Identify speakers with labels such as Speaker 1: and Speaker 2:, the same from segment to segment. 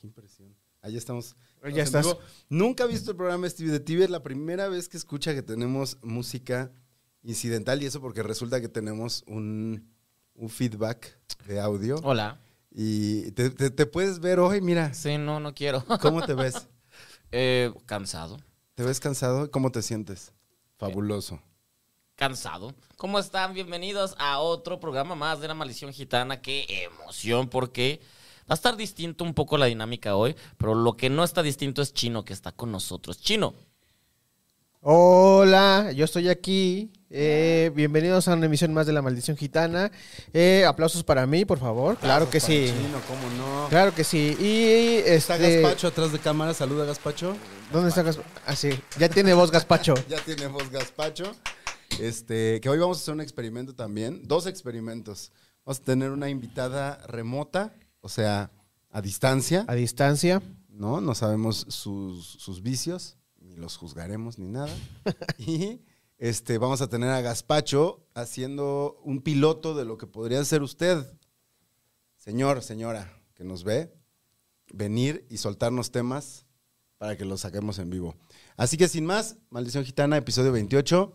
Speaker 1: Qué impresión. Ahí estamos.
Speaker 2: Ya
Speaker 1: Estamos en
Speaker 2: estás.
Speaker 1: vivo. Nunca he visto el programa Stevie de TV. Es la primera vez que escucha que tenemos música incidental y eso porque resulta que tenemos un, un feedback de audio.
Speaker 2: Hola.
Speaker 1: Y te, te- te puedes ver hoy, mira.
Speaker 2: Oh. Sí, no, no quiero.
Speaker 1: ¿Cómo te ves?
Speaker 2: Eh, cansado.
Speaker 1: ¿Te ves cansado? ¿Cómo te sientes? Fabuloso.
Speaker 2: Cansado. ¿Cómo están? Bienvenidos a otro programa más de La Maldición Gitana. Qué emoción, porque va a estar distinto un poco la dinámica hoy, pero lo que no está distinto es Chino, que está con nosotros. Chino,
Speaker 3: Hola, yo estoy aquí. Eh, bienvenidos a una emisión más de La Maldición Gitana. Eh, aplausos para mí, por favor. Claro que sí.
Speaker 1: Chino, ¿cómo no?
Speaker 3: Claro que sí. Y
Speaker 1: Está
Speaker 3: este,
Speaker 1: Gaspacho atrás de cámara. Saluda, Gaspacho.
Speaker 3: ¿Dónde está Gaspacho? Así, ya tiene voz Gaspacho.
Speaker 1: Ya tenemos Gaspacho. Este, que hoy vamos a hacer un experimento también. Dos experimentos. Vamos a tener una invitada remota, o sea, a distancia.
Speaker 3: A distancia.
Speaker 1: ¿no? No sabemos sus, sus vicios, ni los juzgaremos ni nada. y este, vamos a tener a Gaspacho haciendo un piloto de lo que podría ser usted, señor, señora, que nos ve, venir y soltarnos temas para que los saquemos en vivo. Así que sin más, Maldición Gitana, episodio 28.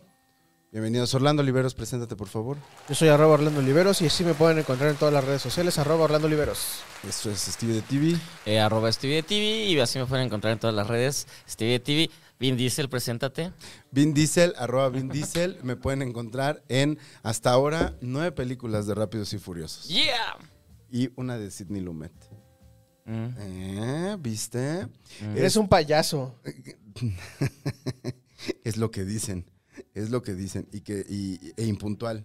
Speaker 1: Bienvenidos, Orlando Oliveros, preséntate por favor.
Speaker 3: Yo soy arroba Orlando Oliveros y así me pueden encontrar en todas las redes sociales, arroba Orlando Oliveros.
Speaker 1: Esto es Steve de TV.
Speaker 2: eh, arroba Stevie de TV, y así me pueden encontrar en todas las redes. Stevie de TV. Vin Diesel, preséntate.
Speaker 1: Vin Diesel, arroba Vin Diesel, me pueden encontrar en hasta ahora nueve películas de Rápidos y Furiosos
Speaker 2: ¡Yeah!
Speaker 1: y una de Sidney Lumet.
Speaker 2: Mm.
Speaker 1: Eh, ¿Viste?
Speaker 3: Eres
Speaker 1: Es,
Speaker 3: un payaso.
Speaker 1: es lo que dicen, es lo que dicen y que y- e impuntual.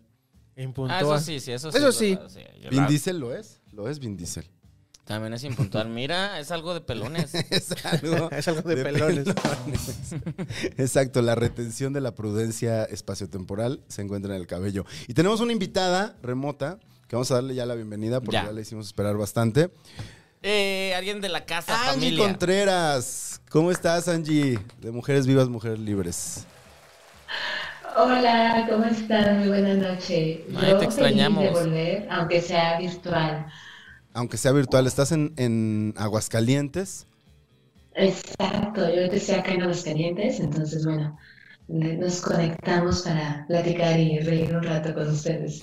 Speaker 2: Ah,
Speaker 3: Impuntual.
Speaker 2: eso sí, sí, eso sí.
Speaker 3: Eso
Speaker 2: es
Speaker 3: sí.
Speaker 2: verdad, yo
Speaker 1: Vin
Speaker 2: la-
Speaker 1: Diesel lo es, lo es Vin Diesel.
Speaker 2: También es impuntual. Mira, es algo de pelones.
Speaker 1: Es algo,
Speaker 3: Es algo de pelones.
Speaker 1: pelones. Exacto, la retención de la prudencia espaciotemporal se encuentra en el cabello. Y tenemos una invitada remota que vamos a darle ya la bienvenida porque
Speaker 2: Ya.
Speaker 1: ya la hicimos esperar bastante.
Speaker 2: Eh, alguien de la casa,
Speaker 1: Angie
Speaker 2: familia.
Speaker 1: Contreras, ¿cómo estás Angie? De Mujeres Vivas, Mujeres Libres.
Speaker 4: Hola, ¿cómo están? Muy buenas noches.
Speaker 2: Ay,
Speaker 4: Yo
Speaker 2: te
Speaker 4: feliz
Speaker 2: extrañamos.
Speaker 4: de volver, aunque sea virtual.
Speaker 1: Aunque sea virtual, estás en, en Aguascalientes.
Speaker 4: Exacto, yo ahorita estoy acá en Aguascalientes, entonces bueno, ne- nos conectamos para platicar y reír un rato con ustedes.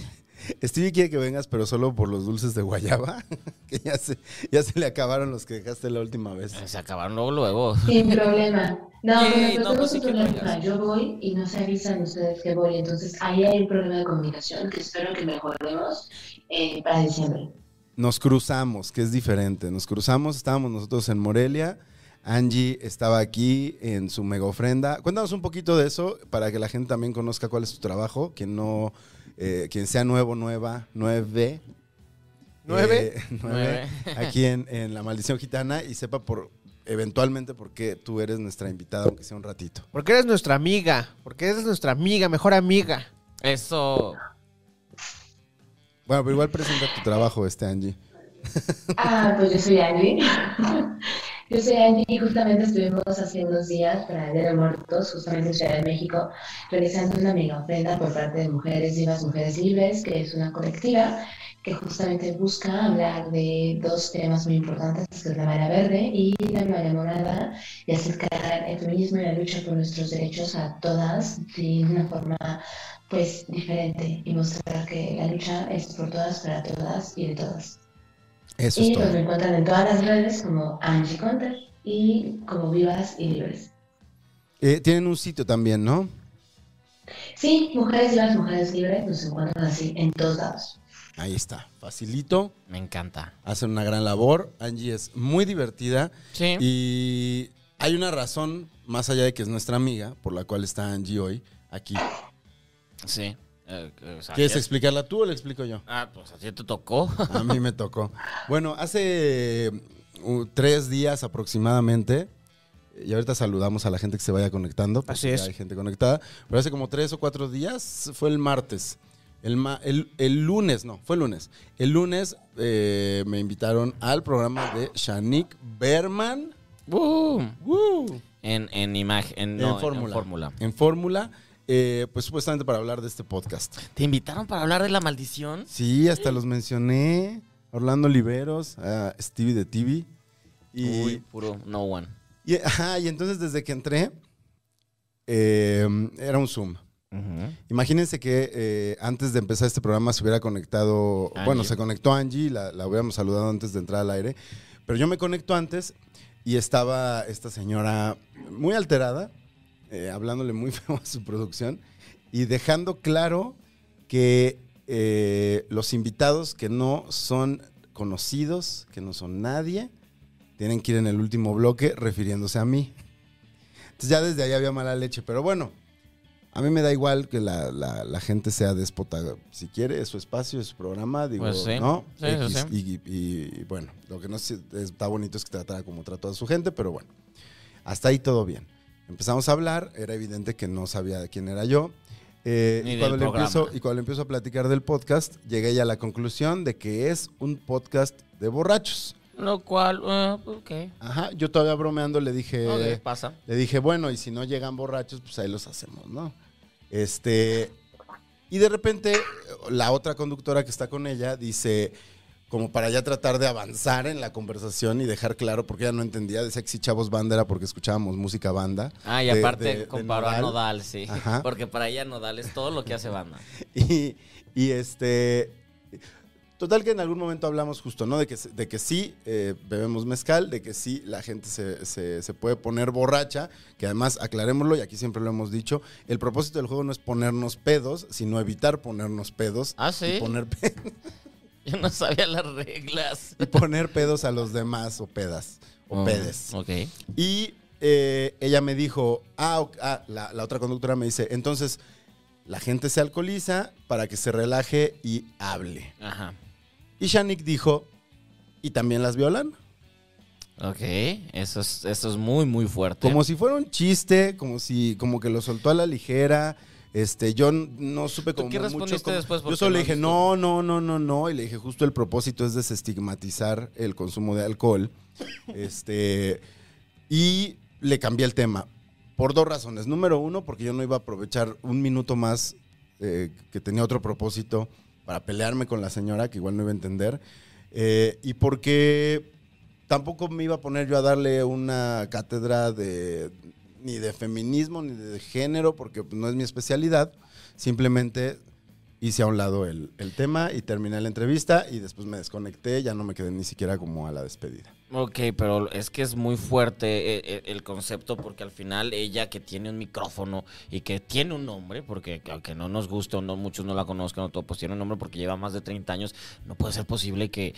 Speaker 1: Stevie quiere que vengas, pero solo por los dulces de guayaba, que ya se, ya se le acabaron los que dejaste la última vez.
Speaker 2: Se acabaron luego, luego.
Speaker 4: Sin problema. No,
Speaker 2: Yay,
Speaker 4: bueno, pero
Speaker 2: no,
Speaker 4: tengo
Speaker 2: pues
Speaker 4: un
Speaker 2: sí que
Speaker 4: problema.
Speaker 2: vayas.
Speaker 4: Yo voy y no se avisan ustedes que voy, entonces ahí hay un problema de comunicación que espero que mejoremos eh, para diciembre.
Speaker 1: Nos cruzamos, que es diferente. Nos cruzamos, estábamos nosotros en Morelia. Angie estaba aquí en su mega ofrenda. Cuéntanos un poquito de eso para que la gente también conozca cuál es tu trabajo, quien no, eh, quien sea nuevo, nueva, nueve,
Speaker 3: ¿Nueve?
Speaker 1: eh, nueve, Aquí en, en La Maldición Gitana y sepa por eventualmente por qué tú eres nuestra invitada, aunque sea un ratito.
Speaker 3: Porque eres nuestra amiga. Porque eres nuestra amiga, mejor amiga.
Speaker 2: Eso.
Speaker 1: Bueno, pero igual presenta tu trabajo, este Angie.
Speaker 4: Ah, pues yo soy Angie. Yo soy Angie y justamente estuvimos hace unos días para el Día de Muertos, justamente en Ciudad de México, realizando una mega ofrenda por parte de Mujeres Vivas, Mujeres Libres, que es una colectiva que justamente busca hablar de dos temas muy importantes, que es la marea verde y la marea morada, y acercar el feminismo y la lucha por nuestros derechos a todas de una forma pues diferente y mostrar que la lucha es por todas, para todas y de todas.
Speaker 1: Eso es
Speaker 4: Y pues
Speaker 1: todo.
Speaker 4: me encuentran en todas las redes como Angie Conter y como Vivas y Libres.
Speaker 1: Eh, tienen un sitio también, ¿no?
Speaker 4: Sí, mujeres vivas, mujeres libres, nos encuentran así en todos lados.
Speaker 1: Ahí está, facilito.
Speaker 2: Me encanta.
Speaker 1: Hacen una gran labor. Angie es muy divertida
Speaker 2: Sí.
Speaker 1: y hay una razón, más allá de que es nuestra amiga, por la cual está Angie hoy aquí.
Speaker 2: Sí. Eh, eh, o sea,
Speaker 1: ¿Quieres
Speaker 2: ya-
Speaker 1: explicarla tú o la explico yo?
Speaker 2: Ah, pues así te tocó.
Speaker 1: A mí me tocó. Bueno, hace uh, tres días aproximadamente, y ahorita saludamos a la gente que se vaya conectando. porque
Speaker 3: Así es.
Speaker 1: ya Hay gente conectada. Pero hace como tres o cuatro días, fue el martes. El, ma- el- el lunes, no, fue el lunes. El lunes eh, me invitaron al programa de Shanique Berman.
Speaker 2: Boom.
Speaker 1: ¡Woo!
Speaker 2: En, en imagen.
Speaker 1: en fórmula. En fórmula, eh, pues supuestamente para hablar de este podcast.
Speaker 2: ¿Te invitaron para hablar de la maldición?
Speaker 1: Sí, hasta los mencioné. Orlando Oliveros, a Stevie de TV. Y,
Speaker 2: Uy, puro no one.
Speaker 1: y- ajá, y entonces desde que entré, eh, era un Zoom. Imagínense que eh, antes de empezar este programa se hubiera conectado,
Speaker 2: Angie.
Speaker 1: bueno, se conectó Angie, la, la hubiéramos saludado antes de entrar al aire, pero yo me conecto antes y estaba esta señora muy alterada, eh, hablándole muy feo a su producción y dejando claro que eh, los invitados que no son conocidos, que no son nadie, tienen que ir en el último bloque refiriéndose a mí. Entonces ya desde ahí había mala leche, pero bueno, a mí me da igual que la, la- la gente sea déspota. Si quiere, es su espacio, es su programa, digo,
Speaker 2: Pues sí.
Speaker 1: ¿no?
Speaker 2: Sí, eso
Speaker 1: X.
Speaker 2: sí.
Speaker 1: Y, y- y, bueno, lo que no sé- está bonito es que tratara como trató a su gente, pero bueno, hasta ahí todo bien. Empezamos a hablar, era evidente que no sabía quién era yo. Eh,
Speaker 2: Ni
Speaker 1: y,
Speaker 2: del
Speaker 1: cuando le
Speaker 2: programa.
Speaker 1: empiezo, y cuando le empiezo a platicar del podcast, llegué ya a la conclusión de que es un podcast de borrachos.
Speaker 2: Lo cual, eh, ok.
Speaker 1: Ajá, yo todavía bromeando le dije,
Speaker 2: Ok, pasa.
Speaker 1: le dije, bueno, y si no llegan borrachos, pues ahí los hacemos, ¿no? Este, y de repente la otra conductora que está con ella dice, como para ya tratar de avanzar en la conversación y dejar claro, porque ella no entendía, decía que sí, chavos banda era porque escuchábamos música banda.
Speaker 2: Ah, y
Speaker 1: de-
Speaker 2: aparte
Speaker 1: de- de
Speaker 2: comparó a
Speaker 1: Nodal.
Speaker 2: Nodal, sí.
Speaker 1: Ajá.
Speaker 2: Porque para ella Nodal es todo lo que hace banda.
Speaker 1: Y, y, este. Total que en algún momento hablamos justo, ¿no? De que, se- de que sí eh, bebemos mezcal, de que sí la gente se, se- se puede poner borracha, que además, aclarémoslo, y aquí siempre lo hemos dicho, el propósito del juego no es ponernos pedos, sino evitar ponernos pedos.
Speaker 2: Ah, sí.
Speaker 1: Y poner, pe-
Speaker 2: Yo no sabía las reglas.
Speaker 1: y poner pedos a los demás o pedas o
Speaker 2: Oh,
Speaker 1: pedes.
Speaker 2: Ok.
Speaker 1: Y eh, ella me dijo, ah, ok, ah, la, la otra conductora me dice, entonces la gente se alcoholiza para que se relaje y hable.
Speaker 2: Ajá.
Speaker 1: Y Shanik dijo, ¿y también las violan?
Speaker 2: Ok. Eso es, eso es muy, muy fuerte.
Speaker 1: Como si fuera un chiste, como si como que lo soltó a la ligera. Este, yo n- no supe
Speaker 2: ¿Tú
Speaker 1: como
Speaker 2: qué respondiste
Speaker 1: cómo-
Speaker 2: después? Porque
Speaker 1: Yo solo
Speaker 2: no
Speaker 1: le dije,
Speaker 2: has
Speaker 1: no, no, no, no, no. Y le dije, justo el propósito es desestigmatizar el consumo de alcohol. este, y le cambié el tema. Por dos razones. Número uno, porque yo no iba a aprovechar un minuto más eh, que tenía otro propósito para pelearme con la señora, que igual no iba a entender. Eh, y porque tampoco me iba a poner yo a darle una cátedra de ni de feminismo ni de género, porque pues, no es mi especialidad. Simplemente hice a un lado el, el tema y terminé la entrevista y después me desconecté, ya no me quedé ni siquiera como a la despedida.
Speaker 2: Ok, pero es que es muy fuerte eh, eh, el concepto porque al final ella que tiene un micrófono y que tiene un nombre, porque aunque no nos guste o no muchos no la conozcan o todo, pues tiene un nombre porque lleva más de 30 años, no puede ser posible que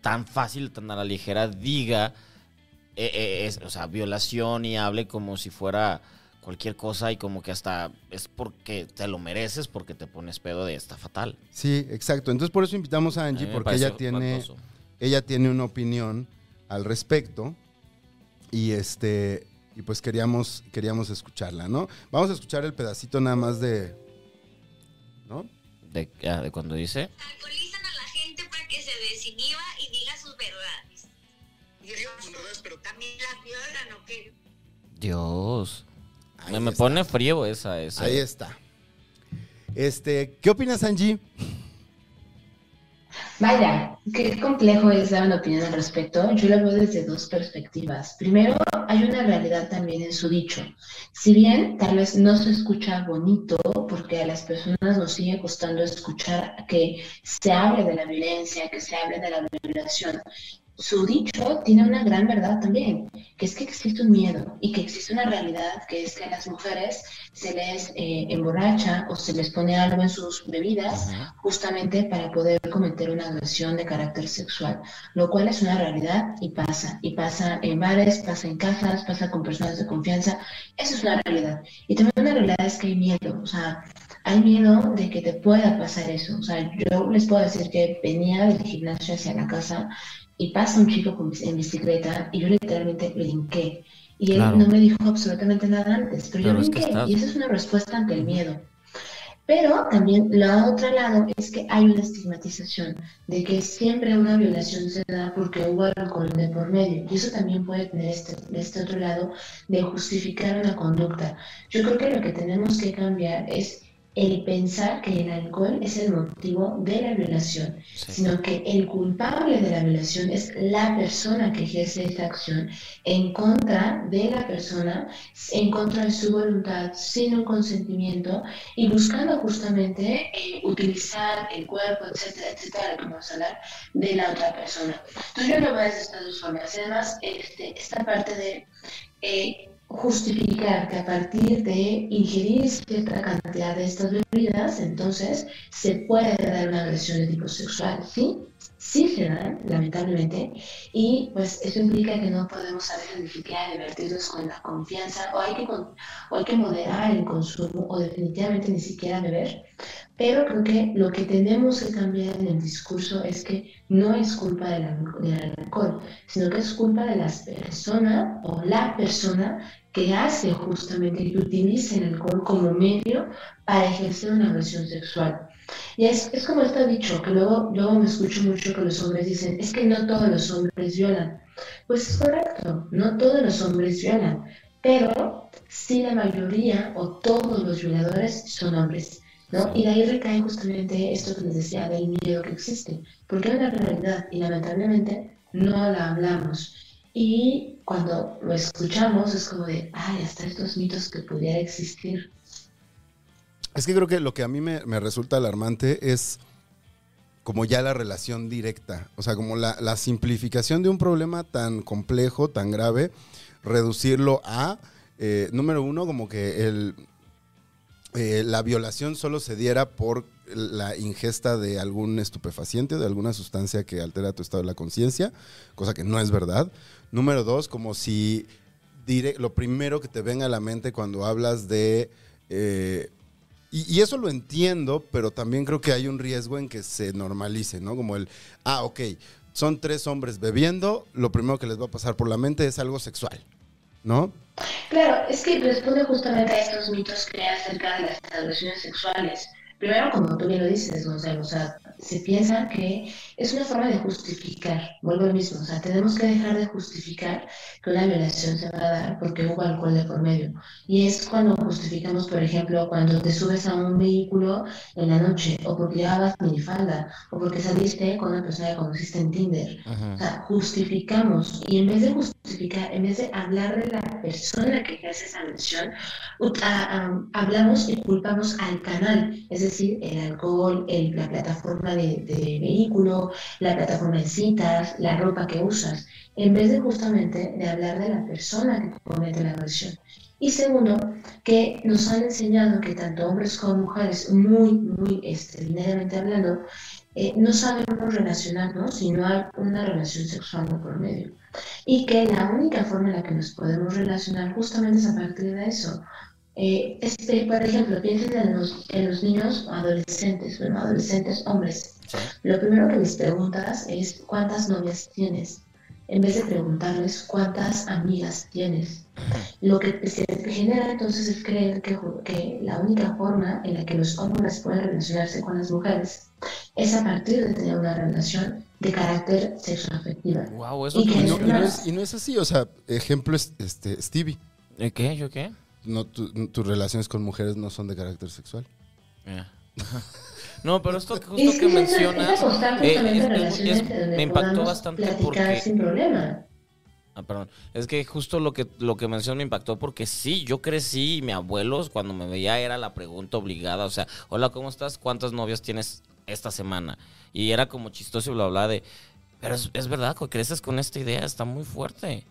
Speaker 2: tan fácil, tan a la ligera diga, eh, eh, es- o sea, violación y hable como si fuera cualquier cosa y como que hasta es porque te lo mereces, porque te pones pedo de esta fatal.
Speaker 1: Sí, exacto. Entonces por eso invitamos a
Speaker 2: A mí
Speaker 1: Angie,
Speaker 2: me
Speaker 1: porque
Speaker 2: parece
Speaker 1: ella tiene,
Speaker 2: espantoso.
Speaker 1: ella tiene una opinión al respecto y este y pues queríamos queríamos escucharla, ¿no? Vamos a escuchar el pedacito nada más de ¿no?
Speaker 2: De, ah, de cuando dice...
Speaker 5: alcoholizan a la gente para que se desinhiba y diga sus verdades. pero también las violan o qué.
Speaker 2: Dios.
Speaker 1: Ahí
Speaker 2: me eh. me
Speaker 1: está.
Speaker 2: pone frío esa, esa.
Speaker 1: Ahí está. Este, ¿qué opinas Angie?
Speaker 4: Vaya, qué complejo es dar una opinión al respecto. Yo lo veo desde dos perspectivas. Primero, hay una realidad también en su dicho. Si bien tal vez no se escucha bonito, porque a las personas nos sigue costando escuchar que se hable de la violencia, que se hable de la violación. Su dicho tiene una gran verdad también, que es que existe un miedo y que existe una realidad que es que a las mujeres se les eh, emborracha o se les pone algo en sus bebidas justamente para poder cometer una agresión de carácter sexual, lo cual es una realidad y pasa, y pasa en bares, pasa en casas, pasa con personas de confianza, eso es una realidad. Y también una realidad es que hay miedo, o sea, hay miedo de que te pueda pasar eso. O sea, yo les puedo decir que venía del gimnasio hacia la casa y pasa un chico con bis- en bicicleta y yo literalmente brinqué. Y él
Speaker 2: Claro.
Speaker 4: no me dijo absolutamente nada antes, pero yo
Speaker 2: Pero es que
Speaker 4: brinqué.
Speaker 2: estás-
Speaker 4: Y esa es una respuesta ante el miedo. Pero también, la otra lado es que hay una estigmatización de que siempre una violación se da porque hubo alcohol de por medio. Y eso también puede tener este, este otro lado de justificar una conducta. Yo creo que lo que tenemos que cambiar es el pensar que el alcohol es el motivo de la violación
Speaker 2: Sí.
Speaker 4: sino que el culpable de la violación es la persona que ejerce esta acción en contra de la persona, en contra de su voluntad, sin un consentimiento y buscando justamente eh, utilizar el cuerpo, etcétera, etcétera, lo que vamos a hablar, de la otra persona. Entonces yo lo veo de estas dos formas. Y además, este, esta parte de... eh, justificar que a partir de ingerir cierta cantidad de estas bebidas, entonces se puede dar una agresión de tipo sexual, sí, sí se dan, lamentablemente, y pues eso implica que no podemos saber identificar y divertirnos con la confianza, o hay, que con- o hay que moderar el consumo, o definitivamente ni siquiera beber, pero creo que lo que tenemos que cambiar en el discurso es que no es culpa del, al- del alcohol, sino que es culpa de las personas o la persona que hace justamente, que utiliza el alcohol como medio para ejercer una agresión sexual. Y es, es como está dicho, que luego, luego me escucho mucho que los hombres dicen, es que no todos los hombres violan. Pues es correcto, no todos los hombres violan, pero sí la mayoría o todos los violadores son hombres, ¿no? Y de ahí recae justamente esto que les decía del miedo que existe, porque es una realidad y lamentablemente no la hablamos. Y cuando lo escuchamos es como de, ay, hasta estos mitos que pudiera existir.
Speaker 1: Es que creo que lo que a mí me, me resulta alarmante es como ya la relación directa, o sea, como la, la simplificación de un problema tan complejo, tan grave, reducirlo a, eh, número uno, como que el, eh, la violación solo se diera por la ingesta de algún estupefaciente o de alguna sustancia que altera tu estado de la conciencia, cosa que no es verdad. Número dos, como si dire- lo primero que te venga a la mente cuando hablas de... eh, y, y eso lo entiendo, pero también creo que hay un riesgo en que se normalice, ¿no? Como el, ah, ok, son tres hombres bebiendo, lo primero que les va a pasar por la mente es algo sexual, ¿no?
Speaker 4: Claro, es que responde justamente a estos mitos que hay acerca de las relaciones sexuales. Primero, como tú bien lo dices, Gonzalo, o sea, se piensa que es una forma de justificar, vuelvo al mismo, o sea, tenemos que dejar de justificar que una violación se va a dar porque hubo alcohol de por medio. Y es cuando justificamos, por ejemplo, cuando te subes a un vehículo en la noche, o porque llevabas minifalda, o porque saliste con una persona que conociste en Tinder. O sea, Ah, justificamos y en vez de justificar, en vez de hablar de la persona que hace esa mención, ut- a- a- hablamos y culpamos al canal, es decir, el alcohol, el- la plataforma de, de vehículo, la plataforma de citas, la ropa que usas, en vez de justamente de hablar de la persona que comete la agresión. Y segundo, que nos han enseñado que tanto hombres como mujeres, muy, muy este, linealmente hablando, eh, no sabemos relacionarnos si no hay una relación sexual de por medio. Y que la única forma en la que nos podemos relacionar justamente es a partir de eso. Eh, este, por ejemplo, piensen en los, en los niños adolescentes, bueno, adolescentes hombres. Lo primero que les preguntas es cuántas novias tienes, en vez de preguntarles cuántas amigas tienes. Lo que se genera entonces es creer que, ju- que la única forma en la que los hombres pueden relacionarse con las mujeres es a partir de tener una relación de carácter sexoafectiva.
Speaker 2: Wow, eso
Speaker 4: Y
Speaker 1: Y
Speaker 2: es
Speaker 1: no, y no es, y no es así, o sea, ejemplo es este, Stevie.
Speaker 2: ¿Eh, ¿Qué? ¿Yo qué?
Speaker 1: No, tu- tus relaciones con mujeres no son de carácter sexual.
Speaker 2: Mira. No, pero esto que
Speaker 4: Y
Speaker 2: justo
Speaker 4: es
Speaker 2: que
Speaker 4: que es una-
Speaker 2: mencionas
Speaker 4: es acostar
Speaker 2: eh,
Speaker 4: justamente
Speaker 2: es- es-
Speaker 4: relaciones
Speaker 2: es-
Speaker 4: donde
Speaker 2: me impactó
Speaker 4: podamos
Speaker 2: bastante
Speaker 4: platicar
Speaker 2: porque
Speaker 4: sin problema.
Speaker 2: Ah, perdón. Es que justo lo que, lo que mencionó me impactó porque sí, yo crecí y mi abuelos cuando me veía era la pregunta obligada. O sea, hola, ¿cómo estás? ¿Cuántas novias tienes esta semana? Y era como chistoso y bla, bla, de... Pero es, es verdad, que creces con esta idea, está muy fuerte.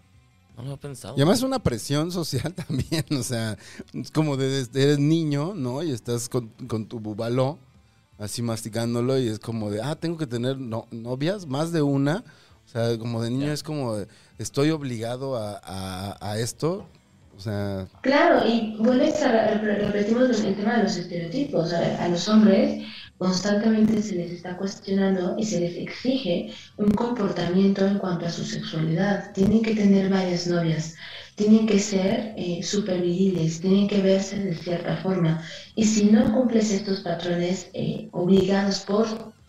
Speaker 2: No lo he pensado.
Speaker 1: Y además una presión social también, o sea, es como de, desde eres niño, ¿no? Y estás con, con tu bubaló, así masticándolo, y es como de, ah, tengo que tener no- novias, más de una. O sea, como de niño es como, de, estoy obligado a, a- a esto. O sea,
Speaker 4: Claro, y vuelves a re- repetimos el tema de los estereotipos. A, ver, a los hombres constantemente se les está cuestionando y se les exige un comportamiento en cuanto a su sexualidad. Tienen que tener varias novias, tienen que ser eh, superviriles, tienen que verse de cierta forma. Y si no cumples estos patrones eh, obligados por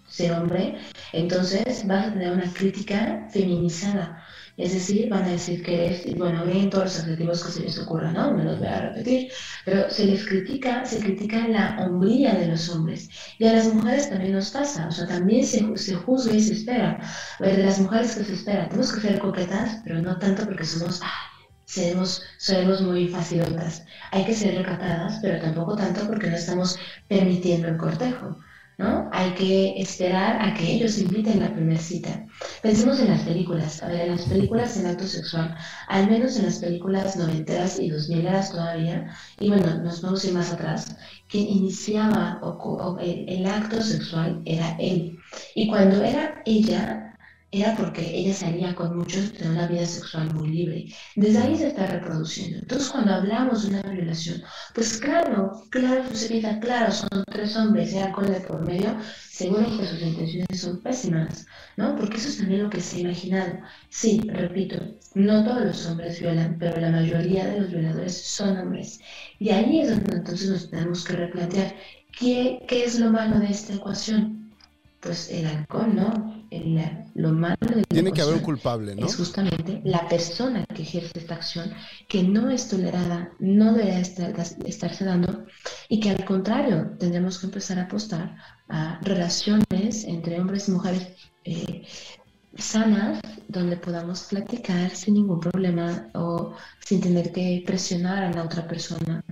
Speaker 4: ser hombre, entonces vas a tener una crítica feminizada. Es decir, van a decir que eres, y bueno, ven todos los adjetivos que se les ocurran, ¿no? Me los voy a repetir, pero se les critica, se critica la hombría de los hombres. Y a las mujeres también nos pasa, o sea, también se, ju- se juzga y se espera. A ver, de las mujeres que se espera, tenemos que ser coquetas, pero no tanto porque somos, ah, seremos, seremos muy facilotas. Hay que ser recatadas, pero tampoco tanto porque no estamos permitiendo el cortejo. ¿No? Hay que esperar a que ellos inviten la primera cita. Pensemos en las películas, a ver, en las películas en acto sexual, al menos en las películas noventeras y dos mileras todavía, y bueno, nos vamos a ir más atrás, quien iniciaba o co- o el, el acto sexual era él. Y cuando era ella, era porque ella salía con muchos, tenía una vida sexual muy libre. Desde ahí se está reproduciendo. Entonces, cuando hablamos de una violación, pues claro, claro, vida, claro, son tres hombres, ya con de por medio, seguro que sus intenciones son pésimas. ¿no? Porque eso es también lo que se ha imaginado. Sí, repito, no todos los hombres violan, pero la mayoría de los violadores son hombres. Y ahí es donde entonces nos tenemos que replantear, ¿qué, qué es lo malo de esta ecuación? Pues el alcohol, ¿no? El- la- lo malo de la
Speaker 1: tiene que haber un
Speaker 4: ecuación
Speaker 1: culpable, ¿no?
Speaker 4: es justamente la persona que ejerce esta acción, que no es tolerada, no debería estar- estarse dando, y que al contrario, tendremos que empezar a apostar a relaciones entre hombres y mujeres eh, sanas, donde podamos platicar sin ningún problema o sin tener que presionar a la otra persona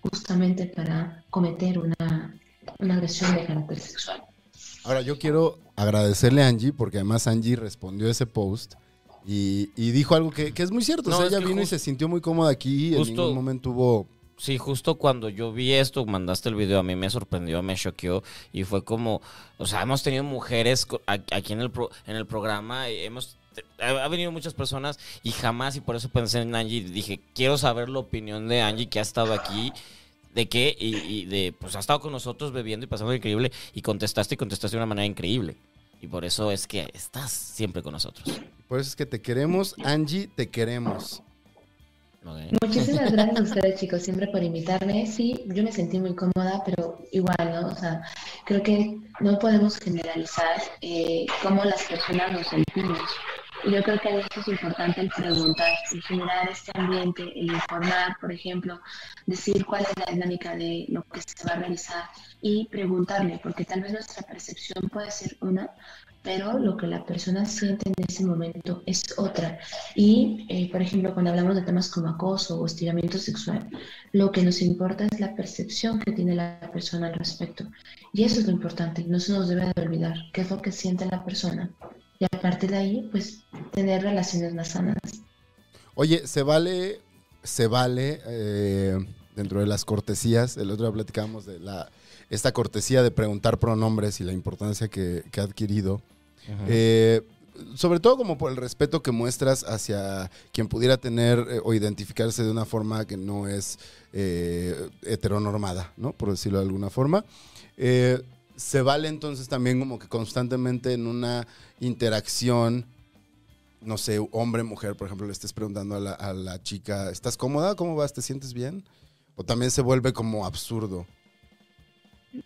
Speaker 4: justamente para cometer una, una agresión de carácter sexual.
Speaker 1: Ahora, yo quiero agradecerle a Angie, porque además Angie respondió ese post y, y dijo algo que, que es muy cierto. O
Speaker 2: No,
Speaker 1: sea,
Speaker 2: es
Speaker 1: ella
Speaker 2: que
Speaker 1: vino y
Speaker 2: justo-
Speaker 1: se sintió muy cómoda aquí. en
Speaker 2: justo-
Speaker 1: ningún momento hubo.
Speaker 2: Sí, justo cuando yo vi esto, mandaste el video, a mí me sorprendió, me choqueó y fue como, o sea, hemos tenido mujeres co- a- aquí en el, pro- en el programa, eh, hemos, te- ha ha venido muchas personas y jamás, y por eso pensé en Angie, dije, quiero saber la opinión de Angie que ha estado aquí, de qué, y, y de, pues ha estado con nosotros bebiendo y pasando increíble, y contestaste y contestaste de una manera increíble. Y por eso es que estás siempre con nosotros.
Speaker 1: Por eso es que te queremos, Angie, te queremos.
Speaker 2: ¿ok?
Speaker 4: Muchísimas gracias a ustedes, chicos, siempre por invitarme. Sí, yo me sentí muy cómoda, pero igual, ¿no? O sea, creo que no podemos generalizar eh, cómo las personas nos sentimos. Y yo creo que a veces es importante el preguntar, el generar este ambiente, el informar, por ejemplo, decir cuál es la dinámica de lo que se va a realizar y preguntarle, porque tal vez nuestra percepción puede ser una, pero lo que la persona siente en ese momento es otra. Y, eh, por ejemplo, cuando hablamos de temas como acoso o estiramiento sexual, lo que nos importa es la percepción que tiene la persona al respecto. Y eso es lo importante, no se nos debe de olvidar qué es lo que siente la persona. Y a partir de ahí, pues, tener relaciones más sanas.
Speaker 1: Oye, se vale, se vale eh, dentro de las cortesías. El otro día platicábamos de la, esta cortesía de preguntar pronombres y la importancia que, que ha adquirido. Eh, sobre todo como por el respeto que muestras hacia quien pudiera tener eh, o identificarse de una forma que no es eh, heteronormada, ¿no? Por decirlo de alguna forma. Eh, se vale entonces también como que constantemente en una interacción, no sé, hombre-mujer, por ejemplo, le estés preguntando a la, a la chica, ¿estás cómoda? ¿Cómo vas? ¿Te sientes bien? O también se vuelve como absurdo.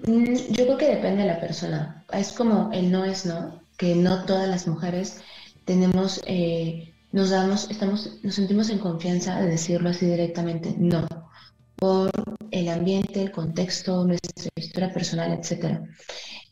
Speaker 4: Mm, Yo creo que depende de la persona. Es como el no es no, que no todas las mujeres tenemos, eh, nos damos, estamos, nos sentimos en confianza de decirlo así directamente, no, por el ambiente, el contexto, nuestra historia personal, etcétera.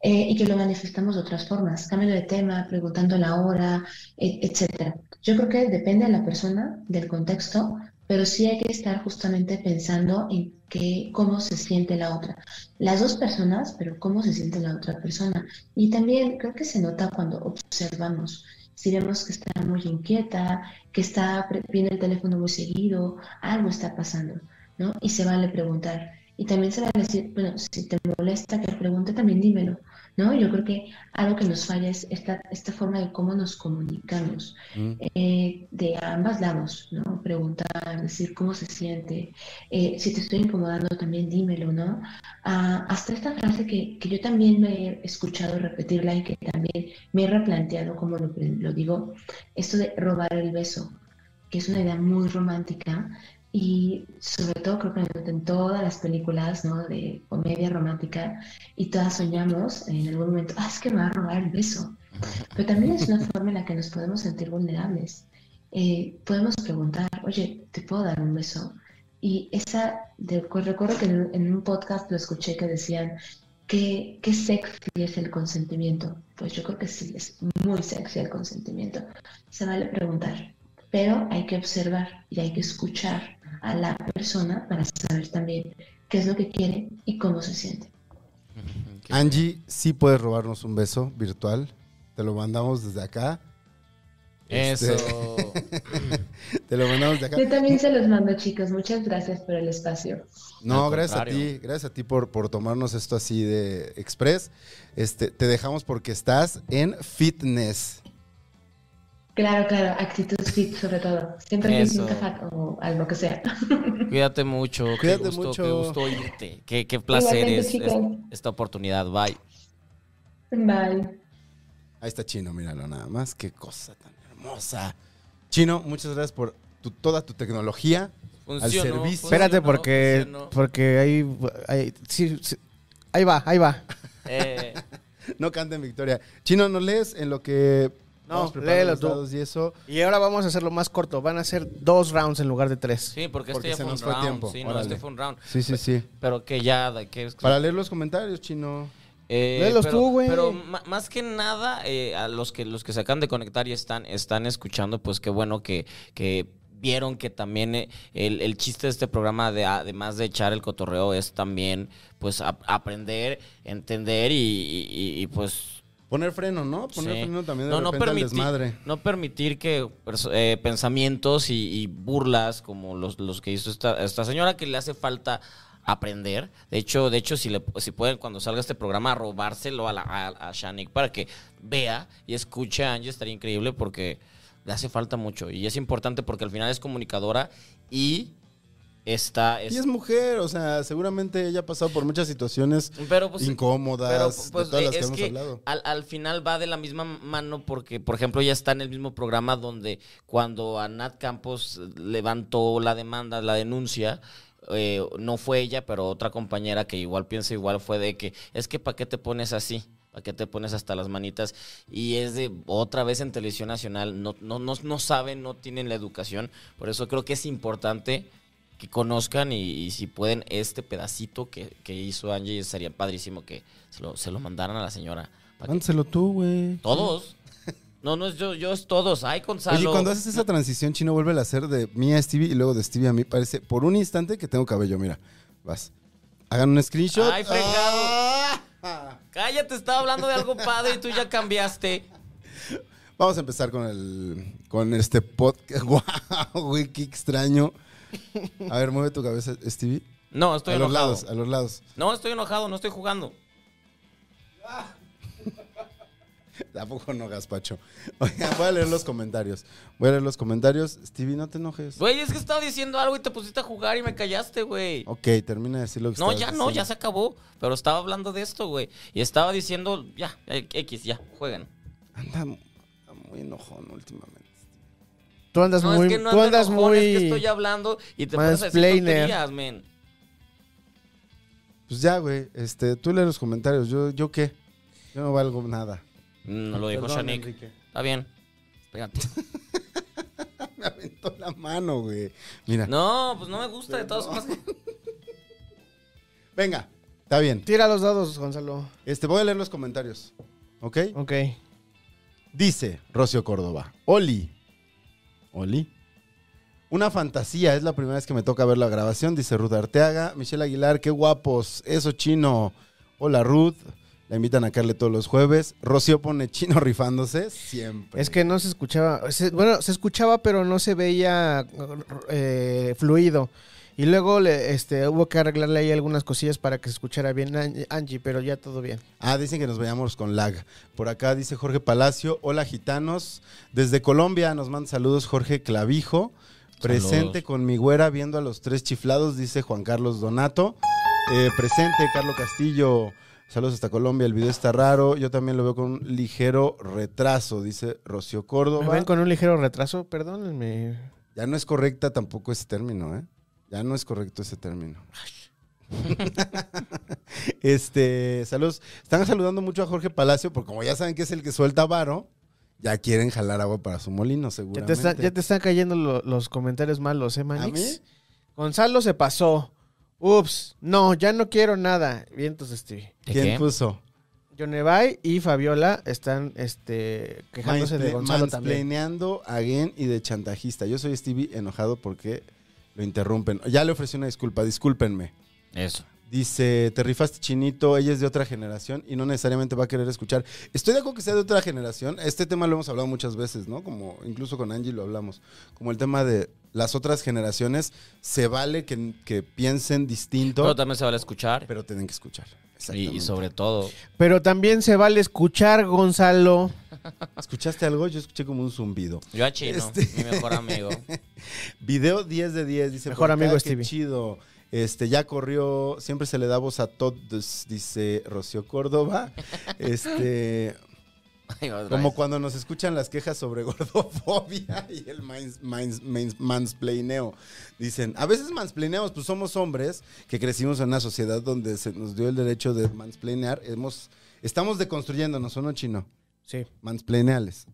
Speaker 4: Eh, y que lo manifestamos de otras formas, cambio de tema, preguntando la hora, e- etcétera. Yo creo que depende de la persona, del contexto, pero sí hay que estar justamente pensando en que, cómo se siente la otra las dos personas, pero cómo se siente la otra persona. Y también creo que se nota cuando observamos. Si vemos que está muy inquieta, que está pre- viene el teléfono muy seguido, algo está pasando, ¿no? Y se vale preguntar. Y también se vale decir, bueno, si te molesta que pregunte, también dímelo. ¿no? Yo creo que algo que nos falla es esta, esta forma de cómo nos comunicamos,
Speaker 1: Mm.
Speaker 4: eh, de ambas lados, ¿no? Preguntar, decir cómo se siente, eh, si te estoy incomodando también dímelo, ¿no? Ah, hasta esta frase que, que yo también me he escuchado repetirla y que también me he replanteado, como lo, lo digo, esto de robar el beso, que es una idea muy romántica y sobre todo creo que en todas las películas ¿no? de comedia romántica y todas soñamos en algún momento, ah, es que me va a robar el beso. Pero también es una forma en la que nos podemos sentir vulnerables. Eh, podemos preguntar, oye, ¿te puedo dar un beso? Y esa, de- recuerdo que en, en un podcast lo escuché que decían, ¿qué, ¿qué sexy es el consentimiento? Pues yo creo que sí, es muy sexy el consentimiento. Se vale preguntar, pero hay que observar y hay que escuchar a la persona para saber también qué es lo que quiere y cómo se siente.
Speaker 1: Angie, sí puedes robarnos un beso virtual. Te lo mandamos desde acá. Este,
Speaker 2: Eso.
Speaker 1: Te lo mandamos desde acá.
Speaker 4: Yo también se los mando, chicos. Muchas gracias por el espacio.
Speaker 1: No,
Speaker 2: Al
Speaker 1: gracias a
Speaker 2: contrario.
Speaker 1: ti, gracias a ti por, por tomarnos esto así de express. Este, te dejamos porque estás en fitness.
Speaker 4: Claro, claro, actitud fit sobre todo. Siempre que
Speaker 2: Eso.
Speaker 4: un café o algo que sea.
Speaker 2: Cuídate mucho.
Speaker 1: Cuídate
Speaker 2: qué gusto,
Speaker 1: mucho.
Speaker 2: Qué gusto oírte. Qué, qué placer
Speaker 4: Igualmente,
Speaker 2: es, es-
Speaker 4: chicos.
Speaker 2: esta oportunidad. Bye.
Speaker 4: Bye.
Speaker 1: Ahí está Chino, míralo nada más. Qué cosa tan hermosa. Chino, muchas gracias por tu- toda tu tecnología.
Speaker 2: Funcionó,
Speaker 1: servicio.
Speaker 3: Espérate
Speaker 2: funcionó,
Speaker 3: porque,
Speaker 2: funcionó.
Speaker 3: porque ahí, ahí, sí, sí. ahí va, ahí va.
Speaker 2: Eh,
Speaker 1: No canten victoria. Chino, ¿no lees en lo que...
Speaker 3: No,
Speaker 1: vamos preparando
Speaker 3: léelo
Speaker 1: los
Speaker 3: tú.
Speaker 1: dados Y eso.
Speaker 3: Y ahora vamos a hacerlo más corto. Van a ser dos rounds en lugar de tres.
Speaker 2: sí, porque,
Speaker 1: Porque
Speaker 2: este ya
Speaker 1: se
Speaker 2: fue un
Speaker 1: nos fue
Speaker 2: round.
Speaker 1: tiempo.
Speaker 2: Sí, no,
Speaker 1: Órale.
Speaker 2: este fue un round.
Speaker 1: Sí, sí, sí.
Speaker 2: Pero que ya, de que-
Speaker 1: Pues, Para leer los comentarios, Chino.
Speaker 2: Eh,
Speaker 3: Léelos
Speaker 2: pero,
Speaker 3: tú, güey.
Speaker 2: Pero ma- más que nada, eh, a los que, los que se acaban de conectar y están, están escuchando, pues qué bueno que, que vieron que también eh, el, el chiste de este programa, de, además de echar el cotorreo, es también pues ap- aprender, entender y, y- y, pues
Speaker 1: Poner freno, ¿no? Poner
Speaker 2: Sí.
Speaker 1: freno también de repente al
Speaker 2: permiti-
Speaker 1: desmadre.
Speaker 2: no permitir que perso- eh, pensamientos y, y burlas como los, los que hizo esta, esta señora que le hace falta aprender. De hecho, de hecho si, le, si pueden cuando salga este programa robárselo a, la, a, a Shanik para que vea y escuche a Angie estaría increíble porque le hace falta mucho y es importante porque al final es comunicadora y está...
Speaker 1: Y es mujer, o sea, seguramente ella ha pasado por muchas situaciones
Speaker 2: pero pues,
Speaker 1: incómodas,
Speaker 2: Pero,
Speaker 1: de
Speaker 2: pues,
Speaker 1: todas las que
Speaker 2: eh, es
Speaker 1: hemos
Speaker 2: que
Speaker 1: hablado.
Speaker 2: Al, al final va de la misma mano porque, por ejemplo, ya está en el mismo programa donde cuando a Nat Campos levantó la demanda, la denuncia, eh, no fue ella, pero otra compañera que igual piensa igual fue de que, es que ¿para qué te pones así? ¿Para qué te pones hasta las manitas? Y es de otra vez en Televisión Nacional, no, no, no, no saben, no tienen la educación, por eso creo que es importante que conozcan y, y si pueden este pedacito que, que hizo Angie, sería padrísimo que se lo, se lo mandaran a la señora. para que-
Speaker 1: Mándaselo tú, güey.
Speaker 2: ¿Todos? No, no es yo, yo es todos. Ay, Gonzalo.
Speaker 1: Oye, cuando haces esa transición, Chino, vuelve a hacer de mí a Stevie y luego de Stevie a mí. Parece por un instante que tengo cabello, mira. Vas. Hagan un screenshot.
Speaker 2: Ay, fregado.
Speaker 1: ah.
Speaker 2: Cállate, estaba hablando de algo padre y tú ya cambiaste.
Speaker 1: Vamos a empezar con el con este podcast. Guau, güey, qué extraño. A ver, mueve tu cabeza, Stevie.
Speaker 2: No, estoy
Speaker 1: a los
Speaker 2: enojado.
Speaker 1: lados, a los lados.
Speaker 2: No, estoy enojado, no estoy jugando.
Speaker 1: Tampoco no, Gaspacho. Oigan, voy a leer los comentarios. Voy a leer los comentarios. Stevie, no te enojes.
Speaker 2: Güey, es que estaba diciendo algo y te pusiste a jugar y me callaste, güey.
Speaker 1: Ok, pues termina de decir lo que
Speaker 2: No,
Speaker 1: estabas
Speaker 2: ya no, ya
Speaker 1: diciendo.
Speaker 2: se acabó. Pero estaba hablando de esto, güey. Y estaba diciendo, ya, eh, X, ya, juegan.
Speaker 1: Anda mu- anda muy enojón últimamente.
Speaker 3: Tú andas
Speaker 2: No,
Speaker 3: muy.
Speaker 2: es que no
Speaker 3: tú
Speaker 2: ando
Speaker 3: andas
Speaker 2: enojón,
Speaker 3: muy.
Speaker 2: es que estoy hablando y te pones a decir
Speaker 3: mansplainer.
Speaker 2: tonterías, men.
Speaker 1: Pues ya, güey, este, tú lee los comentarios. ¿Yo, yo qué? Yo no valgo nada.
Speaker 2: No lo dijo
Speaker 1: Perdón,
Speaker 2: Shanik.
Speaker 1: Enrique.
Speaker 2: Está bien. Espérate.
Speaker 1: Me aventó la mano, güey. Mira.
Speaker 2: No, pues no me gusta de todas formas.
Speaker 1: Venga, está bien.
Speaker 3: Tira los dados, Gonzalo.
Speaker 1: Este, voy a leer los comentarios. ¿Ok?
Speaker 3: Ok.
Speaker 1: Dice Rocio Córdoba. Oli. Oli. Una fantasía, es la primera vez que me toca ver la grabación, dice Ruth Arteaga. Michelle Aguilar, qué guapos. Eso chino. Hola Ruth. La invitan a Carle todos los jueves. Rocío pone chino rifándose siempre.
Speaker 3: Es que no se escuchaba. se- bueno, se escuchaba, pero no se veía eh, fluido. Y Y luego le, este, hubo que arreglarle ahí algunas cosillas para que se escuchara bien An- Angie, pero ya todo bien.
Speaker 1: Ah, dicen que nos vayamos con lag. Por acá dice Jorge Palacio, hola gitanos. Desde Colombia nos manda saludos Jorge Clavijo. Presente
Speaker 2: Saludos.
Speaker 1: con mi güera viendo a los tres chiflados, dice Juan Carlos Donato. Eh, presente, Carlos Castillo. Saludos hasta Colombia, el video está raro. Yo también lo veo con un ligero retraso, dice Rocío
Speaker 3: ¿Me
Speaker 1: Córdoba.
Speaker 3: ven con un ligero retraso? Perdónenme.
Speaker 1: Ya no es correcta tampoco ese término, ¿eh? Ya no es correcto ese término. este, saludos. Están saludando mucho a Jorge Palacio, porque como ya saben que es el que suelta varo, ya quieren jalar agua para su molino,
Speaker 3: Ya
Speaker 1: seguramente.
Speaker 3: te, está- ya te están cayendo lo- los comentarios malos, ¿eh, Manix?
Speaker 1: ¿A mí?
Speaker 3: Gonzalo se pasó. Ups, no, ya no quiero nada. Vientos, Stevie.
Speaker 2: ¿De
Speaker 1: ¿Quién
Speaker 2: qué?
Speaker 1: puso?
Speaker 3: Yonevay y Fabiola están este, quejándose de
Speaker 1: Mansple-
Speaker 3: Gonzalo también.
Speaker 1: Mansplaneando again y de chantajista. Yo soy Stevie enojado porque lo interrumpen. Ya le ofrecí una disculpa, discúlpenme.
Speaker 2: Eso.
Speaker 1: Dice, te rifaste chinito, ella es de otra generación y no necesariamente va a querer escuchar. Estoy de acuerdo que sea de otra generación. Este tema lo hemos hablado muchas veces, ¿no? Como incluso con Angie lo hablamos. Como el tema de las otras generaciones, se vale que, que piensen distinto,
Speaker 2: Pero
Speaker 1: pero,
Speaker 2: también se vale escuchar.
Speaker 1: tienen que escuchar.
Speaker 2: y,
Speaker 1: Exactamente.
Speaker 2: y sobre todo.
Speaker 3: Pero también se vale escuchar, Gonzalo.
Speaker 1: ¿Escuchaste algo? Yo escuché como un zumbido.
Speaker 2: Yo a Chino,
Speaker 1: Este-
Speaker 2: mi mejor amigo.
Speaker 1: Video 10 de 10, dice.
Speaker 3: Mejor
Speaker 1: por
Speaker 3: amigo
Speaker 1: acá,
Speaker 3: Stevie.
Speaker 1: Qué chido. Este, ya corrió, siempre se le da voz a todos, dice Rocío Córdoba. Este...
Speaker 2: Ahí va otra
Speaker 1: Como
Speaker 2: vez.
Speaker 1: cuando nos escuchan las quejas sobre gordofobia y el mans- mans- mans- mansplaineo. Dicen, a veces mansplaineamos, pues somos hombres que crecimos en una sociedad donde se nos dio el derecho de mansplainear. Hemos, estamos deconstruyéndonos, ¿o no, chino?
Speaker 3: Sí.
Speaker 1: Mansplaineales.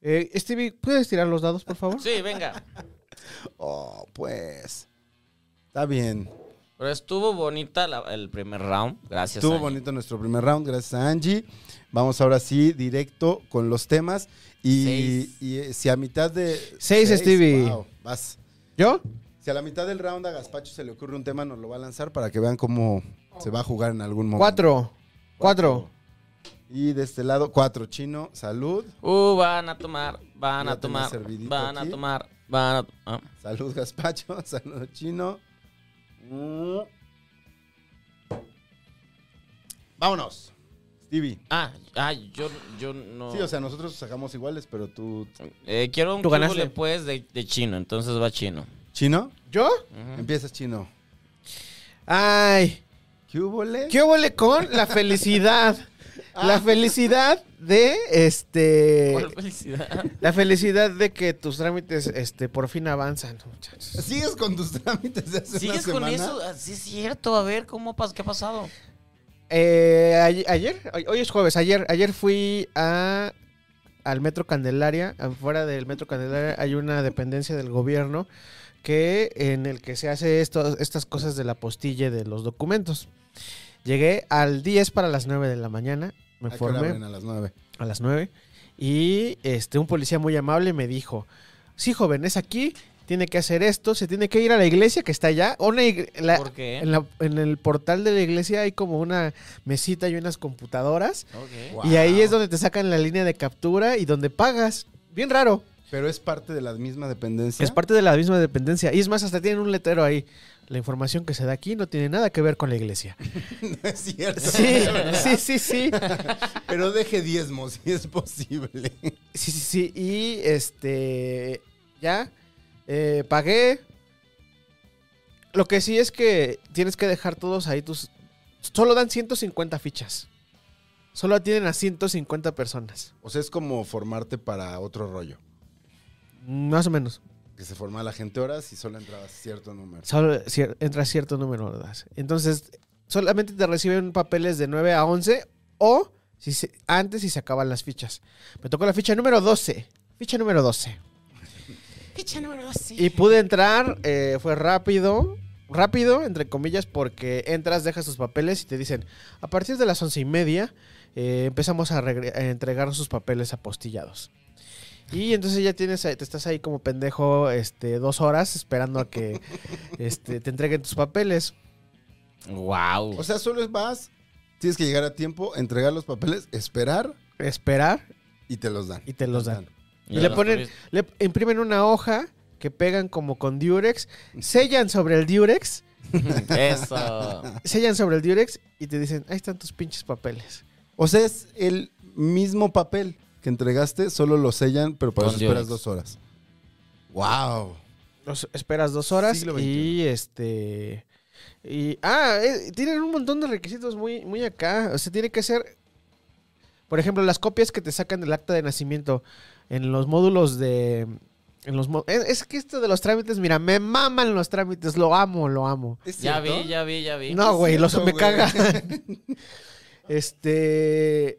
Speaker 3: Eh, Stevie, ¿puedes tirar los dados, por favor?
Speaker 2: Sí, venga.
Speaker 1: Oh, pues. Está bien.
Speaker 2: Pero estuvo bonita la- el primer round. Gracias.
Speaker 1: Estuvo
Speaker 2: Angie.
Speaker 1: bonito nuestro primer round, gracias a Angie. Vamos ahora sí, directo con los temas. Y,
Speaker 2: Seis.
Speaker 1: y, eh, si a mitad de.
Speaker 3: Seis, Stevie.
Speaker 1: wow, vas.
Speaker 3: ¿Yo?
Speaker 1: Si a la mitad del round a Gaspacho se le ocurre un tema, nos lo va a lanzar para que vean cómo se va a jugar en algún momento.
Speaker 3: Cuatro. Cuatro.
Speaker 1: Y de este lado, cuatro. Chino, salud.
Speaker 2: Uh, van a tomar, van
Speaker 1: Ya
Speaker 2: a tomar,
Speaker 1: tenés servidito
Speaker 2: van a
Speaker 1: aquí.
Speaker 2: tomar, van a ah, tomar.
Speaker 1: Salud, Gaspacho. Salud, Chino. Mm. Vámonos. Stevie.
Speaker 2: Ah, ah, yo, yo no.
Speaker 1: Sí, o sea, nosotros sacamos iguales, pero tú...
Speaker 2: Eh, quiero un
Speaker 3: Tú ganaste.
Speaker 2: triple, pues, de, de chino, entonces va chino.
Speaker 1: ¿Chino?
Speaker 3: ¿Yo?
Speaker 2: Ujú.
Speaker 1: Empiezas, Chino.
Speaker 3: Ay.
Speaker 1: ¿Qué hubo, le?
Speaker 3: ¿Qué huele con la felicidad? La felicidad de este.
Speaker 2: ¿Cuál felicidad?
Speaker 3: La felicidad de que tus trámites este, por fin avanzan, muchachos.
Speaker 1: ¿Sigues con tus trámites de hace
Speaker 2: ¿Sigues
Speaker 1: una
Speaker 2: con
Speaker 1: semana?
Speaker 2: eso? Ah, Sí, es cierto. A ver, ¿cómo pas- ¿qué ha pasado?
Speaker 3: Eh, ay- ayer, hoy- hoy es jueves, ayer, ayer fui a al Metro Candelaria, afuera del Metro Candelaria hay una dependencia del gobierno que en el que se hace esto- estas cosas de la postilla de los documentos. Llegué al 10 para las 9 de la mañana, me
Speaker 1: ¿A qué hora
Speaker 3: formé
Speaker 1: abren? a las nueve.
Speaker 3: a las 9 y este un policía muy amable me dijo, "Sí, joven, es aquí, tiene que hacer esto, se tiene que ir a la iglesia que está allá." Una ig- la-
Speaker 2: ¿Por qué?
Speaker 3: en, la- en el portal de la iglesia hay como una mesita y unas computadoras.
Speaker 2: Ok.
Speaker 1: Guau.
Speaker 3: Y ahí es donde te sacan la línea de captura y donde pagas. Bien raro.
Speaker 1: Pero es parte de la misma dependencia.
Speaker 3: Es parte de la misma dependencia. Y es más, hasta tienen un letrero ahí. La información que se da aquí no tiene nada que ver con la iglesia.
Speaker 1: No es cierto.
Speaker 3: Sí, sí, sí, sí.
Speaker 1: Pero deje diezmo si es posible.
Speaker 3: Sí, sí, sí. Y este. Ya. eh, pagué. Lo que sí es que tienes que dejar todos ahí tus. Solo dan 150 fichas. Solo atienden a 150 personas.
Speaker 1: O sea, es como formarte para otro rollo.
Speaker 3: Más o menos.
Speaker 1: Que se forma la gente horas y solo entrabas cierto número.
Speaker 3: Solo cier- entra cierto número de horas. Entonces, solamente te reciben papeles de 9 a 11 o si se- antes si se acaban las fichas. Me tocó la ficha número 12. Ficha número 12.
Speaker 2: Ficha número doce.
Speaker 3: Y pude entrar, eh, fue rápido. Rápido, entre comillas, porque entras, dejas tus papeles y te dicen, a partir de las once y media eh, empezamos a, regre- a entregar sus papeles apostillados. Y entonces ya tienes, ahí- te estás ahí como pendejo este, dos horas esperando a que este, te entreguen tus papeles.
Speaker 2: Wow.
Speaker 1: O sea, solo es vas, tienes que llegar a tiempo, entregar los papeles, esperar
Speaker 3: esperar
Speaker 1: y te los dan.
Speaker 3: y te los dan.
Speaker 2: Ya
Speaker 3: le
Speaker 2: los
Speaker 3: ponen-
Speaker 2: tuviste.
Speaker 3: Le imprimen una hoja que pegan como con diurex, sellan sobre el diurex,
Speaker 2: Eso.
Speaker 3: sellan sobre el diurex y te dicen, ahí están tus pinches papeles.
Speaker 1: O sea, es el mismo papel que entregaste, solo lo sellan, pero para
Speaker 2: Con
Speaker 1: eso esperas
Speaker 2: Durex.
Speaker 1: dos horas. ¡Wow!
Speaker 3: Los esperas dos horas
Speaker 1: Siglo
Speaker 3: y
Speaker 1: XXI.
Speaker 3: este. Y. Ah, eh, tienen un montón de requisitos muy, muy acá. O sea, tiene que ser. Por ejemplo, las copias que te sacan del acta de nacimiento en los módulos de. En los mo- es, es que esto de los trámites, mira, me maman los trámites, lo amo, lo amo.
Speaker 1: ¿Es
Speaker 2: Ya
Speaker 1: cierto?
Speaker 2: vi, ya vi, ya vi.
Speaker 3: No, güey, los
Speaker 1: cierto,
Speaker 3: me
Speaker 1: güey.
Speaker 3: caga. este.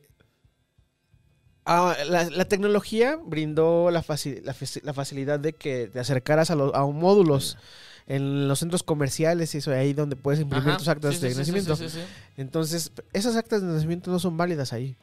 Speaker 3: ah, la, la tecnología brindó la, faci- la faci- la facilidad de que te acercaras a, los, a un módulos en los centros comerciales y eso, ahí donde puedes imprimir
Speaker 2: Ajá.
Speaker 3: tus actas
Speaker 2: Sí,
Speaker 3: de
Speaker 2: sí, sí,
Speaker 3: nacimiento.
Speaker 2: sí, sí, sí.
Speaker 3: Entonces, esas actas de nacimiento no son válidas ahí,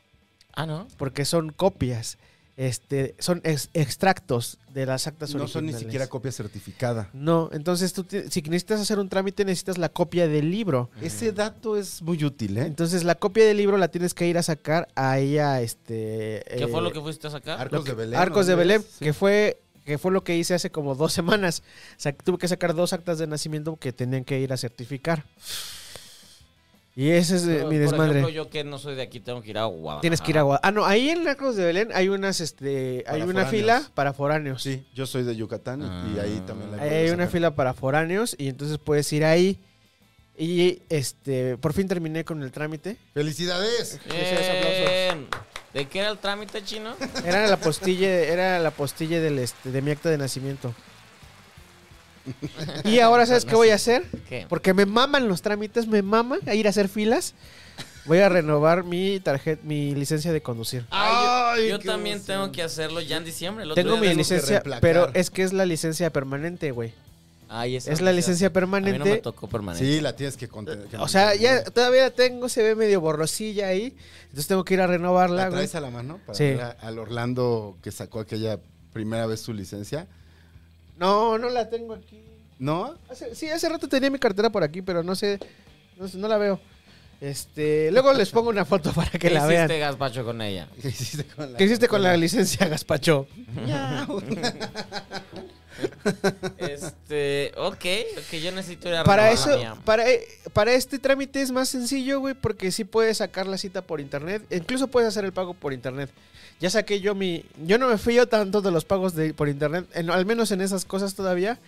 Speaker 2: Ah, ¿no?
Speaker 3: porque son copias, este, son ex- extractos de las actas
Speaker 1: No
Speaker 3: originales.
Speaker 1: son ni siquiera copia certificada.
Speaker 3: No, entonces tú, ti- si necesitas hacer un trámite, necesitas la copia del libro.
Speaker 1: Ese dato es muy útil, ¿eh?
Speaker 3: Entonces la copia del libro la tienes que ir a sacar ahí a este.
Speaker 2: ¿Qué
Speaker 3: eh,
Speaker 2: fue lo que fuiste a sacar?
Speaker 1: Arcos de Belén.
Speaker 3: Arcos de
Speaker 1: ¿no?
Speaker 3: Belén,
Speaker 1: Sí.
Speaker 3: que fue que fue lo que hice hace como dos semanas. O sea, tuve que sacar dos actas de nacimiento que tenían que ir a certificar. Y ese es eh,
Speaker 2: Por-
Speaker 3: mi desmadre.
Speaker 2: Por ejemplo, yo que no soy de aquí tengo que ir a Guadalajara.
Speaker 3: Tienes que ir a Guadalajara. Ah, no, ahí en Arcos de Belén hay unas, este, hay
Speaker 1: Para
Speaker 3: una
Speaker 1: foráneos.
Speaker 3: fila para foráneos.
Speaker 1: Sí, yo soy de Yucatán y-
Speaker 2: Ah.
Speaker 1: y ahí también la
Speaker 3: Ahí hay una fila para foráneos y entonces puedes ir ahí. Y este, por fin terminé con el trámite.
Speaker 1: ¡Felicidades!
Speaker 2: Bien. ¿De qué era el trámite chino?
Speaker 3: Era la postilla, era la postilla del este, de mi acta de nacimiento. Y ahora, ¿sabes qué voy a hacer?
Speaker 2: ¿Qué?
Speaker 3: Porque me maman los trámites, me maman a ir a hacer filas. Voy a renovar mi tarjeta, mi licencia de conducir.
Speaker 2: Ah, yo-
Speaker 1: Ay,
Speaker 2: yo
Speaker 1: qué
Speaker 2: también
Speaker 1: emoción.
Speaker 2: tengo que hacerlo ya en diciembre. el otro
Speaker 3: Tengo
Speaker 2: día
Speaker 3: mi
Speaker 2: de-
Speaker 1: lic-
Speaker 3: licencia,
Speaker 1: reemplacar.
Speaker 3: pero es que es la licencia permanente, güey.
Speaker 2: Ay, esa
Speaker 3: Es la licencia
Speaker 2: licencia- A mí no me
Speaker 3: permanente.
Speaker 2: tocó permanente.
Speaker 1: Sí, la tienes que contar.
Speaker 3: O sea, ya todavía la tengo, se ve medio borrosilla ahí. Entonces tengo que ir a renovarla,
Speaker 1: ¿La
Speaker 3: güey.
Speaker 1: traes a la mano? Para
Speaker 3: Sí.
Speaker 1: ver a- al Orlando que sacó aquella primera vez su licencia.
Speaker 3: No, no la tengo aquí.
Speaker 1: ¿No?
Speaker 3: Hace- sí, hace rato tenía mi cartera por aquí, pero no sé, no, sé, no la veo. Este, luego les pongo una foto para que
Speaker 2: ¿Qué
Speaker 3: la vean.
Speaker 2: hiciste gazpacho con ella?
Speaker 1: ¿Qué hiciste con la
Speaker 3: ¿Qué hiciste con la licencia, Gaspacho?
Speaker 2: Este, ok, ok, yo necesito ir a
Speaker 3: Para
Speaker 2: renovar la
Speaker 3: eso,
Speaker 2: mía.
Speaker 3: para, para este trámite es más sencillo, güey, porque sí puedes sacar la cita por internet. Incluso puedes hacer el pago por internet. Ya saqué yo mi. Yo no me fío tanto de los pagos de, por internet, en- al menos en esas cosas todavía.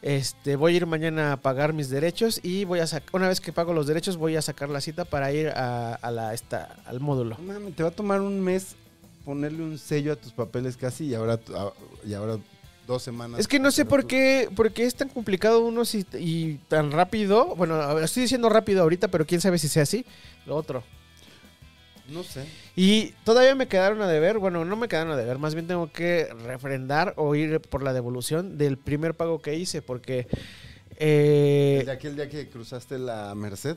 Speaker 3: Este, voy a ir mañana a pagar mis derechos y voy a sacar. Una vez que pago los derechos, voy a sacar la cita para ir a, a la, esta, al módulo.
Speaker 1: No mames, te va a tomar un mes ponerle un sello a tus papeles casi y ahora, tu- a- y ahora dos semanas.
Speaker 3: Es que no sé
Speaker 1: Pero
Speaker 3: por
Speaker 1: tú-
Speaker 3: qué, por qué es tan complicado uno si- y tan rápido. Bueno, a ver, estoy diciendo rápido ahorita, pero quién sabe si sea así. Lo otro.
Speaker 1: No sé.
Speaker 3: Y todavía me quedaron a deber, bueno, no me quedaron a deber, más bien tengo que refrendar o ir por la devolución del primer pago que hice, porque... eh,
Speaker 1: Desde aquel día que cruzaste la Merced.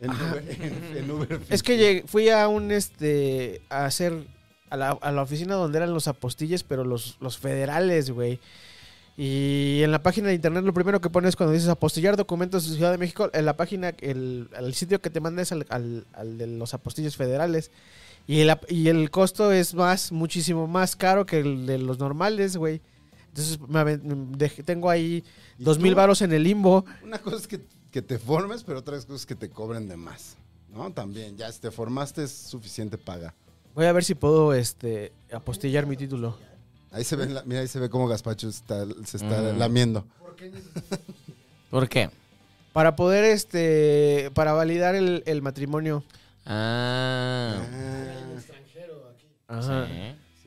Speaker 1: En Uber, en- en Uber
Speaker 3: es que llegué- fui a un, este, a hacer, a la, a la oficina donde eran los apostilles, pero los, los federales, güey. Y en la página de internet lo primero que pones cuando dices apostillar documentos de Ciudad de México, en la página, el, el sitio que te manda es al, al- al de los apostilles federales. Y el, ap- y el costo es más, muchísimo más caro que el de los normales, güey. Entonces me aven- me dejé- tengo ahí
Speaker 1: ¿Y
Speaker 3: dos mil
Speaker 1: tú?
Speaker 3: varos en el limbo.
Speaker 1: Una cosa es que, que te formes, pero otra cosa es que te cobren de más. ¿No? También, ya si te formaste es suficiente paga.
Speaker 3: Voy a ver si puedo este apostillar mi título.
Speaker 1: Ahí se ve, la- mira, ahí se ve cómo Gaspacho está, se está
Speaker 2: Mm.
Speaker 1: lamiendo.
Speaker 2: ¿Por qué?
Speaker 3: Para poder, este, para validar el, el matrimonio.
Speaker 2: Ah,
Speaker 1: Ah,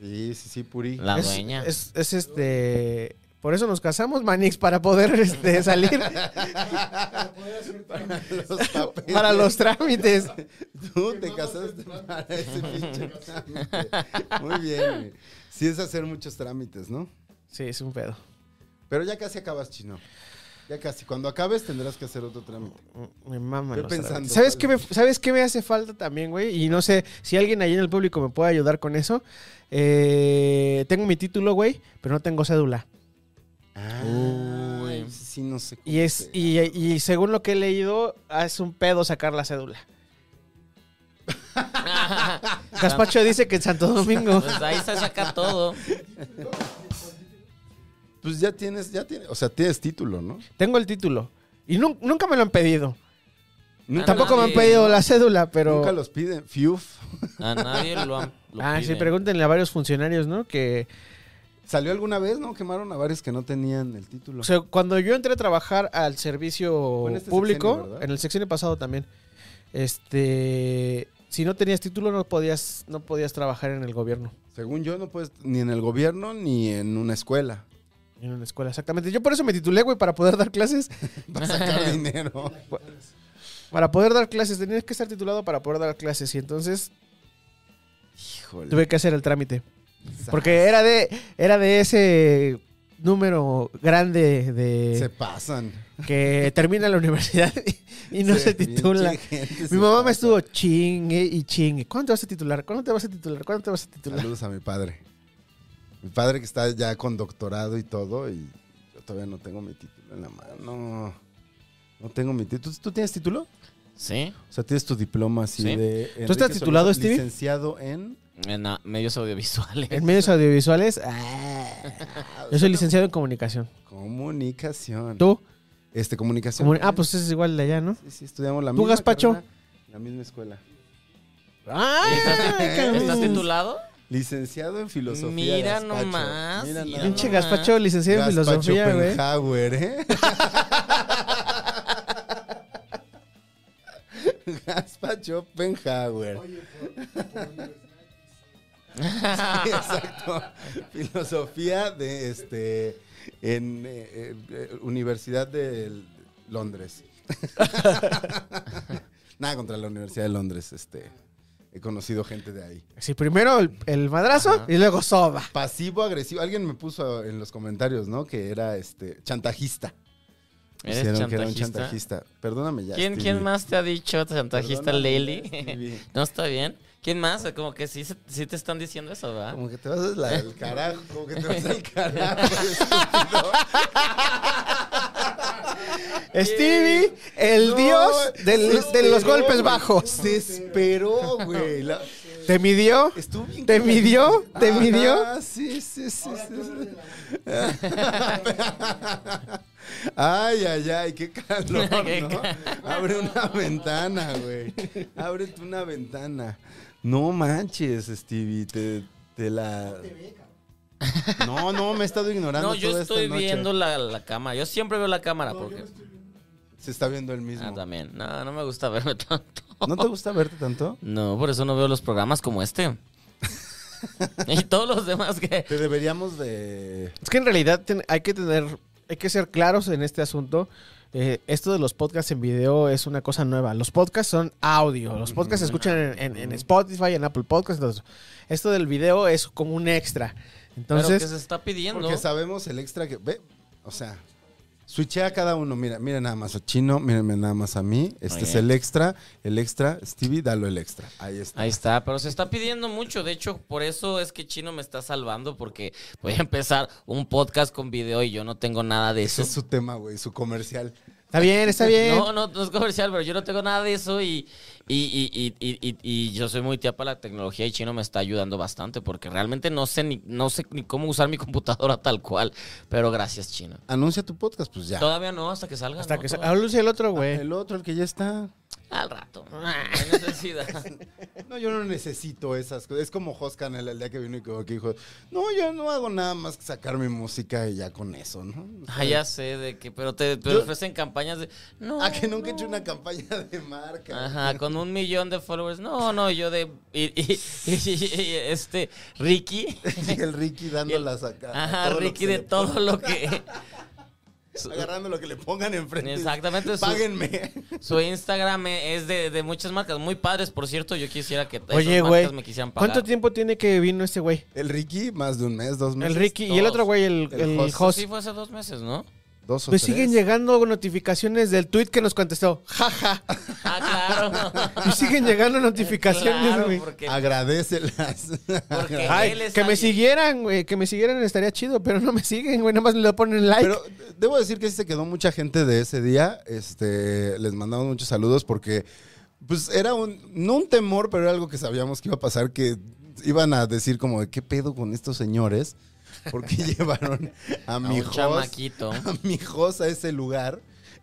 Speaker 2: sí.
Speaker 1: sí, sí, sí, Puri.
Speaker 2: La
Speaker 3: Es,
Speaker 2: dueña.
Speaker 3: es- es, este, por eso nos casamos, Manix, para poder este, salir
Speaker 1: Los papeles.
Speaker 3: para los trámites.
Speaker 1: Tú te casaste para ese pinche trámite. Muy bien. güey. Sí es hacer muchos trámites, ¿no?
Speaker 3: Sí, es un pedo.
Speaker 1: Pero ya casi acabas, Chino. Ya casi. Cuando acabes tendrás que hacer otro trámite.
Speaker 3: Mm, Me mama.
Speaker 1: Estoy pensando,
Speaker 3: ¿Sabes
Speaker 1: ¿cuál?
Speaker 3: qué, me, ¿Sabes qué me hace falta también, güey? Y no sé si alguien ahí en el público me puede ayudar con eso. Eh, tengo mi título, güey, pero no tengo cédula.
Speaker 2: Uy.
Speaker 1: Ay, Sí, no sé. cómo
Speaker 3: Ah. Y, es,
Speaker 1: sea.
Speaker 3: y, y según lo que he leído, es un pedo sacar la cédula.
Speaker 2: Ah,
Speaker 3: Gaspacho dice que en Santo Domingo.
Speaker 2: Pues ahí se saca todo.
Speaker 1: Pues ya tienes, ya tienes, o sea, tienes título, ¿no?
Speaker 3: Tengo el título. Y nun- nunca me lo han pedido.
Speaker 2: Ah,
Speaker 3: Tampoco me han
Speaker 2: nadie-
Speaker 3: pedido la cédula, pero.
Speaker 1: Nunca los piden. Fiuf.
Speaker 2: A nadie lo han. lo
Speaker 3: ah, sí,
Speaker 2: piden.
Speaker 3: pregúntenle a varios funcionarios, ¿no? Que.
Speaker 1: ¿Salió alguna vez, no? Quemaron a varios que no tenían el título.
Speaker 3: O sea, cuando yo entré a trabajar al servicio
Speaker 1: Fue en este
Speaker 3: público,
Speaker 1: sexenio, ¿verdad?
Speaker 3: en el sexenio pasado también, este. Si no tenías título, no podías, no podías trabajar en el gobierno.
Speaker 1: Según yo, no puedes ni en el gobierno ni en una escuela.
Speaker 3: En una escuela, exactamente. Yo por eso me titulé, güey, para poder dar clases.
Speaker 1: Para sacar dinero.
Speaker 3: Pues, Para poder dar clases, tenías que estar titulado para poder dar clases. Y entonces
Speaker 1: Híjole.
Speaker 3: tuve que hacer el trámite. Porque era de, era de ese número grande
Speaker 1: se
Speaker 3: de
Speaker 1: pasan.
Speaker 3: que termina la universidad y, y no se titula. Mi mamá me estuvo chingue y chingue. ¿Cuándo te vas a titular? ¿Cuándo te vas a titular? ¿Cuándo te vas a titular?
Speaker 1: Saludos a mi padre. Mi padre que está ya con doctorado y todo, y yo todavía no tengo mi título en la mano. No tengo mi título. ¿Tú tienes título?
Speaker 2: Sí,
Speaker 1: O sea, tienes tu diploma así
Speaker 2: Sí.
Speaker 1: de.
Speaker 3: ¿Tú estás
Speaker 1: Enrique
Speaker 3: titulado,
Speaker 1: Solís,
Speaker 3: Stevie?
Speaker 1: Licenciado en.
Speaker 2: en ah, medios audiovisuales.
Speaker 3: En medios audiovisuales. ah. Yo soy licenciado en comunicación.
Speaker 1: Comunicación.
Speaker 3: ¿Tú?
Speaker 1: Este, comunicación.
Speaker 3: Comuni- ah, pues ese es igual de allá, ¿no?
Speaker 1: Sí, sí, estudiamos la
Speaker 3: ¿Tú,
Speaker 1: misma.
Speaker 3: Gaspacho?
Speaker 1: carrera, la misma escuela.
Speaker 3: ¡Ah!
Speaker 2: ¿Estás, estás titulado?
Speaker 1: Licenciado en filosofía.
Speaker 2: Mira
Speaker 1: Gaspacho.
Speaker 2: nomás,
Speaker 1: Mira
Speaker 2: mira
Speaker 1: nomás.
Speaker 3: Pinche Gaspacho, licenciado en
Speaker 1: Gaspacho
Speaker 3: filosofía, güey.
Speaker 1: Oppenhauer, ¿eh? Gaspacho Oppenhauer. Sí, exacto. Filosofía de este en eh, eh, eh, Universidad de Londres. Nada contra la Universidad de Londres, este he conocido gente de ahí.
Speaker 3: Sí, primero el, el madrazo y luego soba.
Speaker 1: Pasivo agresivo, alguien me puso en los comentarios, ¿no? Que era este chantajista.
Speaker 2: ¿Eres
Speaker 1: Hicieron
Speaker 2: chantajista?
Speaker 1: que era un chantajista. Perdóname ya.
Speaker 2: ¿Quién,
Speaker 1: Stevie.
Speaker 2: ¿Quién más te ha dicho chantajista,
Speaker 1: Perdóname,
Speaker 2: Leli?
Speaker 1: Stevie.
Speaker 2: ¿No está bien? ¿Quién más? Como que sí, se- sí te están diciendo eso, ¿verdad?
Speaker 1: Como que te vas al al carajo, como que te vas al carajo, estúpido.
Speaker 3: Stevie, el
Speaker 1: No,
Speaker 3: dios del-
Speaker 1: desesperó,
Speaker 3: de los golpes
Speaker 1: güey.
Speaker 3: bajos.
Speaker 1: Desesperó, güey. La-
Speaker 3: ¿Te midió?
Speaker 1: Estuvo bien
Speaker 3: ¿Te
Speaker 1: caliente.
Speaker 3: midió? ¿Te
Speaker 1: Ajá,
Speaker 3: midió?
Speaker 1: Sí, sí, sí. sí, sí. Ay, ay, ay, qué calor,
Speaker 2: Qué
Speaker 1: ¿no? Abre una ventana, güey. Ábrete una ventana. No manches, Stevie, te, te la... No, no, me he estado ignorando
Speaker 2: No, yo
Speaker 1: toda esta
Speaker 2: estoy
Speaker 1: noche.
Speaker 2: viendo la, la cámara. Yo siempre veo la cámara porque...
Speaker 1: Se está viendo el mismo.
Speaker 2: Ah, también. No, no me gusta verme tanto.
Speaker 1: ¿No te gusta verte tanto?
Speaker 2: No, por eso no veo los programas como este. y todos los demás que...
Speaker 1: Te deberíamos de...
Speaker 3: Es que en realidad ten- hay que tener, hay que ser claros en este asunto. Eh, esto de los podcasts en video es una cosa nueva. Los podcasts son audio. Los podcasts se escuchan en, en- en Spotify, en Apple Podcasts. entonces, esto del video es como un extra.
Speaker 2: pero que se
Speaker 3: Entonces,
Speaker 2: está pidiendo.
Speaker 1: Porque sabemos el extra que... Ve, o sea, switchea cada uno. Mira, mira nada más a Chino, mírenme nada más a mí. Este
Speaker 2: Muy
Speaker 1: es
Speaker 2: bien.
Speaker 1: el extra, el extra. Stevie, dalo el extra. Ahí está.
Speaker 2: Ahí está, pero se está pidiendo mucho. De hecho, por eso es que Chino me está salvando, porque voy a empezar un podcast con video y yo no tengo nada de
Speaker 1: Ese
Speaker 2: eso.
Speaker 1: es su tema, güey, su comercial.
Speaker 3: está bien, está bien.
Speaker 2: No, no, no es comercial, pero yo no tengo nada de eso y, y, y, y, y, y- y yo soy muy tía para la tecnología y Chino me está ayudando bastante porque realmente no sé ni, no sé ni cómo usar mi computadora tal cual. Pero gracias, Chino.
Speaker 1: Anuncia tu podcast, pues ya.
Speaker 2: Todavía no, hasta que salga.
Speaker 3: Hasta
Speaker 2: ¿no?
Speaker 3: que se- ah,
Speaker 2: Todavía-
Speaker 3: Lucy, el otro, güey.
Speaker 1: El otro, el que ya está.
Speaker 2: Al rato. No hay necesidad.
Speaker 1: No, yo no necesito esas cosas. Es como Hoskan el, el día que vino y como que dijo, no, yo no hago nada más que sacar mi música y ya con eso, ¿no? O sea,
Speaker 2: Ah, ya sé de que, pero te pero
Speaker 1: Yo-
Speaker 2: ofrecen campañas de. No.
Speaker 1: Ah, que nunca he
Speaker 2: no.
Speaker 1: hecho una campaña de marca.
Speaker 2: Ajá, con un millón de followers. No, no, yo de. Y, y- y- y este, Ricky.
Speaker 1: Y el Ricky dándolas acá. a
Speaker 2: Ajá,
Speaker 1: todo lo que
Speaker 2: Ricky
Speaker 1: se
Speaker 2: de
Speaker 1: le ponga,
Speaker 2: todo lo que.
Speaker 1: Agarrando lo que le pongan enfrente.
Speaker 2: Exactamente, su-
Speaker 1: Páguenme.
Speaker 2: Su Instagram e, es de, de muchas marcas, muy padres, por cierto. Yo quisiera que esas
Speaker 3: Oye,
Speaker 2: marcas
Speaker 3: güey.
Speaker 2: me quisieran pagar.
Speaker 3: ¿Cuánto tiempo tiene que vino este güey?
Speaker 1: El Ricky, más de un mes, dos meses.
Speaker 3: El Ricky y el
Speaker 2: dos.
Speaker 3: otro güey, el,
Speaker 1: El
Speaker 3: el
Speaker 1: Jos.
Speaker 2: Eso
Speaker 3: host.
Speaker 2: Sí, fue hace dos meses, ¿no?
Speaker 1: Dos o
Speaker 3: Pues
Speaker 1: tres.
Speaker 3: siguen llegando notificaciones del tweet que nos contestó. Jaja.
Speaker 2: Ah, claro.
Speaker 3: Y siguen llegando notificaciones,
Speaker 2: Claro,
Speaker 3: güey.
Speaker 2: porque-
Speaker 1: Agradecelas.
Speaker 2: Porque-
Speaker 3: Ay,
Speaker 2: Él es
Speaker 3: que me
Speaker 2: alguien.
Speaker 3: siguieran, güey. Que me siguieran estaría chido, pero no me siguen, güey. Nada más le ponen like.
Speaker 1: Pero debo decir que sí se quedó mucha gente de ese día. Este, les mandamos muchos saludos porque, pues, era un, no un temor, pero era algo que sabíamos que iba a pasar, que iban a decir como, de, ¿qué pedo con estos señores? por qué llevaron a
Speaker 2: A
Speaker 1: mi
Speaker 2: un
Speaker 1: host
Speaker 2: chamaquito.
Speaker 1: a mi jos a ese lugar.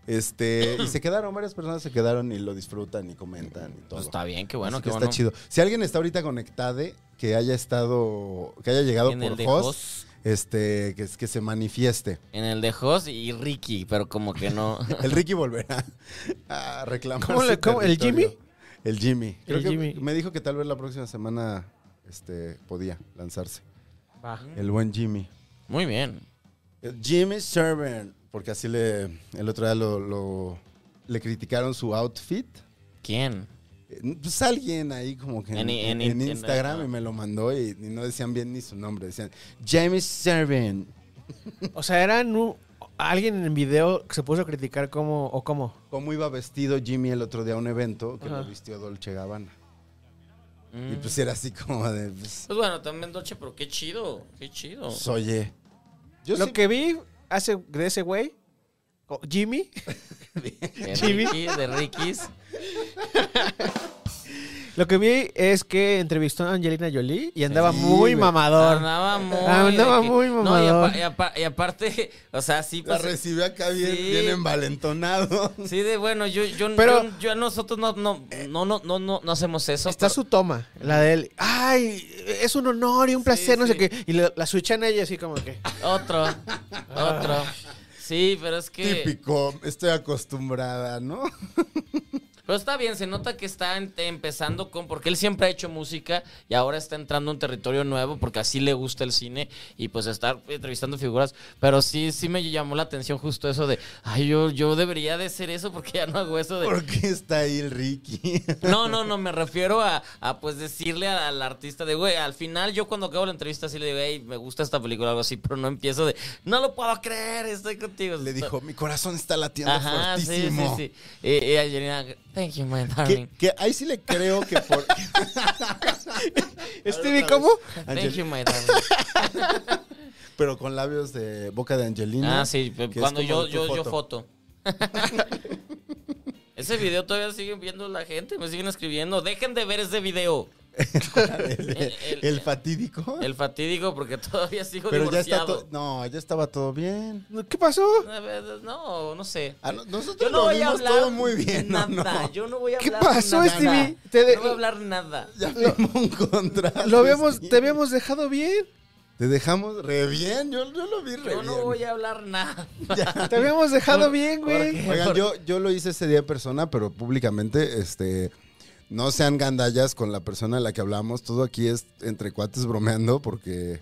Speaker 1: Este, y se quedaron, varias personas se quedaron y lo disfrutan y comentan y todo.
Speaker 2: Pues está bien, qué bueno,
Speaker 1: Así
Speaker 2: qué
Speaker 1: que
Speaker 2: bueno.
Speaker 1: está chido. Si alguien está ahorita conectado, que haya estado, que haya llegado
Speaker 2: En el
Speaker 1: por
Speaker 2: de
Speaker 1: host,
Speaker 2: Jos,
Speaker 1: este, que, que se manifieste.
Speaker 2: en el de Jos y Ricky, pero como que no.
Speaker 1: El Ricky volverá a reclamar.
Speaker 3: ¿Cómo
Speaker 1: su
Speaker 3: le- cómo- el
Speaker 1: territorio.
Speaker 3: Jimmy?
Speaker 1: El Jimmy. Creo
Speaker 3: El
Speaker 1: que
Speaker 3: Jimmy.
Speaker 1: me dijo que tal vez la próxima semana este, podía lanzarse.
Speaker 3: Va.
Speaker 1: El buen Jimmy.
Speaker 2: Muy bien.
Speaker 1: El Eh, Jimmy Servant. Porque así le. El otro día lo, lo- le criticaron su outfit.
Speaker 2: ¿Quién?
Speaker 1: Eh, Pues alguien ahí como que en,
Speaker 2: En- en-
Speaker 1: en
Speaker 2: en-
Speaker 1: Instagram
Speaker 2: en-
Speaker 1: y me lo mandó y, y no decían bien ni su nombre. Decían Jimmy Servant.
Speaker 3: O sea, eran un- alguien en el video que se puso a criticar cómo o cómo.
Speaker 1: Cómo iba vestido Jimmy el otro día a un evento que
Speaker 3: Ajá.
Speaker 1: lo vistió Dolce Gabbana.
Speaker 2: Mm.
Speaker 1: Y
Speaker 2: pues,
Speaker 1: pues era así como de. pues,
Speaker 2: bueno, también Dolce, pero qué chido, qué chido.
Speaker 1: pues, oye. Yo
Speaker 3: Lo
Speaker 1: sí-
Speaker 3: que vi hace de ese güey, o- Jimmy,
Speaker 2: De
Speaker 3: Jimmy.
Speaker 2: Ricky, de Ricky's.
Speaker 3: lo que vi es que entrevistó a Angelina Jolie y andaba
Speaker 1: Sí,
Speaker 3: muy
Speaker 1: güey.
Speaker 3: mamador.
Speaker 2: Andaba muy.
Speaker 3: Andaba
Speaker 2: de que-
Speaker 3: muy
Speaker 2: No, y, apa-
Speaker 3: mamador.
Speaker 2: y apa- y aparte, o sea, sí
Speaker 1: La
Speaker 2: pasa-
Speaker 1: recibió acá bien,
Speaker 2: Sí.
Speaker 1: bien envalentonado.
Speaker 2: Sí, de bueno, yo, yo,
Speaker 3: Pero-
Speaker 2: yo, yo a nosotros no, no, no, no, no, no, no hacemos eso.
Speaker 3: Está
Speaker 2: pero-
Speaker 3: su toma, la de él. Ay, es un honor y un placer, no
Speaker 2: sí.
Speaker 3: sé qué. Y la, la switchan a ella así como que.
Speaker 2: Otro, otro. Sí, pero es que.
Speaker 1: Típico, estoy acostumbrada, ¿no?
Speaker 2: Pero está bien, se nota que está en- empezando con. Porque él siempre ha hecho música y ahora está entrando a un territorio nuevo porque así le gusta el cine y pues estar entrevistando figuras. Pero sí, sí me llamó la atención justo eso de. Ay, yo, yo debería de ser eso porque ya no hago eso de.
Speaker 1: ¿Por qué está ahí el Ricky?
Speaker 2: No, no, no, me refiero a, a, pues decirle a- al artista de, güey, al final yo cuando acabo la entrevista sí le digo, hey, me gusta esta película o algo así, pero no empiezo de, no lo puedo creer, estoy contigo.
Speaker 1: Le dijo, mi corazón está latiendo
Speaker 2: ajá, sí, sí,
Speaker 1: fuertísimo.
Speaker 2: sí. Y, y Angelina, thank you, my darling.
Speaker 1: Que, que ahí sí le creo que por...
Speaker 3: Stevie, ¿cómo?
Speaker 2: Thank you,
Speaker 1: Angel-
Speaker 2: my darling.
Speaker 1: pero con labios de boca de Angelina.
Speaker 2: Ah, sí,
Speaker 1: que es
Speaker 2: cuando
Speaker 1: como
Speaker 2: yo,
Speaker 1: tu
Speaker 2: yo, yo foto. Ese video todavía siguen viendo la gente, me siguen escribiendo. Dejen de ver ese video.
Speaker 1: Ah, el,
Speaker 2: el-
Speaker 1: el fatídico.
Speaker 2: El fatídico, porque todavía sigo
Speaker 1: pero ya está
Speaker 2: divorciado.
Speaker 1: todo... No, ya estaba todo bien.
Speaker 3: ¿Qué pasó?
Speaker 2: No, no sé.
Speaker 1: A no- nosotros
Speaker 2: Yo no
Speaker 1: lo
Speaker 2: voy a
Speaker 1: vimos
Speaker 2: hablar
Speaker 1: todo muy bien, ¿no?
Speaker 2: nada.
Speaker 1: No.
Speaker 2: Yo no voy a
Speaker 3: ¿Qué
Speaker 2: hablar
Speaker 3: pasó,
Speaker 2: nada.
Speaker 3: Stevie? Te de-
Speaker 2: No voy a hablar nada.
Speaker 1: Ya firmó un contrato.
Speaker 3: Lo habíamos,
Speaker 1: sí.
Speaker 3: te habíamos dejado bien.
Speaker 1: Te dejamos re bien. Yo, yo lo vi re
Speaker 2: Yo
Speaker 1: bien.
Speaker 2: no voy a hablar nada.
Speaker 3: Te habíamos dejado
Speaker 2: ¿Por-
Speaker 3: bien,
Speaker 2: por
Speaker 3: güey.
Speaker 2: qué?
Speaker 1: Oigan, yo, yo lo hice ese día en persona, pero públicamente, este, no sean gandallas con la persona a la que hablamos. Todo aquí es entre cuates bromeando porque,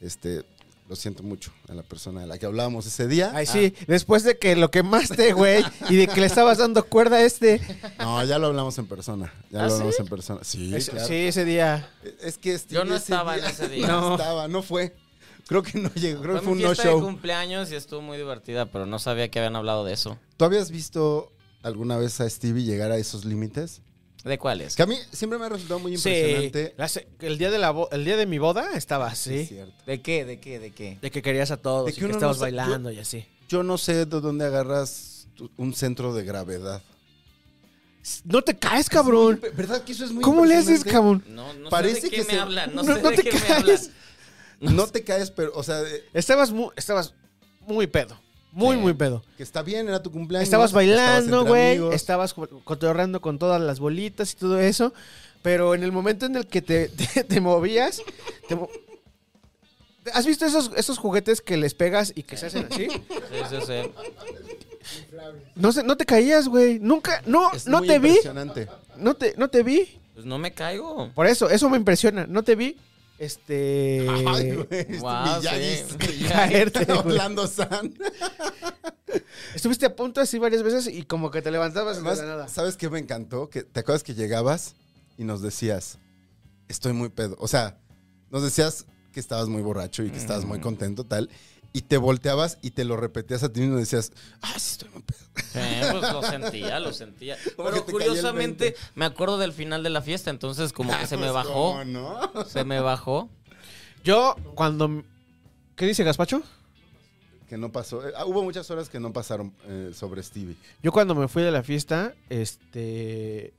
Speaker 1: este, lo siento mucho a la persona de la que hablábamos ese día.
Speaker 3: Ay, sí, después de que lo quemaste, güey, y de que le estabas dando cuerda a este.
Speaker 1: No, ya lo hablamos en persona.
Speaker 3: ¿Ah,
Speaker 1: Ya lo
Speaker 3: sí?
Speaker 1: hablamos en persona. Sí,
Speaker 3: Eso-
Speaker 1: claro.
Speaker 3: sí, ese día.
Speaker 1: Es que Stevie
Speaker 2: Yo no estaba en ese día.
Speaker 1: No
Speaker 3: No.
Speaker 1: estaba, no fue. Creo que no llegó, creo que fue
Speaker 2: fue
Speaker 1: un
Speaker 2: mi
Speaker 1: no
Speaker 2: fiesta de
Speaker 1: show.
Speaker 2: cumpleaños y estuvo muy divertida, pero no sabía que habían hablado de eso.
Speaker 1: ¿Tú habías visto alguna vez a Stevie llegar a esos límites?
Speaker 2: ¿De cuáles?
Speaker 1: Que a mí siempre me ha resultado muy
Speaker 3: Sí.
Speaker 1: impresionante.
Speaker 3: La se- el, día de la bo- el día de mi boda estaba
Speaker 1: Sí, es
Speaker 3: así.
Speaker 1: cierto.
Speaker 2: ¿De qué? ¿De qué? ¿De qué?
Speaker 3: de que querías a todos,
Speaker 1: De
Speaker 3: y
Speaker 1: que
Speaker 3: que,
Speaker 1: uno no
Speaker 3: estabas
Speaker 1: sa-
Speaker 3: bailando y así.
Speaker 1: Yo no sé de dónde agarras tu- un centro de gravedad.
Speaker 3: No te caes, cabrón.
Speaker 1: ¿Verdad que eso es muy
Speaker 3: ¿Cómo le haces,
Speaker 1: impresionante?
Speaker 3: cabrón?
Speaker 2: No, no
Speaker 1: Parece
Speaker 2: sé de qué
Speaker 1: que
Speaker 2: me
Speaker 1: se-
Speaker 2: hablan.
Speaker 3: No-
Speaker 2: No, sé
Speaker 3: no
Speaker 2: de
Speaker 3: te
Speaker 2: qué me hablan.
Speaker 3: calles.
Speaker 1: No te caes, pero, o sea, de-
Speaker 3: Estabas muy, estabas muy pedo. Muy,
Speaker 2: Sí.
Speaker 3: muy pedo.
Speaker 1: que está bien, era tu cumpleaños.
Speaker 3: Estabas bailando,
Speaker 1: entre
Speaker 3: güey.
Speaker 1: amigos.
Speaker 3: Estabas co- cotorreando con todas las bolitas y todo eso. Pero en el momento en el que te, te- te movías, te mo- ¿Has visto esos, esos juguetes que les pegas y que se hacen así?
Speaker 2: Sí, sí, sí.
Speaker 3: No, sé, no te caías, güey. Nunca, no,
Speaker 1: Es
Speaker 3: no
Speaker 1: muy
Speaker 3: te vi.
Speaker 1: impresionante.
Speaker 3: No te, no te vi.
Speaker 2: Pues no me caigo.
Speaker 3: Por eso, eso me impresiona. No te vi. Este.
Speaker 1: Ay, güey. este
Speaker 2: Wow,
Speaker 1: Miyagi
Speaker 2: sí.
Speaker 1: se-
Speaker 3: Caerte, güey.
Speaker 1: Orlando San.
Speaker 3: Estuviste a punto así varias veces y como que te levantabas y no
Speaker 1: Además,
Speaker 3: era nada.
Speaker 1: ¿sabes qué me encantó? Que te acuerdas que llegabas y nos decías, estoy muy pedo. O sea, nos decías que estabas muy borracho y que estabas muy contento, tal. Y te volteabas y te lo repetías a ti mismo y decías, ah, sí, estoy muy pedo.
Speaker 2: Sí, pues lo sentía, lo sentía.
Speaker 1: Como que
Speaker 2: Pero
Speaker 1: te cayó el
Speaker 2: curiosamente
Speaker 1: 20.
Speaker 2: me acuerdo del final de la fiesta, entonces como que se me
Speaker 1: Pues,
Speaker 2: bajó.
Speaker 1: ¿cómo no?
Speaker 2: Se me bajó.
Speaker 3: Yo, cuando. ¿Qué dice Gaspacho?
Speaker 1: Que no pasó. Eh, ah, hubo muchas horas que no pasaron eh, sobre Stevie.
Speaker 3: Yo cuando me fui de la fiesta, este.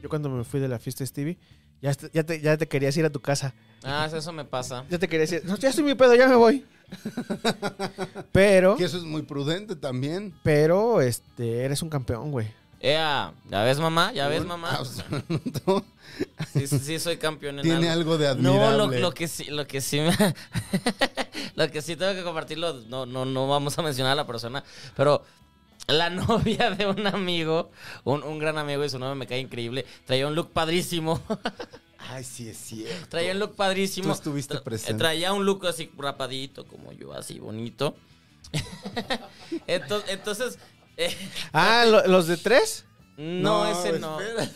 Speaker 3: Yo cuando me fui de la fiesta, Stevie, Ya, est- ya, te, ya te querías ir a tu casa.
Speaker 2: Ah, eso me pasa.
Speaker 3: Ya te querías ir. No, ya estoy muy pedo, ya me voy. Pero,
Speaker 1: Que eso es muy prudente también.
Speaker 3: pero, este, eres un campeón, güey.
Speaker 2: Ea, ¿ya ves, mamá? ¿Ya ves, mamá?
Speaker 1: Absoluto.
Speaker 2: Sí, sí, sí, soy campeón en
Speaker 1: Tiene
Speaker 2: algo.
Speaker 1: algo de admirable.
Speaker 2: No, lo, lo que sí, lo que sí me- lo que sí tengo que compartirlo, no, no, no vamos a mencionar a la persona, pero la novia de un amigo, un, un gran amigo y su nombre me cae increíble, traía un look padrísimo.
Speaker 1: Ay, sí es cierto.
Speaker 2: Traía un look padrísimo.
Speaker 1: Tú estuviste
Speaker 2: Tra-
Speaker 1: presente.
Speaker 2: Traía un look así rapadito, como yo, así bonito. entonces, entonces, eh,
Speaker 3: Ah, ¿lo- ¿los de tres?
Speaker 2: no, ese no.
Speaker 1: espera.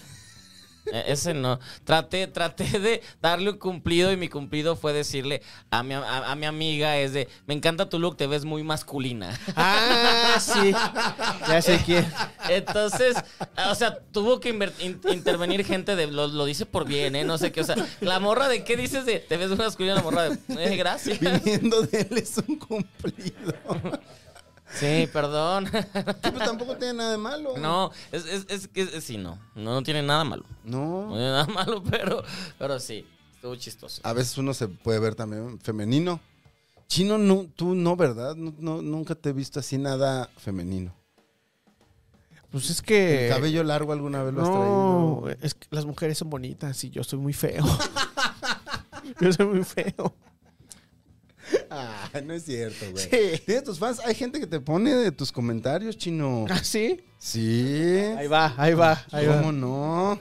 Speaker 2: Eh, Ese no. Traté, traté de darle un cumplido y mi cumplido fue decirle a mi, a, a mi amiga es de, me encanta tu look, te ves muy masculina.
Speaker 3: Ah, sí. Ya sé quién.
Speaker 2: Entonces, o sea, tuvo que inver- in- intervenir gente de, lo, lo dice por bien, ¿eh? No sé qué, o sea, la morra de, ¿qué dices de, te ves muy masculina la morra de, "Eh, gracias.
Speaker 1: Viniendo de él es un cumplido.
Speaker 2: Sí, perdón.
Speaker 1: Pero tampoco tiene nada de malo.
Speaker 2: No, es, es, es que es- sí, no. no, no tiene nada malo. No
Speaker 1: No.
Speaker 2: tiene nada malo, pero, pero sí, estuvo chistoso.
Speaker 1: A veces uno se puede ver también femenino. Chino, no, tú no, ¿verdad? No, no, nunca te he visto así nada femenino.
Speaker 3: Pues es
Speaker 1: ¿El
Speaker 3: que.
Speaker 1: cabello largo alguna vez lo has
Speaker 3: No,
Speaker 1: traído?
Speaker 3: es que las mujeres son bonitas y yo soy muy feo. yo soy muy feo.
Speaker 1: Ah, no es cierto, güey.
Speaker 3: Sí.
Speaker 1: Tienes tus fans. Hay gente que te pone de tus comentarios, chino.
Speaker 3: ¿Ah, sí?
Speaker 1: Sí.
Speaker 3: Ahí va, ahí va, ahí
Speaker 1: ¿Cómo
Speaker 3: va.
Speaker 1: no?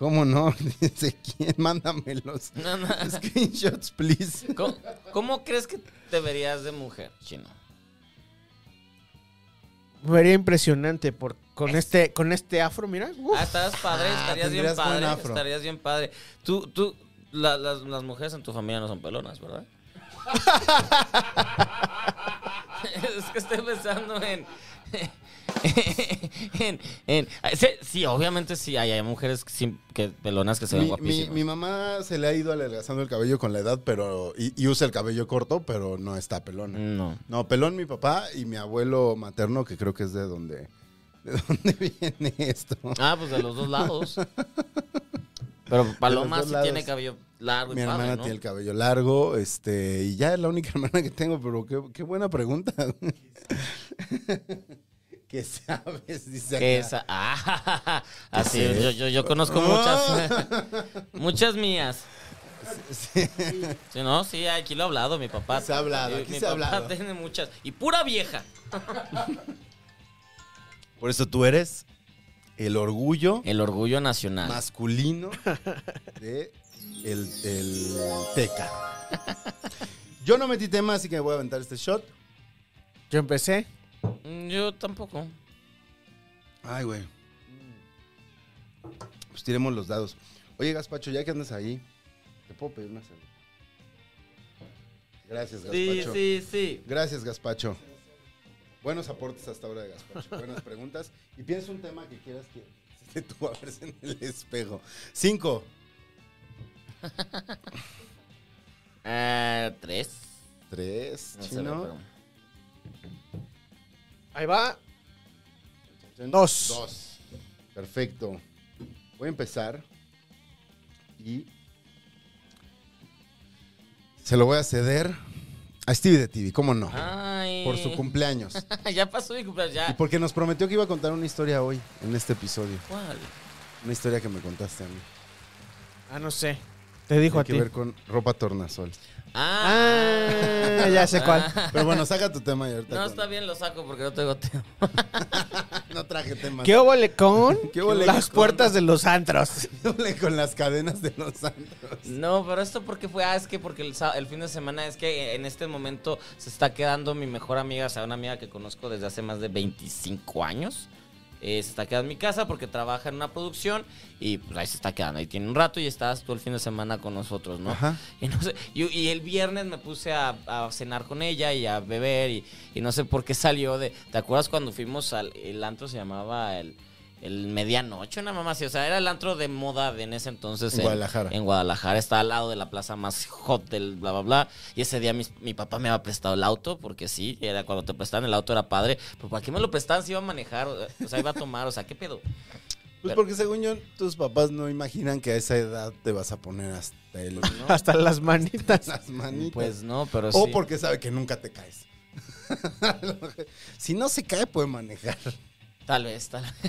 Speaker 1: ¿Cómo no? Dice quién, mándamelos.
Speaker 2: No, no.
Speaker 1: Screenshots, please.
Speaker 2: ¿Cómo, cómo crees que te verías de mujer, chino?
Speaker 3: Me vería impresionante por, con, este, con este afro, mira. uf.
Speaker 2: Ah, estarás padre,
Speaker 1: Ah,
Speaker 2: estarías bien
Speaker 1: tendrías buen
Speaker 2: padre,
Speaker 1: afro.
Speaker 2: estarías bien padre. Tú, tú, la- las, las mujeres en tu familia no son pelonas, ¿verdad? es que estoy pensando en... en, en- sí, sí, obviamente sí, hay, hay mujeres que, sin- que pelonas que se ven
Speaker 1: Mi, mi-
Speaker 2: guapísimas.
Speaker 1: mi mamá se le ha ido adelgazando el cabello con la edad, pero. Y, y usa el cabello corto, pero no está
Speaker 3: Mm.
Speaker 1: pelona.
Speaker 2: No.
Speaker 1: No, pelón mi papá y mi abuelo materno, que creo que es de donde. ¿De dónde viene esto?
Speaker 2: Ah, pues de los dos lados. Pero Paloma
Speaker 1: dos
Speaker 2: sí
Speaker 1: lados.
Speaker 2: tiene cabello largo
Speaker 1: Mi
Speaker 2: y padre,
Speaker 1: hermana
Speaker 2: ¿no?
Speaker 1: tiene el cabello largo, este, y ya es la única hermana que tengo, pero qué, qué buena pregunta. ¿Qué sabes? Dice acá.
Speaker 2: Que esa- ah, así,
Speaker 1: sé?
Speaker 2: yo, yo, yo conozco muchas, muchas mías.
Speaker 1: Ah. Sí.
Speaker 2: Sí, no, sí, aquí lo ha hablado mi papá.
Speaker 1: Se ha hablado,
Speaker 2: Mi-
Speaker 1: aquí
Speaker 2: mi
Speaker 1: se ha
Speaker 2: papá
Speaker 1: hablado.
Speaker 2: tiene muchas. Y pura vieja.
Speaker 1: Por eso tú eres el orgullo
Speaker 2: El orgullo nacional.
Speaker 1: masculino de el, el Teca. Yo no metí tema, así que me voy a aventar este shot.
Speaker 3: Yo empecé.
Speaker 2: Mm, Yo tampoco.
Speaker 1: Ay, güey. Pues tiremos los dados. Oye, Gaspacho, ya que andas ahí, te puedo pedir una cerveza. Gracias,
Speaker 2: Sí,
Speaker 1: Gaspacho.
Speaker 2: sí, sí.
Speaker 1: Gracias, Gaspacho. Buenos aportes hasta ahora de Gaspacho. Buenas preguntas. Y piensa un tema que quieras que que tú a verse en el espejo. Cinco.
Speaker 2: Ah, tres.
Speaker 1: Tres.
Speaker 2: No se ve,
Speaker 1: chino.
Speaker 2: pero-
Speaker 3: Ahí va.
Speaker 1: Dos. Perfecto. Voy a empezar. Y. Se lo voy a ceder a Stevie de TV, ¿cómo no?
Speaker 2: Ah. Ay.
Speaker 1: Por su cumpleaños.
Speaker 2: ya pasó mi cumpleaños,
Speaker 1: Y
Speaker 2: ya.
Speaker 1: porque nos prometió que iba a contar una historia hoy, en este episodio.
Speaker 2: ¿Cuál?
Speaker 1: Una historia que me contaste a mí.
Speaker 3: Ah, no sé. Te dijo
Speaker 1: Tiene
Speaker 3: a
Speaker 1: que
Speaker 3: ti.
Speaker 1: ver con ropa tornasol.
Speaker 3: Ah, ya sé cuál.
Speaker 1: Pero bueno, saca tu tema y ahorita.
Speaker 2: No,
Speaker 1: con-
Speaker 2: está bien, lo saco porque no tengo tema.
Speaker 1: No traje tema.
Speaker 3: ¿Qué óvole con
Speaker 1: ¿Qué óvole
Speaker 3: las
Speaker 1: con-
Speaker 3: puertas de los antros?
Speaker 1: con las cadenas de los santos?
Speaker 2: No, pero esto porque fue, ah, es que porque el, sá- el fin de semana es que en este momento se está quedando mi mejor amiga, o sea, una amiga que conozco desde hace más de 25 años. Eh, se está quedando en mi casa porque trabaja en una producción y pues ahí se está quedando. Y tiene un rato y estás todo el fin de semana con nosotros, ¿no?
Speaker 1: Ajá.
Speaker 2: Y, no sé, y, y el viernes me puse a, a cenar con ella y a beber y, y no sé por qué salió de... ¿Te acuerdas cuando fuimos al... El antro se llamaba el... El medianoche, una mamá así. O sea, era el antro de moda de en ese entonces.
Speaker 1: En Guadalajara.
Speaker 2: En Guadalajara. Está al lado de la plaza más hot del bla, bla, bla. Y ese día mis- mi, papá me había prestado el auto, porque sí, era cuando te prestaban el auto era padre. Pero ¿para qué me lo prestaban si iba a manejar? O sea, iba a tomar. O sea, ¿qué pedo?
Speaker 1: Pues
Speaker 2: Pero-
Speaker 1: porque según yo, tus papás no imaginan que a esa edad te vas a poner hasta el,
Speaker 3: Hasta las manitas.
Speaker 1: las manitas.
Speaker 2: Pues no, pero
Speaker 1: o
Speaker 2: sí.
Speaker 1: porque sabe que nunca te caes. si no se cae, puede manejar.
Speaker 2: Tal vez, tal vez.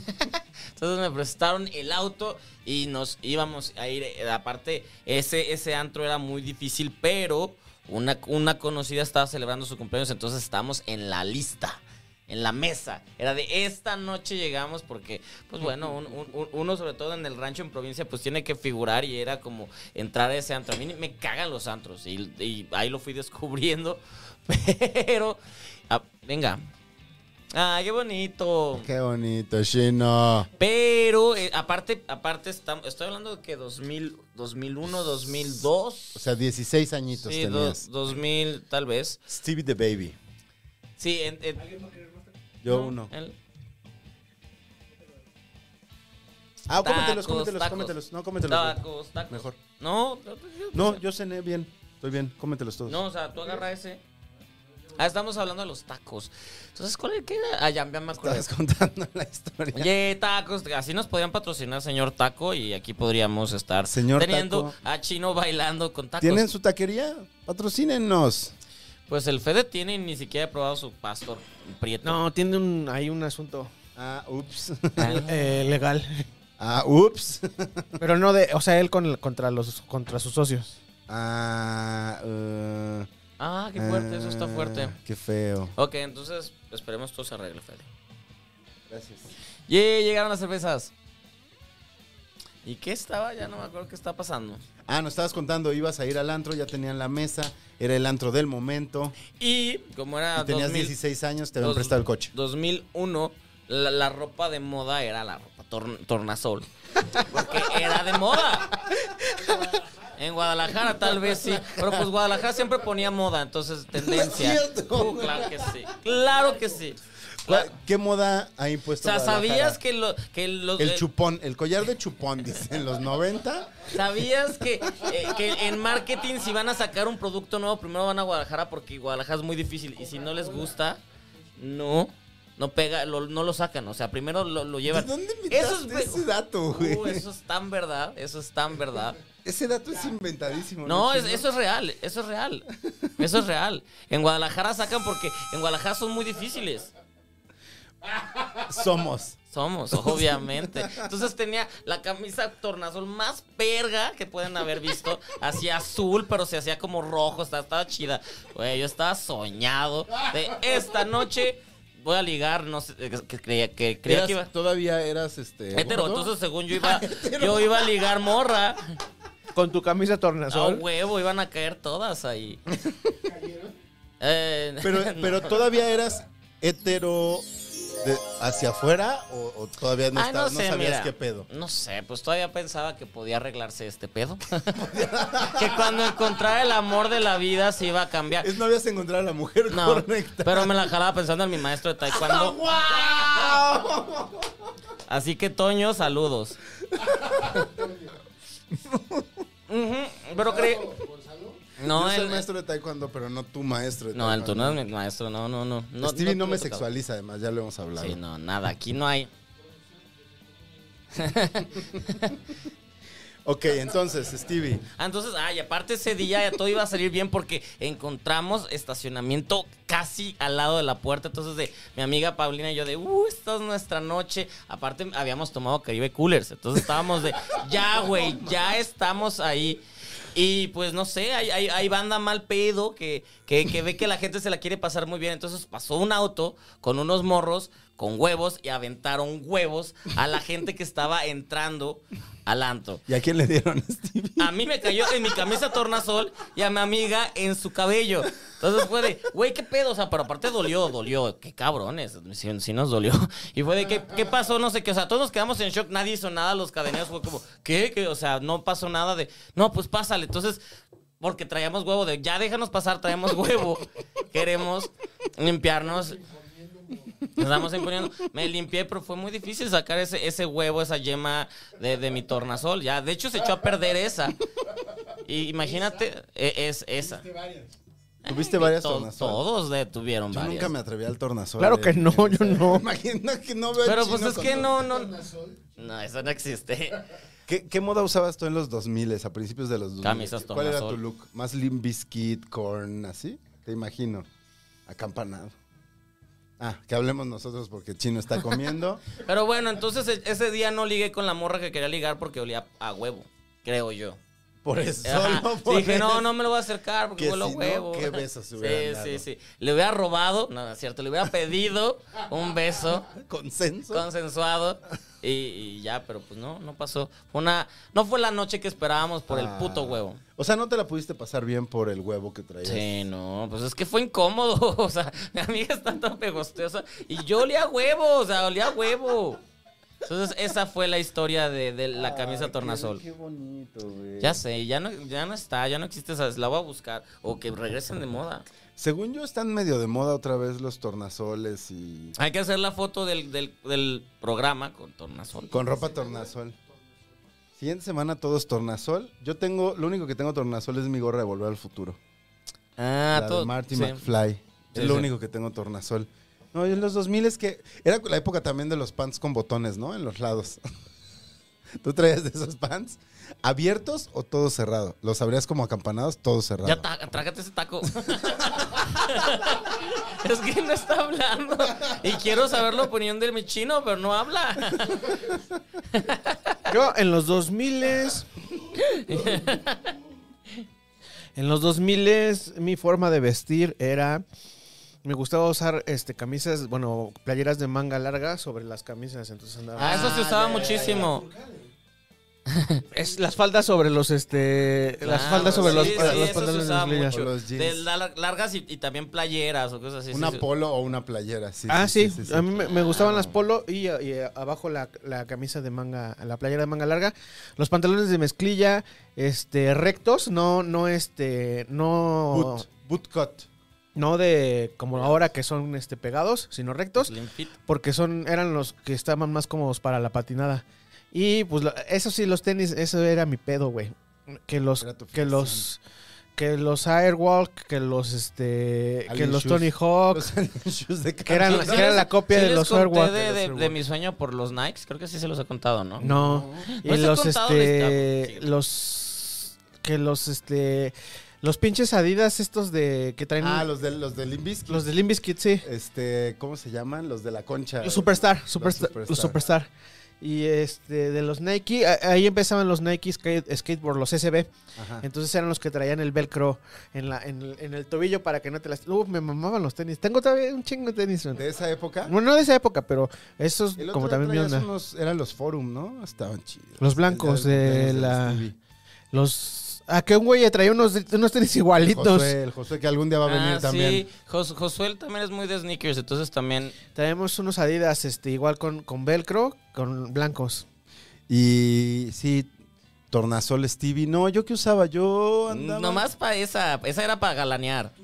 Speaker 2: Entonces me prestaron el auto y nos íbamos a ir. Eh, Aparte, ese, ese antro era muy difícil, pero una, una conocida estaba celebrando su cumpleaños, entonces estábamos en la lista, en la mesa. Era de esta noche llegamos porque, pues bueno, un- un- un- uno sobre todo en el rancho, en provincia, pues tiene que figurar y era como entrar a ese antro. A mí ni- me cagan los antros y, y ahí lo fui descubriendo, pero... ah, venga. Ah, qué bonito.
Speaker 1: Qué bonito, Chino.
Speaker 2: Pero eh, aparte, aparte estamos, estoy hablando de que 2000, 2001, 2002.
Speaker 1: O sea, 16 añitos
Speaker 2: Sí, do-
Speaker 1: tenías.
Speaker 2: 2000 tal vez.
Speaker 1: Stevie the Baby.
Speaker 2: Sí, en, en-
Speaker 1: Yo uno.
Speaker 2: en-
Speaker 1: Ah, cómetelos,
Speaker 2: Tacos,
Speaker 1: cómetelos,
Speaker 2: tacos.
Speaker 1: cómetelos. No, cómetelos. güey.
Speaker 2: tacos, tacos.
Speaker 1: Mejor.
Speaker 2: No,
Speaker 1: No, yo cené bien. Estoy bien, cómetelos todos.
Speaker 2: no, o sea, tú agarra ese. Ah, estamos hablando de los tacos. Entonces, ¿cuál es que era? Ah, ya ya me acuerdo.
Speaker 1: Estabas contando la historia.
Speaker 2: Oye, tacos, así nos podrían patrocinar, señor Taco, y aquí podríamos estar
Speaker 1: Señor
Speaker 2: teniendo
Speaker 1: Taco.
Speaker 2: a Chino bailando con tacos.
Speaker 1: ¿Tienen su taquería? Patrocínenos.
Speaker 2: Pues el Fede tiene y ni siquiera ha probado su pastor prieto.
Speaker 3: No, tiene un, ahí un asunto
Speaker 1: Ah, ups.
Speaker 3: eh, legal.
Speaker 1: Ah, ups.
Speaker 3: Pero no de, o sea, él con, contra los contra sus socios.
Speaker 1: Ah, eh,
Speaker 2: Ah, qué fuerte, eso está
Speaker 1: ah,
Speaker 2: fuerte.
Speaker 1: Qué feo.
Speaker 2: Ok, entonces esperemos todo se arregle, Fede.
Speaker 1: Gracias.
Speaker 2: Yeah, llegaron las cervezas. ¿Y qué estaba? Ya no me acuerdo qué está pasando.
Speaker 1: Ah, nos estabas contando, ibas a ir al antro, ya tenían la mesa, era el antro del momento.
Speaker 2: Y como era
Speaker 1: y tenías
Speaker 2: 2000
Speaker 1: 16 años, te habían
Speaker 2: Ah, dos-
Speaker 1: prestado el coche.
Speaker 2: 2001, la, la ropa de moda era la ropa tor- tornasol. Porque era de moda. En Guadalajara tal vez sí, pero pues Guadalajara siempre ponía moda, entonces tendencia.
Speaker 1: cierto.
Speaker 2: Uh, claro que sí. Claro que sí. Cla-
Speaker 1: ¿Qué moda ha
Speaker 2: O
Speaker 1: impuesto
Speaker 2: sea,
Speaker 1: Guadalajara?
Speaker 2: ¿sabías que, lo, que los...
Speaker 1: El
Speaker 2: eh,
Speaker 1: chupón, el collar de chupón, dice, en los 90.
Speaker 2: ¿Sabías que, eh, que en marketing si van a sacar un producto nuevo, primero van a Guadalajara porque Guadalajara es muy difícil y si no les gusta, no, no pega, lo- no lo sacan, o sea, primero lo, lo
Speaker 1: ¿De
Speaker 2: llevan.
Speaker 1: dónde
Speaker 2: Eso
Speaker 1: inventaste
Speaker 2: es-
Speaker 1: ese dato, güey?
Speaker 2: Uh, eso es tan verdad, eso es tan verdad.
Speaker 1: Ese dato es inventadísimo.
Speaker 2: No, es-
Speaker 1: Chino?
Speaker 2: eso es real, eso es real, eso es real. En Guadalajara sacan porque en Guadalajara son muy difíciles.
Speaker 1: Somos.
Speaker 2: Somos, obviamente. Entonces tenía la camisa tornasol más verga que pueden haber visto. Hacía azul, pero se hacía como rojo. Estaba, estaba chida. Güey, yo estaba soñado. De esta noche voy a ligar. No sé, eh, que creía que, creía que iba.
Speaker 1: Eras- Todavía eras este.
Speaker 2: Hetero,
Speaker 1: gordo.
Speaker 2: entonces según yo iba, yo iba a ligar morra.
Speaker 3: Con tu camisa
Speaker 2: A
Speaker 3: tornasol.
Speaker 2: huevo, iban a caer todas ahí. Eh,
Speaker 1: Pero,
Speaker 2: no.
Speaker 1: pero todavía eras hetero de- hacia afuera o, o todavía no,
Speaker 2: Ay,
Speaker 1: estabas, no
Speaker 2: Ah, sé,
Speaker 1: sabías
Speaker 2: mira,
Speaker 1: qué pedo.
Speaker 2: No sé, pues todavía pensaba que podía arreglarse este pedo. que cuando encontrara el amor de la vida se iba a cambiar.
Speaker 1: Es no habías encontrado a la mujer
Speaker 2: No,
Speaker 1: correcta. Ah,
Speaker 2: pero me la jalaba pensando en mi maestro de taekwondo. Así que Toño, saludos. Ujú, pero creí...
Speaker 1: No,
Speaker 2: No,
Speaker 1: Yo soy
Speaker 2: él-
Speaker 1: maestro de taekwondo, pero no tu maestro de
Speaker 2: no, él- tú
Speaker 1: taekwondo.
Speaker 2: no es mi maestro, no, no, no. no
Speaker 1: Stevie no,
Speaker 2: tú
Speaker 1: me
Speaker 2: tocaba.
Speaker 1: sexualiza, además, ya lo hemos hablado.
Speaker 2: Sí, no, nada, aquí no hay.
Speaker 1: Ok, entonces, Stevie.
Speaker 2: Ah, entonces, ay, aparte ese día ya todo iba a salir bien porque encontramos estacionamiento casi al lado de la puerta. Entonces, de mi amiga Paulina y yo de, uh, esta es nuestra noche. Aparte, habíamos tomado Caribe Coolers. Entonces estábamos de, ya, güey, ya estamos ahí. Y pues no sé, hay, hay- hay banda mal pedo que, que, que ve que la gente se la quiere pasar muy bien. Entonces pasó un auto con unos morros, con huevos, y aventaron huevos a la gente que estaba entrando al antro.
Speaker 1: ¿Y a quién le dieron a Stevie?
Speaker 2: A mí me cayó en mi camisa tornasol y a mi amiga en su cabello. Entonces fue de, güey, qué pedo. O sea, pero aparte dolió, dolió. Qué cabrones. Sí, sí nos dolió. Y fue de, ¿qué, qué pasó? No sé qué. O sea, todos nos quedamos en shock. Nadie hizo nada. Los cadeneros fue como, ¿qué? ¿Qué? O sea, no pasó nada de, no, pues pásale. Entonces, porque traíamos huevo de, ya déjanos pasar, traemos huevo. Queremos limpiarnos. Nos estamos imponiendo. Me limpié, pero fue muy difícil sacar ese, ese huevo, esa yema de, de mi tornasol. Ya, de hecho, se echó a perder esa. Y imagínate, e- es esa.
Speaker 1: ¿Tuviste varias
Speaker 2: To-
Speaker 1: Este tornasol?
Speaker 2: Todos de- tuvieron
Speaker 1: Yo
Speaker 2: varias.
Speaker 1: nunca me atreví al tornasol.
Speaker 3: Claro
Speaker 1: eh.
Speaker 3: que no, yo no.
Speaker 1: Imagino que no veo al
Speaker 2: Pero
Speaker 1: chino
Speaker 2: pues es
Speaker 1: con
Speaker 2: que
Speaker 1: tor-
Speaker 2: no, no. No, eso no existe.
Speaker 1: ¿Qué, qué moda usabas tú en los 2000 a principios de los 2000?
Speaker 2: Camisas
Speaker 1: ¿Cuál era tu
Speaker 2: tornasol.
Speaker 1: look? ¿Más Limp Bizkit, Korn, así? Te imagino. Acampanado. Ah, que hablemos nosotros porque Chino está comiendo.
Speaker 2: Pero bueno, entonces e- ese día no ligué con la morra que quería ligar porque olía a huevo, creo yo.
Speaker 1: por eso.
Speaker 2: Ajá.
Speaker 1: Solo por
Speaker 2: Dije,
Speaker 1: eso.
Speaker 2: no, no me lo voy a acercar porque
Speaker 1: Que
Speaker 2: huele a
Speaker 1: si no,
Speaker 2: huevo.
Speaker 1: ¿qué besos se
Speaker 2: Sí,
Speaker 1: hubieran dado?
Speaker 2: sí, sí. Le hubiera robado, no, no es cierto, le hubiera pedido un beso
Speaker 1: Consenso.
Speaker 2: consensuado y, y ya, pero pues no, no pasó. Fue una, no fue la noche que esperábamos por el
Speaker 1: Ah.
Speaker 2: puto huevo.
Speaker 1: O sea, no te la pudiste pasar bien por el huevo que traías.
Speaker 2: Sí, no, pues es que fue incómodo. O sea, mi amiga está tan pegosteosa. Y yo olía a huevo, o sea, olía a huevo. Entonces, esa fue la historia de, de la camisa tornasol.
Speaker 1: Qué bonito, güey.
Speaker 2: Ya sé, ya no, ya no está, ya no existe esa. La voy a buscar. O que regresen de moda.
Speaker 1: Según yo, están medio de moda otra vez los tornasoles y.
Speaker 2: Hay que hacer la foto del, del, del programa con tornasol.
Speaker 1: Con ropa tornasol. Siguiente semana todos tornasol. Yo tengo, lo único que tengo tornasol es mi gorra de Volver al Futuro.
Speaker 2: Ah,
Speaker 1: la
Speaker 2: todo.
Speaker 1: de Marty
Speaker 2: sí.
Speaker 1: McFly.
Speaker 2: Sí,
Speaker 1: es lo
Speaker 2: sí.
Speaker 1: único que tengo tornasol. No, yo en los 2000 es que era la época también de los pants con botones, ¿no? En los lados. ¿Tú traías de esos pants abiertos o todo cerrado? ¿Los abrías como acampanados? Todo cerrado.
Speaker 2: Ya ta- trágate ese taco. es que no está hablando. Y quiero saber la opinión de mi chino, pero no habla.
Speaker 3: Yo en los 2000 En los 2000 mi forma de vestir era me gustaba usar este camisas, bueno, playeras de manga larga sobre las camisas, entonces andaba
Speaker 2: Ah, eso se usaba muchísimo.
Speaker 3: es las faldas sobre los este las
Speaker 2: Claro,
Speaker 3: faldas sobre
Speaker 2: Ah, sí,
Speaker 3: los,
Speaker 2: sí,
Speaker 3: los
Speaker 2: eso se
Speaker 3: pantalones de
Speaker 2: usaba
Speaker 3: las ligas.
Speaker 2: mucho.
Speaker 1: O los jeans.
Speaker 2: De la- largas y, y también playeras o cosas así.
Speaker 1: una
Speaker 2: sí, sí.
Speaker 1: polo o una playera, sí.
Speaker 3: Ah, sí,
Speaker 1: sí, sí.
Speaker 3: a mí me, me gustaban las polo y, y abajo la, la camisa de manga, la playera de manga larga, los pantalones de mezclilla, este, rectos, no, no, este, no,
Speaker 1: Boot, bootcut.
Speaker 3: no de como ahora que son, este, pegados, sino rectos,
Speaker 2: Slim fit.
Speaker 3: porque son, eran los que estaban más cómodos para la patinada. Y pues lo- eso sí, los tenis, eso era mi pedo, güey, que los,
Speaker 1: Era tu
Speaker 3: que los, que los Airwalk, que los, este, que
Speaker 1: Alien
Speaker 3: los
Speaker 1: shoes.
Speaker 3: Tony Hawk,
Speaker 1: Los shoes de
Speaker 3: que eran,
Speaker 2: Sí,
Speaker 3: que era
Speaker 2: sí,
Speaker 3: la copia
Speaker 2: sí
Speaker 3: de
Speaker 2: les
Speaker 3: los
Speaker 2: conté
Speaker 3: Airwalk.
Speaker 2: de, de- de mi sueño por los Nikes, creo que sí se los he contado, ¿no?
Speaker 3: No.
Speaker 2: No
Speaker 3: Y
Speaker 2: les he
Speaker 3: los
Speaker 2: contado la
Speaker 3: este
Speaker 2: historia.
Speaker 3: los que los este los pinches Adidas estos de que traen
Speaker 1: Ah,
Speaker 3: los,
Speaker 1: los de, los de Limp Bizkit.
Speaker 3: de Limbis Kids, sí.
Speaker 1: Este, ¿cómo se llaman? Los de la concha.
Speaker 3: Los Superstar, Superstar,
Speaker 1: Superstar.
Speaker 3: los Superstar. Y este de los Nike, a- ahí empezaban los Nike skate- skateboard, los SB.
Speaker 1: Ajá.
Speaker 3: Entonces eran los que traían el velcro en la en, el- en el tobillo para que no te las Uf, me mamaban los tenis. Tengo todavía un chingo de tenis.
Speaker 1: De esa época.
Speaker 3: Bueno, no de esa época, pero esos
Speaker 1: El otro
Speaker 3: como
Speaker 1: día
Speaker 3: también mi
Speaker 1: traías
Speaker 3: onda.
Speaker 1: unos- eran los Forum, ¿no? Estaban chidos.
Speaker 3: Los blancos
Speaker 1: El
Speaker 3: de
Speaker 1: cumpleaños
Speaker 3: la-
Speaker 1: Stevie.
Speaker 3: Los a que un güey traía unos unos tenis igualitos.
Speaker 1: Josué, el Josué que algún día va a venir
Speaker 2: Ah,
Speaker 1: también.
Speaker 2: sí. Jos- Josué también es muy de sneakers, entonces también...
Speaker 3: Traemos unos Adidas, este, igual con, con velcro, con blancos.
Speaker 1: Y sí, Tornasol Stevie. No, yo que usaba, yo andaba.
Speaker 2: Nomás para esa, esa era para galanear.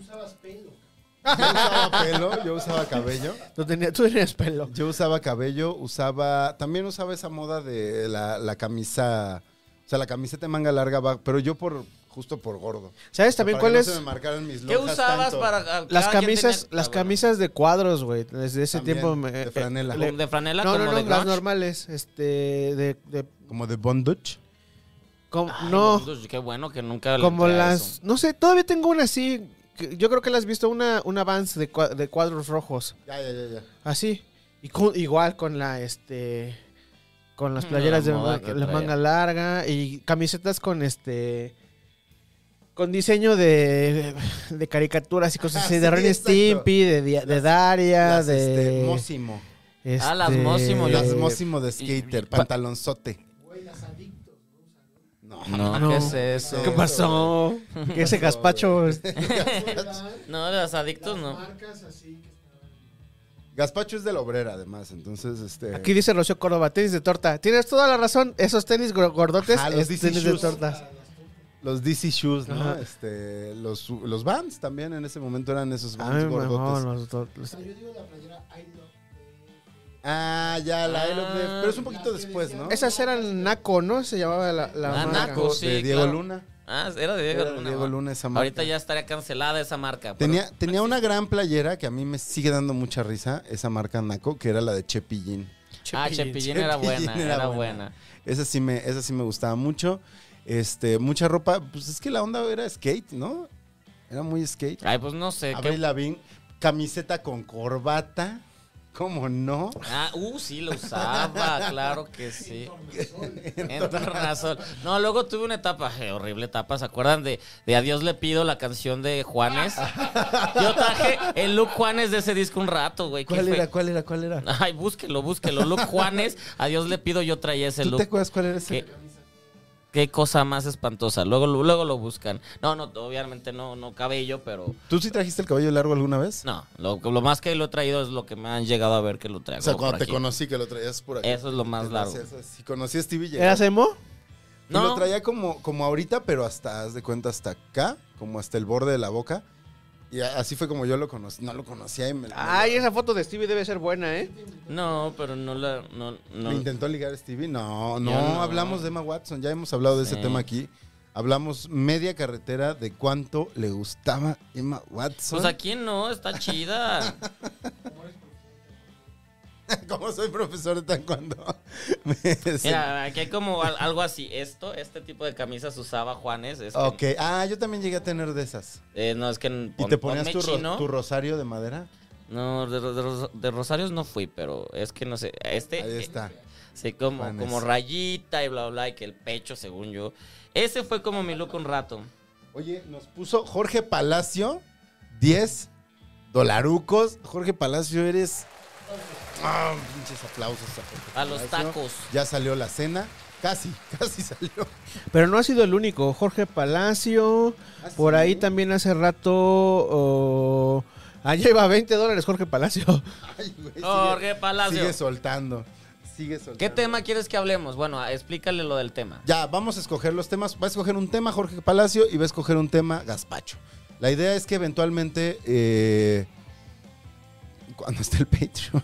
Speaker 1: Yo usaba pelo, yo usaba cabello.
Speaker 3: Tú tenías, tú tenías pelo.
Speaker 1: Yo usaba cabello, usaba. También usaba esa moda de la, la camisa. O sea, la camiseta de manga larga va, pero yo por justo por gordo.
Speaker 3: ¿Sabes
Speaker 1: O sea,
Speaker 3: también
Speaker 1: para
Speaker 3: cuál
Speaker 1: que no
Speaker 3: es?
Speaker 1: se me marcaran mis
Speaker 2: ¿Qué
Speaker 1: lonjas
Speaker 2: usabas
Speaker 1: tanto.
Speaker 2: para... ah,
Speaker 3: Las
Speaker 2: cada quien
Speaker 3: camisas,
Speaker 2: tenía-
Speaker 3: las
Speaker 2: ah, bueno.
Speaker 3: camisas de cuadros, güey. Desde ese
Speaker 1: También,
Speaker 3: tiempo me-
Speaker 1: de
Speaker 3: eh,
Speaker 1: franela.
Speaker 3: le-
Speaker 2: ¿Como ¿De franela?
Speaker 3: no,
Speaker 2: como
Speaker 3: no, no,
Speaker 2: de
Speaker 3: las
Speaker 2: grunge?
Speaker 3: normales, este, de, de-
Speaker 1: Como de bondage.
Speaker 3: com-
Speaker 2: Ay,
Speaker 3: no,
Speaker 2: Dios, Qué bueno que nunca... le
Speaker 3: como
Speaker 2: entré a
Speaker 3: las,
Speaker 2: eso.
Speaker 3: no sé, todavía tengo una así, que yo creo que la has visto, una, una Vans de, cua- de cuadros rojos,
Speaker 1: Ya, ya, ya, ya.
Speaker 3: así, y con- igual con la, este, con las
Speaker 2: Mm, La
Speaker 3: playeras de
Speaker 2: moda
Speaker 3: ma-
Speaker 2: que
Speaker 3: la
Speaker 2: traía.
Speaker 3: manga larga y camisetas con este con diseño de, de caricaturas y cosas así,
Speaker 1: Ah,
Speaker 3: de
Speaker 1: sí,
Speaker 3: Ren y
Speaker 1: exacto.
Speaker 3: Stimpy, de, Di- de Daria,
Speaker 1: Las,
Speaker 3: de
Speaker 1: este, Mósimo.
Speaker 3: este,
Speaker 2: Ah, las Mósimo,
Speaker 1: Las
Speaker 2: Eh,
Speaker 1: Mósimo de skater,
Speaker 2: pa-
Speaker 1: pantalonzote. No,
Speaker 2: No,
Speaker 3: No.
Speaker 2: ¿qué es eso?
Speaker 3: ¿Qué pasó? Que ese gazpacho
Speaker 2: No, de los adictos no.
Speaker 1: Gaspacho es de la obrera, además, entonces, este...
Speaker 3: Aquí dice Rocío Córdoba, tenis de torta. Tienes toda la razón, esos tenis gro- gordotes
Speaker 1: Ajá, los
Speaker 3: es
Speaker 1: DC
Speaker 3: tenis de
Speaker 1: shoes.
Speaker 3: tortas.
Speaker 1: Los DC Shoes, ¿no?
Speaker 3: Ajá.
Speaker 1: Este, los, los Vans también en ese momento eran esos
Speaker 3: A
Speaker 1: Vans
Speaker 3: mí me mamaban
Speaker 1: gordotes.
Speaker 3: los do- los-
Speaker 1: Ah, ya, la I Love Death, Pero es un poquito después, ¿no?
Speaker 3: Esas eran Naco, ¿no? Se llamaba la, la
Speaker 2: Ah,
Speaker 3: marca.
Speaker 2: Naco, sí,
Speaker 1: de Diego
Speaker 2: claro.
Speaker 1: Luna.
Speaker 2: Ah, era de Diego
Speaker 1: Era de
Speaker 2: Luna.
Speaker 1: Diego
Speaker 2: ¿no?
Speaker 1: Luna esa marca.
Speaker 2: Ahorita ya estaría cancelada esa marca. pero-
Speaker 1: Tenía, tenía una gran playera que a mí me sigue dando mucha risa, esa marca Naco, que era la de Chepillín.
Speaker 2: Ah, Chepillín era buena,
Speaker 1: Chepillín era
Speaker 2: era
Speaker 1: buena.
Speaker 2: buena.
Speaker 1: Esa sí me, esa sí me gustaba mucho. Este, mucha ropa. Pues es que la onda era skate, ¿no? Era muy skate.
Speaker 2: Ay, pues no sé.
Speaker 1: Avril
Speaker 2: ¿qué?
Speaker 1: Lavigne, camiseta con corbata. ¿Cómo no?
Speaker 2: Ah, uh, sí, lo usaba, claro que sí. En tornasol. No, luego tuve una etapa, eh, horrible etapa, ¿se acuerdan de, de Adiós le pido la canción de Juanes? Yo traje el look Juanes de ese disco un rato, güey. qué
Speaker 3: ¿Cuál
Speaker 2: fe-
Speaker 3: era? ¿Cuál era? ¿Cuál era?
Speaker 2: Ay, búsquelo, búsquelo. Look Juanes, Adiós le pido, yo traía ese
Speaker 1: ¿Tú te
Speaker 2: look.
Speaker 1: acuerdas cuál era ese?
Speaker 2: Qué, qué cosa más espantosa. Luego, lo- luego lo buscan. No, no, obviamente no, no cabello, pero
Speaker 1: ¿Tú sí trajiste el cabello largo alguna vez?
Speaker 2: no. Lo, lo más que lo he traído es lo que me han llegado a ver que lo traigo.
Speaker 6: O sea,
Speaker 2: por
Speaker 6: cuando te
Speaker 2: aquí.
Speaker 6: conocí que lo traías por aquí.
Speaker 2: Eso es lo más largo.
Speaker 1: Si conocí a Stevie J.
Speaker 3: ¿Eras emo?
Speaker 1: No. Lo
Speaker 2: No.
Speaker 1: traía como, como ahorita, pero hasta, haz de cuenta, hasta acá, como hasta el borde de la boca. Y a- así fue como yo lo conocí. No lo conocía y me, me-
Speaker 3: Ay, esa foto de Stevie debe ser buena, ¿eh?
Speaker 2: No, pero no la. No, no.
Speaker 1: me intentó ligar a Stevie. No, no,
Speaker 2: Yo no.
Speaker 1: hablamos de Emma Watson. Ya hemos hablado de
Speaker 2: Sí.
Speaker 1: ese tema aquí. Hablamos media carretera de cuánto le gustaba Emma Watson.
Speaker 2: Pues a quién no, está chida.
Speaker 1: como soy profesor de taekwondo. Me- sí.
Speaker 2: Mira, aquí hay como al- algo así. Esto, este tipo de camisas usaba Juanes. es que-
Speaker 1: Ok. Ah, yo también llegué a tener de esas.
Speaker 2: eh, no, es que.
Speaker 1: ¿Y
Speaker 2: pon-
Speaker 1: te ponías
Speaker 2: ponme
Speaker 1: tu, ro-
Speaker 2: chino.
Speaker 1: tu rosario de madera?
Speaker 2: No, de, de Ros- de Rosarios no fui, pero es que no sé. Este.
Speaker 1: Ahí está.
Speaker 2: Sí, como,
Speaker 1: Juanes.
Speaker 2: como rayita y bla, bla, y que el pecho, según yo. Ese fue como mi look un rato.
Speaker 1: Oye, nos puso Jorge Palacio 10 dolarucos. Jorge Palacio, eres. Ah, pinches aplausos a Jorge
Speaker 2: A los
Speaker 1: Palacio.
Speaker 2: tacos.
Speaker 1: Ya salió la cena. Casi, casi salió.
Speaker 3: Pero no ha sido el único. Jorge Palacio.
Speaker 1: ¿Ah,
Speaker 3: Por
Speaker 1: sí?
Speaker 3: ahí también hace rato. oh, ah, lleva 20 dólares Jorge Palacio.
Speaker 1: Ay, güey, sigue-
Speaker 2: Jorge Palacio.
Speaker 1: Sigue soltando. Sigue soltando.
Speaker 2: ¿Qué tema quieres que hablemos? Bueno, explícale lo del tema.
Speaker 1: Ya, vamos a escoger los temas. Va a escoger un tema Jorge Palacio y va a escoger un tema Gaspacho. La idea es que eventualmente, eh, cuando esté el Patreon,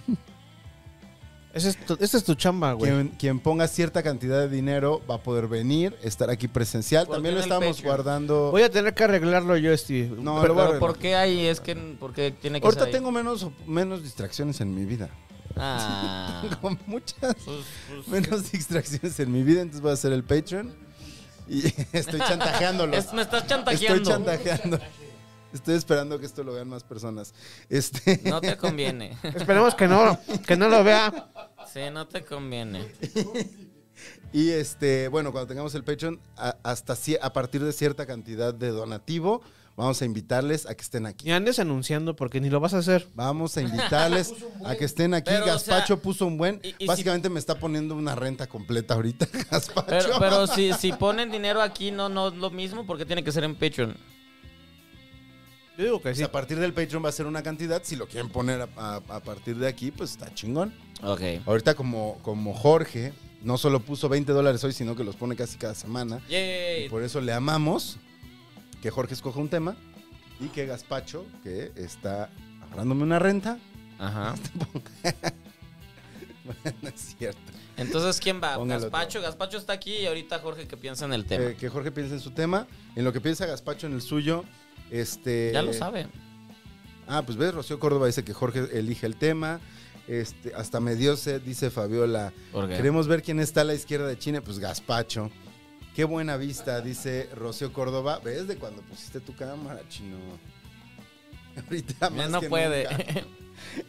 Speaker 3: Ese es tu- esta es tu chamba, güey.
Speaker 1: Quien, quien ponga cierta cantidad de dinero va a poder venir, estar aquí presencial.
Speaker 2: ¿Por
Speaker 1: También
Speaker 2: qué
Speaker 1: lo
Speaker 2: en el
Speaker 1: estábamos
Speaker 2: Patreon?
Speaker 1: guardando.
Speaker 3: Voy a tener que arreglarlo yo, Steve.
Speaker 1: No,
Speaker 2: Pero,
Speaker 1: lo voy a
Speaker 2: pero ¿por
Speaker 1: arreglar.
Speaker 2: qué ahí? Es que, ¿por qué tiene que
Speaker 1: Ahorita
Speaker 2: ser ahí?
Speaker 1: tengo menos, menos distracciones en mi vida.
Speaker 2: Ah.
Speaker 1: Con muchas
Speaker 2: Pues, pues,
Speaker 1: menos distracciones en mi vida, entonces voy a hacer el Patreon. Y estoy chantajeándolo.
Speaker 2: es- me estás
Speaker 1: pues, Estoy
Speaker 2: chantajeando.
Speaker 1: chantajeando. Estoy esperando que esto lo vean más personas. Este,
Speaker 2: No te conviene.
Speaker 3: Esperemos que no, que no lo vea.
Speaker 2: Sí, no te conviene.
Speaker 1: Y este, bueno, cuando tengamos el Patreon, a- hasta cie- a partir de cierta cantidad de donativo, vamos a invitarles a que estén aquí.
Speaker 3: Y andes anunciando porque ni lo vas a hacer.
Speaker 1: Vamos a invitarles a que estén aquí.
Speaker 2: Pero, o
Speaker 1: Gaspacho
Speaker 2: sea,
Speaker 1: puso un buen.
Speaker 2: y- y
Speaker 1: Básicamente me está poniendo una renta completa ahorita, Gaspacho.
Speaker 2: Pero, pero si, si ponen dinero aquí, no, no es lo mismo porque tiene que ser en Patreon.
Speaker 3: Yo digo que
Speaker 1: O
Speaker 3: sí.
Speaker 1: sea, Pues, a partir del Patreon va a ser una cantidad. Si lo quieren poner a, a- a partir de aquí, pues está chingón.
Speaker 2: Ok.
Speaker 1: Ahorita, como, como Jorge no solo puso 20 dólares hoy, sino que los pone casi cada semana. Y
Speaker 2: Yay.
Speaker 1: por eso le amamos que Jorge escoja un tema y que Gaspacho, que está ahorrándome una renta,
Speaker 2: Ajá.
Speaker 1: no es cierto.
Speaker 2: Entonces, ¿quién va?
Speaker 1: Póngalo
Speaker 2: Gaspacho. Gaspacho está aquí y ahorita Jorge que piensa en el tema.
Speaker 1: Eh, que Jorge piense en su tema, en lo que piensa Gaspacho en el suyo. Este,
Speaker 2: ya lo sabe.
Speaker 1: Ah, pues ves, Rocío Córdoba dice que Jorge elige el tema. Este, hasta me dio sed, dice Fabiola.
Speaker 2: Porque
Speaker 1: Queremos ver quién está a la izquierda de China. Pues Gaspacho. Qué buena vista, dice Rocío Córdoba. ¿Ves de cuando pusiste tu cámara, chino? Ahorita más
Speaker 2: no
Speaker 1: que
Speaker 2: puede.
Speaker 1: nunca.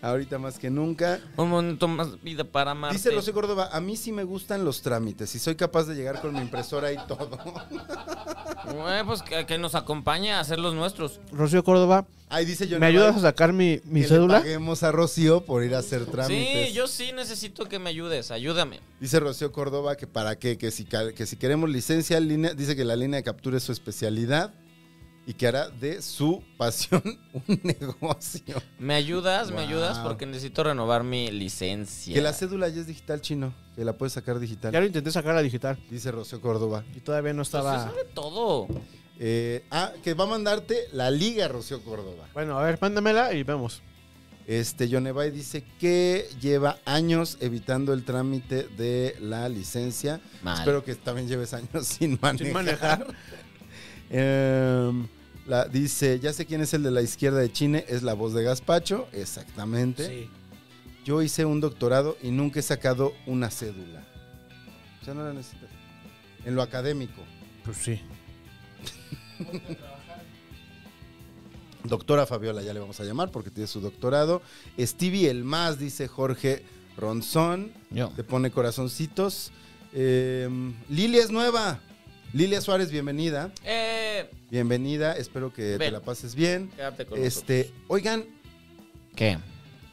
Speaker 1: Ahorita más que nunca.
Speaker 2: Un momento más vida para amarte.
Speaker 1: Dice Rocío Córdoba, a mí sí me gustan los trámites y soy capaz de llegar con mi impresora y todo.
Speaker 2: Eh, pues que, que nos acompañe a hacer los nuestros.
Speaker 3: Rocío Córdoba,
Speaker 1: Ahí dice yo
Speaker 3: ¿me ayudas a sacar mi, mi
Speaker 1: que le
Speaker 3: cédula?
Speaker 1: paguemos a Rocío por ir a hacer trámites.
Speaker 2: Sí, yo sí necesito que me ayudes. Ayúdame.
Speaker 1: Dice Rocío Córdoba que para qué, que si, cal- que si queremos licencia, línea, dice que la línea de captura es su especialidad y que hará de su pasión un negocio.
Speaker 2: ¿Me ayudas? ¿Me
Speaker 1: Wow.
Speaker 2: ayudas? Porque necesito renovar mi licencia.
Speaker 1: Que la cédula ya es digital, chino, que la puedes sacar digital.
Speaker 3: Ya lo intenté sacar a digital
Speaker 1: Dice Rocío Córdoba.
Speaker 3: y todavía no
Speaker 2: Pues,
Speaker 3: estaba.
Speaker 2: se sabe todo.
Speaker 1: Eh, ah, que va a mandarte la liga, Rocío Córdoba.
Speaker 3: Bueno, a ver, mándamela y vemos.
Speaker 1: Este, Yonevay dice que lleva años evitando el trámite de la licencia.
Speaker 2: Mal.
Speaker 1: Espero que también lleves años sin manejar.
Speaker 3: Sin manejar.
Speaker 1: Em, la, dice, ya sé quién es el de la izquierda de Chine, es la voz de Gaspacho, exactamente. Yo hice un doctorado y nunca he sacado una cédula. O sea, no la necesitas. En lo académico.
Speaker 3: Pues sí.
Speaker 1: Doctora Fabiola, ya le vamos a llamar porque tiene su doctorado. Stevie el más, dice Jorge Ronzón.
Speaker 2: Yo.
Speaker 1: Te pone corazoncitos. Eh, Lilia es nueva. Lilia Suárez, bienvenida.
Speaker 2: Eh,
Speaker 1: Bienvenida, espero que te
Speaker 2: Ven.
Speaker 1: la pases bien.
Speaker 2: quédate con
Speaker 1: Este, oigan,
Speaker 2: nosotros. ¿Qué?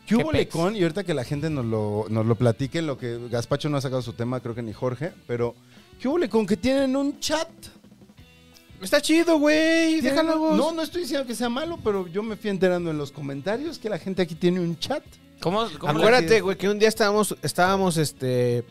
Speaker 1: ¿qué hubo
Speaker 2: ¿Qué pex?
Speaker 1: con? Y ahorita que la gente nos lo, nos lo platique, lo que Gaspacho no ha sacado su tema, creo que ni Jorge, pero ¿qué hubo con? Que tienen un chat.
Speaker 3: Está chido, güey.
Speaker 1: Tienen-
Speaker 3: Déjalo. vos.
Speaker 1: No, no estoy diciendo que sea malo, pero yo me fui enterando en los comentarios que la gente aquí tiene un chat.
Speaker 2: ¿Cómo, cómo, le-
Speaker 3: Acuérdate, güey, que un día estábamos, estábamos, este,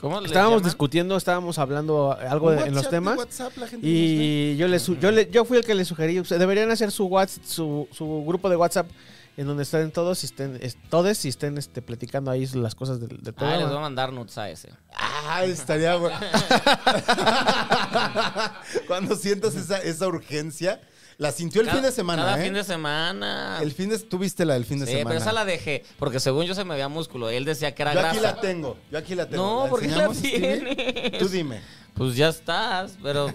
Speaker 2: cómo le
Speaker 3: estábamos
Speaker 2: llaman?
Speaker 3: discutiendo, estábamos hablando algo
Speaker 1: Un
Speaker 3: de- en los
Speaker 1: WhatsApp de
Speaker 3: temas.
Speaker 1: WhatsApp, la gente nos ve.
Speaker 3: Y yo le, su- yo le- yo fui el que le sugerí, o sea, deberían hacer su WhatsApp, su, su grupo de WhatsApp en donde estén todos y estén, es- todes y estén este, platicando ahí las cosas del de
Speaker 2: Ay, les voy a
Speaker 3: todo.
Speaker 2: mandar nudes a ese.
Speaker 1: Ah, estaría bueno. Cuando sientas esa, esa urgencia, la sintió el
Speaker 2: Cada-
Speaker 1: fin de semana,
Speaker 2: Cada
Speaker 1: ¿eh?
Speaker 2: fin de semana.
Speaker 1: El fin de tú viste la del fin de
Speaker 2: sí,
Speaker 1: semana.
Speaker 2: pero esa la dejé. Porque según yo se me veía músculo. Él decía que era
Speaker 1: Yo
Speaker 2: grasa.
Speaker 1: aquí la tengo, yo aquí la tengo.
Speaker 2: No, porque la
Speaker 1: enseñamos, Stevie?
Speaker 2: tienes.
Speaker 1: Tú dime.
Speaker 2: Pues ya estás, pero.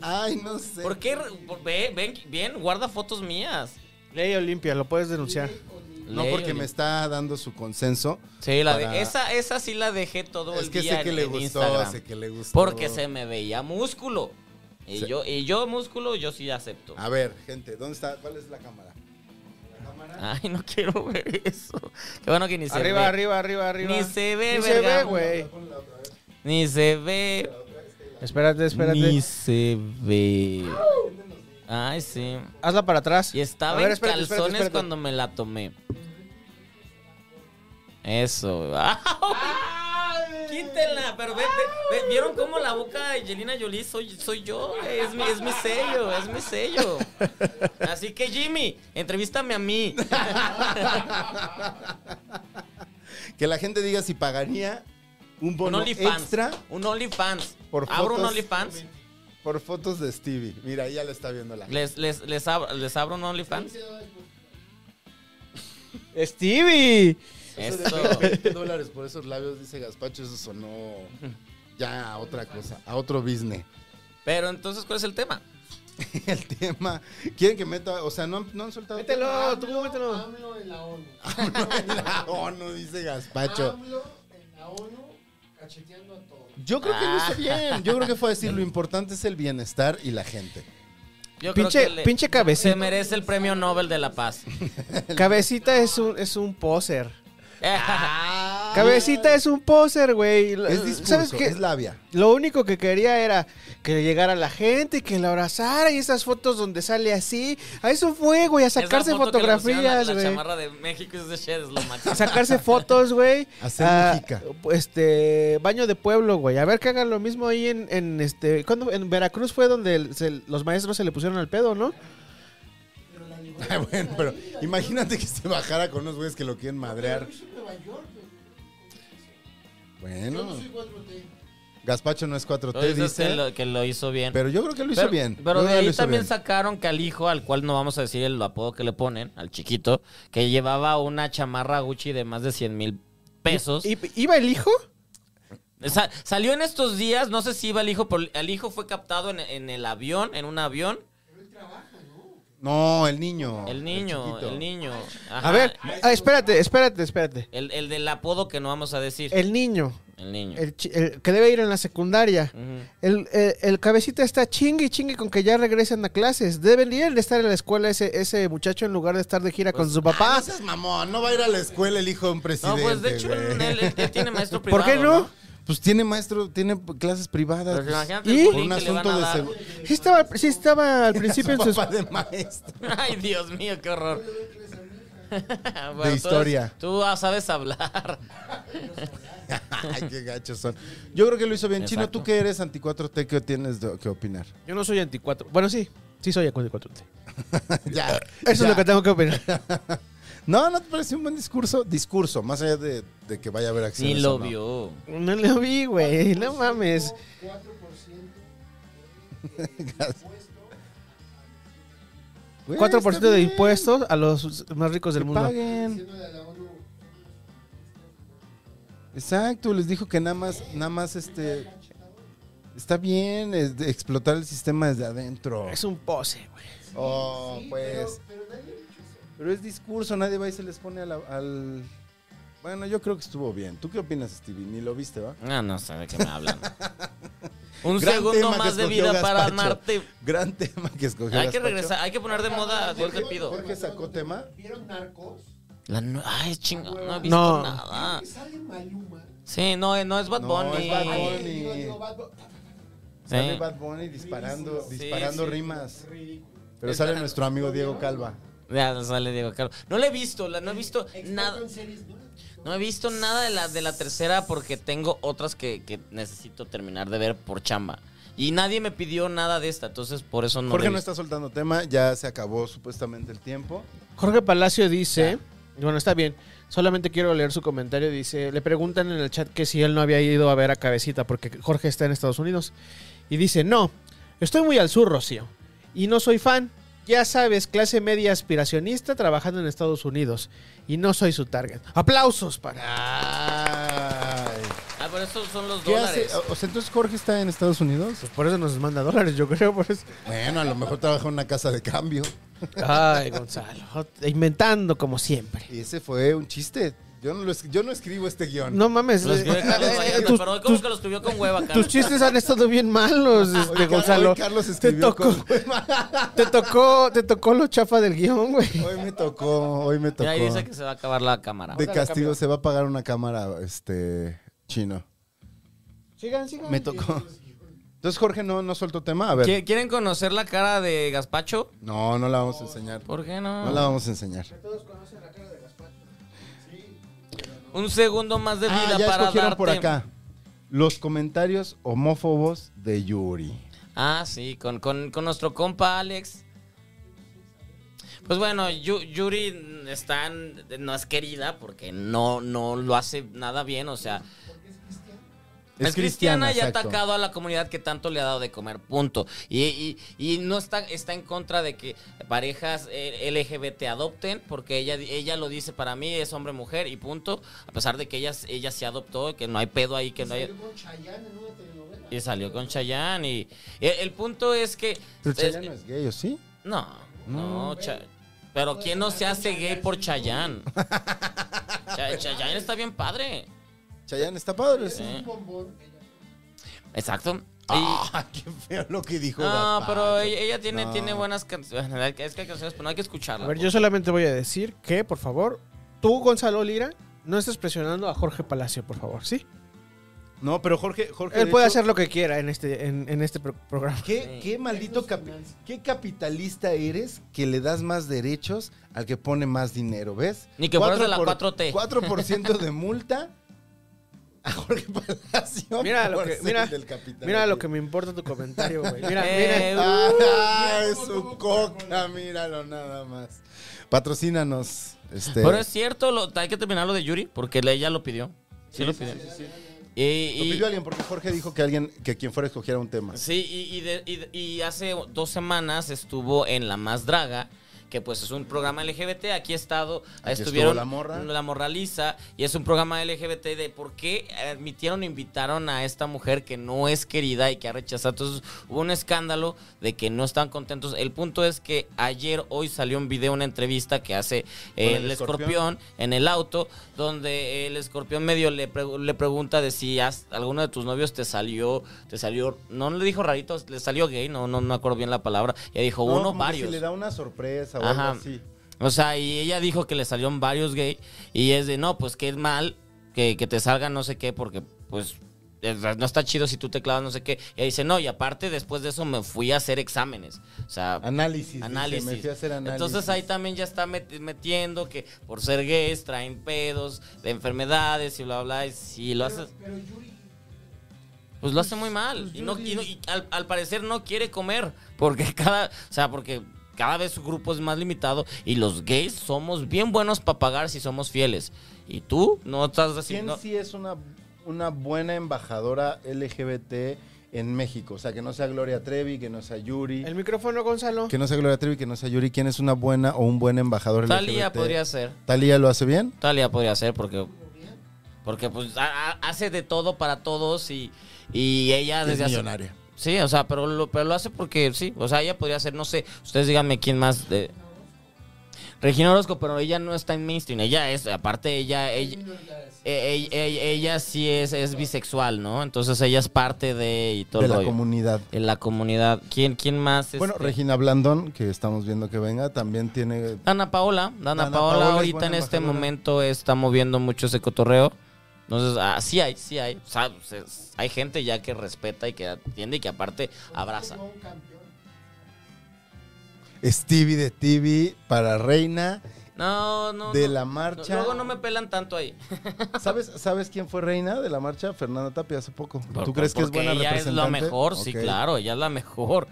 Speaker 1: Ay, no sé.
Speaker 2: ¿Por qué? Por- ve- ven, bien, guarda fotos mías.
Speaker 3: Ley Olimpia, lo puedes denunciar.
Speaker 1: No,
Speaker 2: Ley,
Speaker 1: porque
Speaker 2: Oli-
Speaker 1: me está dando su consenso.
Speaker 2: Sí, la de-
Speaker 1: para-
Speaker 2: esa, esa sí la dejé todo
Speaker 1: Es
Speaker 2: el
Speaker 1: que
Speaker 2: día
Speaker 1: sé que
Speaker 2: en,
Speaker 1: le
Speaker 2: en
Speaker 1: gustó,
Speaker 2: Instagram.
Speaker 1: sé que le gustó.
Speaker 2: Porque se me veía músculo. Y,
Speaker 1: Sí.
Speaker 2: yo, y yo músculo, yo sí acepto.
Speaker 3: Ah.
Speaker 1: A ver, gente, ¿dónde está? ¿Cuál es la cámara?
Speaker 2: Ay, no quiero ver eso. Qué bueno que ni se
Speaker 3: Arriba,
Speaker 2: ve.
Speaker 3: arriba, arriba, arriba.
Speaker 2: Ni se ve,
Speaker 3: Ni se
Speaker 2: verga.
Speaker 3: ve, güey.
Speaker 2: Ni se ve.
Speaker 3: Espérate, espérate.
Speaker 2: Ni se ve. Ay, sí.
Speaker 3: Hazla para atrás.
Speaker 2: Y estaba
Speaker 3: A ver,
Speaker 2: en
Speaker 3: espérate, espérate,
Speaker 2: calzones
Speaker 3: espérate.
Speaker 2: cuando me la tomé. Eso. Quítenla, pero ve, ve- ve- ¿vieron cómo la boca de Angelina Jolie soy, soy yo? güey? Es mi, es mi sello, es mi sello. Así que Jimmy, entrevístame a mí.
Speaker 1: Que la gente diga si pagaría un
Speaker 2: Un
Speaker 1: bono
Speaker 2: OnlyFans.
Speaker 1: extra
Speaker 2: Un OnlyFans.
Speaker 1: Por
Speaker 2: Abro un
Speaker 1: fotos.
Speaker 2: OnlyFans.
Speaker 1: por fotos de Stevie. Mira, ya la está viendo la gente.
Speaker 2: Les, les, les, abro, les abro un OnlyFans.
Speaker 3: Stevie.
Speaker 2: Eso.
Speaker 1: 20 dólares por esos labios, dice Gaspacho, eso sonó ya a otra cosa, a otro business.
Speaker 2: Pero entonces, ¿cuál es el tema?
Speaker 1: El tema, quieren que meta, o sea, no, han- no han soltado. Ah,
Speaker 3: Mételo, tú mételo.
Speaker 6: AMLO en la ONU.
Speaker 1: La ONU, dice Gaspacho.
Speaker 6: AMLO en la ONU cacheteando a todos.
Speaker 1: Yo creo que lo
Speaker 2: Ah.
Speaker 1: hizo bien. Yo creo que fue a decir lo importante es el bienestar y la gente.
Speaker 2: Yo
Speaker 3: Pinche- pinche cabecita.
Speaker 2: Se merece el premio Nobel de la paz.
Speaker 3: Cabecita es un, es un poser.
Speaker 2: Ah,
Speaker 3: Cabecita es un poser, güey.
Speaker 1: Es discurso,
Speaker 3: ¿Sabes qué?
Speaker 1: es labia.
Speaker 3: Lo único que quería era que llegara la gente, que la abrazara y esas fotos donde sale así. A eso fue, güey, a sacarse
Speaker 2: esa foto que le pusieron
Speaker 3: fotografías,
Speaker 2: a La
Speaker 3: güey.
Speaker 2: chamarra de México es de Shed, es lo
Speaker 3: A
Speaker 2: máximo.
Speaker 3: sacarse fotos, güey.
Speaker 1: Hacer
Speaker 3: a,
Speaker 1: mexica.
Speaker 3: Este, baño de pueblo, güey. A ver que hagan lo mismo ahí en, en este. ¿cuándo? En Veracruz fue donde el- se- los maestros se le pusieron al pedo, ¿no?
Speaker 1: Ay, Ah, bueno, pero imagínate que se bajara con unos güeyes que lo quieren madrear. Bueno, Gaspacho no es 4T,
Speaker 2: Tú dices
Speaker 1: dice.
Speaker 2: que lo, que lo hizo bien.
Speaker 1: Pero yo creo que lo hizo
Speaker 2: Pero-
Speaker 1: bien. Yo
Speaker 2: Pero de
Speaker 1: creo que lo
Speaker 2: ahí
Speaker 1: hizo
Speaker 2: también
Speaker 1: bien.
Speaker 2: sacaron que al hijo, al cual no vamos a decir el apodo que le ponen, al chiquito, que llevaba una chamarra Gucci de más de 100 mil pesos.
Speaker 3: ¿I- ¿Iba el hijo?
Speaker 2: Sa- salió en estos días, no sé si iba el hijo, pero el hijo fue captado en, en el avión, en un avión.
Speaker 1: No, el niño.
Speaker 2: El niño, el,
Speaker 1: chiquito.
Speaker 2: niño.
Speaker 3: a
Speaker 2: Ajá.
Speaker 3: ver, ah, espérate, espérate, espérate.
Speaker 2: El, el del apodo que no vamos a decir. El,
Speaker 3: El niño,
Speaker 2: niño.
Speaker 3: el chi- el que debe ir en la secundaria.
Speaker 2: Ujú.
Speaker 3: El, el- el cabecita está chingue y chingue con que ya regresen a clases. Deberían de estar en la escuela ese, ese muchacho en lugar de estar de gira con su
Speaker 1: Ah,
Speaker 3: papá.
Speaker 1: no seas mamón, no va a ir a la escuela el hijo de un
Speaker 2: No,
Speaker 1: presidente.
Speaker 2: pues de hecho
Speaker 1: güey.
Speaker 2: él, él- él tiene maestro privado.
Speaker 3: ¿Por qué no?
Speaker 1: Pues tiene maestro, tiene clases privadas.
Speaker 2: Pero
Speaker 1: pues,
Speaker 2: imagínate
Speaker 3: ¿Y?
Speaker 2: el
Speaker 1: por
Speaker 2: bullying
Speaker 1: un
Speaker 2: que le van
Speaker 1: asunto
Speaker 2: a
Speaker 1: de
Speaker 2: dar.
Speaker 1: seguridad.
Speaker 3: Sí estaba, sí estaba al principio en sus...
Speaker 1: Papá de maestro.
Speaker 2: Ay, Dios mío, qué horror. Bueno, tú
Speaker 1: historia.
Speaker 2: eres- Tú, ah, sabes hablar.
Speaker 1: Ay, qué gachos son. Yo creo que lo hizo bien. Chino,
Speaker 2: Exacto.
Speaker 1: ¿tú qué eres anti-4T? ¿Qué tienes de- que opinar?
Speaker 3: Yo no soy anticuatro. Bueno, sí, sí soy anticuatro. Eso
Speaker 1: ya.
Speaker 3: es
Speaker 1: ya.
Speaker 3: lo que tengo que opinar.
Speaker 1: No, ¿no te pareció un buen discurso? Discurso, más allá de, de que vaya a haber acciones.
Speaker 2: Ni lo
Speaker 1: o no.
Speaker 2: vio.
Speaker 3: No lo vi, güey. No mames.
Speaker 1: 4%
Speaker 3: 4% de impuestos a los más ricos del
Speaker 1: Pues, Que
Speaker 3: mundo.
Speaker 1: paguen. Exacto, les dijo que nada más, nada más este. Está bien es de explotar el sistema desde adentro.
Speaker 3: Es un pose, güey.
Speaker 1: Oh, pues. Pero, es discurso, nadie va y se les pone a la- al. Bueno, yo creo que estuvo bien. ¿Tú qué opinas, Stevie? Ni lo viste, ¿va?
Speaker 2: Ah, no sé de qué me hablan. Un
Speaker 1: Gran
Speaker 2: segundo
Speaker 1: tema que
Speaker 2: más de
Speaker 1: escogió
Speaker 2: vida para
Speaker 1: Gaspacho.
Speaker 2: amarte.
Speaker 1: Gran tema que escogió.
Speaker 2: Hay que
Speaker 1: Gaspacho.
Speaker 2: regresar, hay que poner de moda, yo te pido.
Speaker 1: Jorge sacó tema.
Speaker 6: ¿Vieron Narcos?
Speaker 2: La nu- Ay, chingada, no he visto
Speaker 3: No.
Speaker 2: nada.
Speaker 6: Que sale Maluma.
Speaker 2: Sí, no, eh, no es Bad
Speaker 1: No,
Speaker 2: Bunny.
Speaker 1: es Bad Bunny.
Speaker 6: Eh, digo, digo, Bad Bunny.
Speaker 2: Sí.
Speaker 1: Sale Bad Bunny disparando,
Speaker 2: Sí,
Speaker 1: disparando
Speaker 2: sí.
Speaker 1: rimas.
Speaker 6: Ridículo.
Speaker 1: Pero
Speaker 2: Es
Speaker 1: sale
Speaker 2: la-
Speaker 1: nuestro amigo Diego Calva.
Speaker 2: Ya sale Diego Carlos. No la he visto, la, no he visto
Speaker 6: Experto
Speaker 2: nada.
Speaker 6: en series, ¿no?
Speaker 2: No he visto nada de la, de la tercera porque tengo otras que, que necesito terminar de ver por chamba. Y nadie me pidió nada de esta, entonces por eso no.
Speaker 1: Jorge
Speaker 2: la he
Speaker 1: no
Speaker 2: visto.
Speaker 1: está soltando tema, ya se acabó supuestamente el tiempo.
Speaker 3: Jorge Palacio dice, bueno, está bien, solamente quiero leer su comentario, dice, le preguntan en el chat que si él no había ido a ver a Cabecita porque Jorge está en Estados Unidos. Y dice, no, estoy muy al sur, Rocío, y no soy fan. Ya sabes, clase media aspiracionista trabajando en Estados Unidos. Y no soy su target. ¡Aplausos para...
Speaker 1: Ay.
Speaker 2: Ah, pero esos son los
Speaker 1: ¿Qué hace?
Speaker 2: dólares.
Speaker 1: O sea, entonces Jorge está en Estados Unidos.
Speaker 3: Pues por eso nos manda dólares, yo creo. Por eso.
Speaker 1: Bueno, a lo mejor trabaja en una casa de cambio.
Speaker 3: Ay, Gonzalo. Inventando como siempre.
Speaker 1: Y ese fue un chiste. Yo no, lo es- yo no escribo este guión.
Speaker 3: No mames.
Speaker 2: Los
Speaker 3: eh,
Speaker 2: escribió Carlos
Speaker 3: eh,
Speaker 2: Vallarta,
Speaker 3: tus-
Speaker 2: pero hoy como
Speaker 3: tus-
Speaker 2: que los escribió con hueva, Carlos.
Speaker 3: Tus chistes han estado bien malos, este,
Speaker 1: Hoy Car-
Speaker 3: Gonzalo.
Speaker 1: hoy Carlos escribió
Speaker 3: te tocó,
Speaker 1: con-
Speaker 3: te tocó, te tocó lo chafa del guión, güey.
Speaker 1: Hoy me tocó, hoy me
Speaker 2: Y
Speaker 1: tocó.
Speaker 2: ahí dice que se va a acabar la cámara.
Speaker 1: De castigo se va a pagar una cámara este chino.
Speaker 3: Sigan, sigan.
Speaker 1: Me tocó. Entonces Jorge no, no soltó tema. A ver.
Speaker 2: ¿Qui- ¿Quieren conocer la cara de Gaspacho?
Speaker 1: No, no la vamos a enseñar.
Speaker 2: ¿Por qué Pues no?
Speaker 1: No la vamos a enseñar.
Speaker 2: Un segundo más de vida
Speaker 1: Ah, ya
Speaker 2: para
Speaker 1: escogieron
Speaker 2: darte.
Speaker 1: por acá. Los comentarios homófobos de Yuri.
Speaker 2: Ah, sí, con, con- con nuestro compa Alex. Pues bueno, Yu- Yuri está en- no es querida porque no, no lo hace nada bien, o sea, es, cristiana, y ha
Speaker 1: exacto.
Speaker 2: atacado a la comunidad que tanto le ha dado de comer, punto. Y, y- y no está, está en contra de que parejas eh, LGBT adopten, porque ella, ella lo dice para mí, es hombre-mujer y punto. A pesar de que ella, ella se adoptó, que no hay pedo ahí, que no hay...
Speaker 6: Salió con Chayanne en una telenovela.
Speaker 2: Y salió con Chayanne y... El, el punto es que...
Speaker 1: Pero
Speaker 2: es-
Speaker 1: Chayanne no es gay, ¿o sí?
Speaker 2: no, no, Cha-
Speaker 6: pues,
Speaker 2: pero ¿quién no se hace gay por Chayanne? Cha- Chayanne está bien padre.
Speaker 1: Chayanne está padre.
Speaker 2: Sí.
Speaker 6: Un bombón.
Speaker 2: Exacto. Y-
Speaker 1: Ah, qué feo lo que dijo.
Speaker 2: no,
Speaker 1: Gaspar.
Speaker 2: pero ella, ella tiene,
Speaker 1: No.
Speaker 2: tiene buenas canciones. Es que hay canciones, pero no hay que escucharlas.
Speaker 3: A ver, yo solamente voy a decir que, por favor, tú, Gonzalo Lira, no estés presionando a Jorge Palacio, por favor, ¿sí?
Speaker 1: No, pero Jorge, Jorge.
Speaker 3: Él
Speaker 1: de
Speaker 3: puede
Speaker 1: hecho,
Speaker 3: hacer lo que quiera en este, en, en este pro- programa.
Speaker 1: ¿Qué,
Speaker 2: Sí.
Speaker 1: qué maldito capi- qué capitalista eres que le das más derechos al que pone más dinero, ¿ves?
Speaker 2: Ni que fueras de la 4T.
Speaker 1: 4% de multa a Jorge Palacio.
Speaker 3: Mira lo
Speaker 1: por
Speaker 3: que-
Speaker 1: ser
Speaker 3: mira-
Speaker 1: del capitalismo.
Speaker 3: Mira lo que me importa tu comentario, güey. Mira,
Speaker 2: Eh,
Speaker 3: mira.
Speaker 1: Ah, es su coca, míralo nada más. Patrocínanos. Este,
Speaker 2: Pero es cierto, lo- hay que terminar lo de Yuri, porque le- ella lo pidió. Sí, lo pidió. Y,
Speaker 1: lo
Speaker 2: y-
Speaker 1: pidió alguien porque Jorge dijo que alguien que quien fuera escogiera un tema.
Speaker 2: Sí, y, y de- y de- y hace dos semanas estuvo en La Más Draga, que pues es un programa LGBT. Aquí ha estado,
Speaker 1: Aquí
Speaker 2: estuvieron
Speaker 1: estuvo La Morra.
Speaker 2: La Morraliza, y es un programa LGBT de por qué admitieron, invitaron a esta mujer que no es querida y que ha rechazado. Entonces hubo un escándalo de que no están contentos. El punto es que ayer, hoy salió un video, una entrevista que hace eh,
Speaker 1: el
Speaker 2: el,
Speaker 1: escorpión.
Speaker 2: escorpión escorpión en el auto, donde el escorpión medio le, pregu- le pregunta de si has- alguno de tus novios te salió, te salió, no le dijo rarito, le salió gay, no, no, no me acuerdo bien la palabra. Ella dijo
Speaker 1: No, como
Speaker 2: uno,
Speaker 1: que
Speaker 2: varios.
Speaker 1: si le da una sorpresa o
Speaker 2: Ajá.
Speaker 1: algo así.
Speaker 2: O sea, y ella dijo que le salieron varios gay, y es de no, pues que es mal que, que te salgan no sé qué, porque pues es- no está chido si tú te clavas no sé qué. Y ella dice, no, y aparte después de eso me fui a hacer exámenes. O sea,
Speaker 1: Análisis. dice,
Speaker 2: análisis.
Speaker 1: me fui a hacer análisis.
Speaker 2: Entonces ahí también ya está met- metiendo que por ser gays traen pedos de enfermedades y bla, bla, y si lo haces... Pues lo hace muy mal. Y, no, y no- y al, al parecer no quiere comer. Porque cada... O sea, porque cada vez su grupo es más limitado y los gays somos bien buenos para pagar si somos fieles. Y tú no estás
Speaker 1: ¿Quién
Speaker 2: haciendo...
Speaker 1: sí es una, una buena embajadora LGBT en México? O sea, que no sea Gloria Trevi, que no sea Yuri.
Speaker 3: El micrófono, Gonzalo.
Speaker 1: Que no sea Gloria Trevi, que no sea Yuri. ¿Quién es una buena o un buen embajador LGBT?
Speaker 2: Talía podría ser.
Speaker 1: ¿Talía lo hace bien?
Speaker 2: Talía podría ser porque... Porque pues a- a- hace de todo para todos y, y ella desde
Speaker 1: es
Speaker 2: hace...
Speaker 1: millonaria.
Speaker 2: Sí, o sea, pero lo, pero lo hace porque sí. O sea, ella podría ser, no sé, ustedes díganme quién más de. Regina Orozco, pero ella no está en mainstream. Ella es, aparte, ella. Ella, e- e- e- ella sí es, es bisexual, ¿no? Entonces ella es parte de. Y todo
Speaker 1: de
Speaker 2: el
Speaker 1: la
Speaker 2: rollo.
Speaker 1: comunidad.
Speaker 2: En la comunidad. ¿Quién, quién más?
Speaker 1: Bueno,
Speaker 2: este?
Speaker 1: Regina Blandón, que estamos viendo que venga, también tiene...
Speaker 2: Dana Paola. Dana,
Speaker 1: Dana
Speaker 2: Paola,
Speaker 1: Paola es
Speaker 2: ahorita
Speaker 1: buena
Speaker 2: en este
Speaker 1: embajadora.
Speaker 2: momento está moviendo mucho ese cotorreo. Entonces, ah, sí hay, sí hay. O sea, pues, es- hay gente ya que respeta y que atiende y que aparte abraza.
Speaker 1: Stevie de TV para reina
Speaker 2: No, no.
Speaker 1: de
Speaker 2: no.
Speaker 1: la marcha.
Speaker 2: Luego no me pelan tanto ahí.
Speaker 1: ¿Sabes, ¿Sabes quién fue reina de la marcha? Fernanda Tapia hace poco. ¿Tú crees que es
Speaker 2: Porque
Speaker 1: buena
Speaker 2: ella
Speaker 1: representante?
Speaker 2: es la mejor, sí,
Speaker 1: Ok.
Speaker 2: claro, ella es la mejor.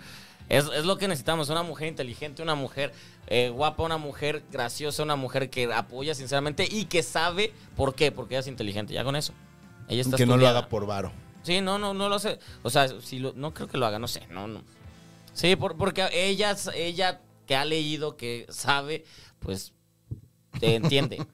Speaker 2: Es, es lo que necesitamos, una mujer inteligente, una mujer eh, guapa, una mujer graciosa, una mujer que apoya sinceramente y que sabe por qué, porque ella es inteligente, ya con eso. Ella está
Speaker 1: Que no lo
Speaker 2: estudiada.
Speaker 1: haga por varo.
Speaker 2: Sí, no, no, no lo hace. O sea, si lo- no creo que lo haga, no sé, no, no. Sí, por- porque ella, ella que ha leído, que sabe, pues te entiende.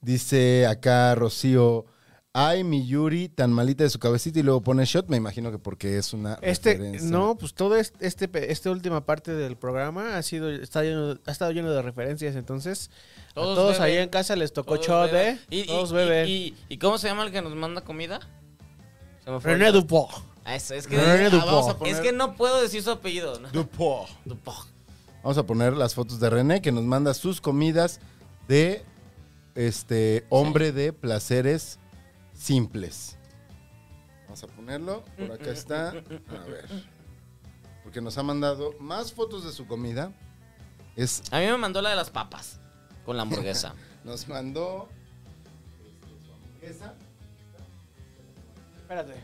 Speaker 1: Dice acá Rocío, ay, mi Yuri tan malita de su cabecita y luego pone shot. Me imagino que porque es una
Speaker 3: Este,
Speaker 1: referencia.
Speaker 3: no, pues todo es- este, pe- esta última parte del programa ha sido, está lleno, ha estado lleno de referencias, entonces a
Speaker 2: Todos
Speaker 3: todos,
Speaker 2: beben.
Speaker 3: ahí en casa les tocó
Speaker 2: Todos
Speaker 3: shot,
Speaker 2: beben.
Speaker 3: ¿eh?
Speaker 2: Y- y-
Speaker 3: todos
Speaker 2: y-
Speaker 3: beben.
Speaker 2: Y, y cómo se llama el que nos manda comida? Se me fue el
Speaker 3: René
Speaker 2: nombre.
Speaker 3: Dupont.
Speaker 2: Ah, Es, es que,
Speaker 3: René
Speaker 2: ah,
Speaker 3: Dupont.
Speaker 2: vamos a poner- es que no puedo decir su apellido. ¿no?
Speaker 1: Dupont.
Speaker 2: Dupont.
Speaker 1: Vamos a poner las fotos de René que nos manda sus comidas de este hombre de placeres simples. Vamos a ponerlo. Por acá está. A ver. Porque nos ha mandado más fotos de su comida. Es,
Speaker 2: A mí me mandó la de las papas con la hamburguesa.
Speaker 1: nos mandó. este, Esa.
Speaker 3: Espérate.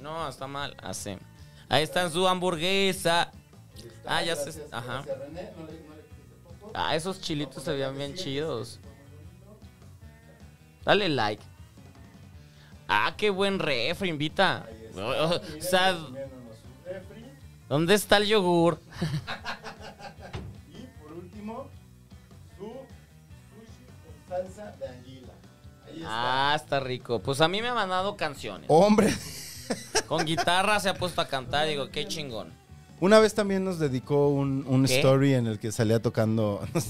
Speaker 2: no, está mal. Así. Ahí está en su hamburguesa. Ah, ya se. Ajá. Ah, esos chilitos se veían bien chidos. Dale like. Ah, qué buen refri, invita. O sea, ¿dónde está el yogur?
Speaker 1: Y por último, su sushi con salsa de anguila. Ahí está. Oh.
Speaker 2: Ah, está rico. Pues a mí me han mandado canciones.
Speaker 1: Hombre.
Speaker 2: Con guitarra se ha puesto a cantar. Digo, qué chingón.
Speaker 1: Una vez también nos dedicó un, un
Speaker 2: ¿Qué?
Speaker 1: story en el que salía tocando. Nos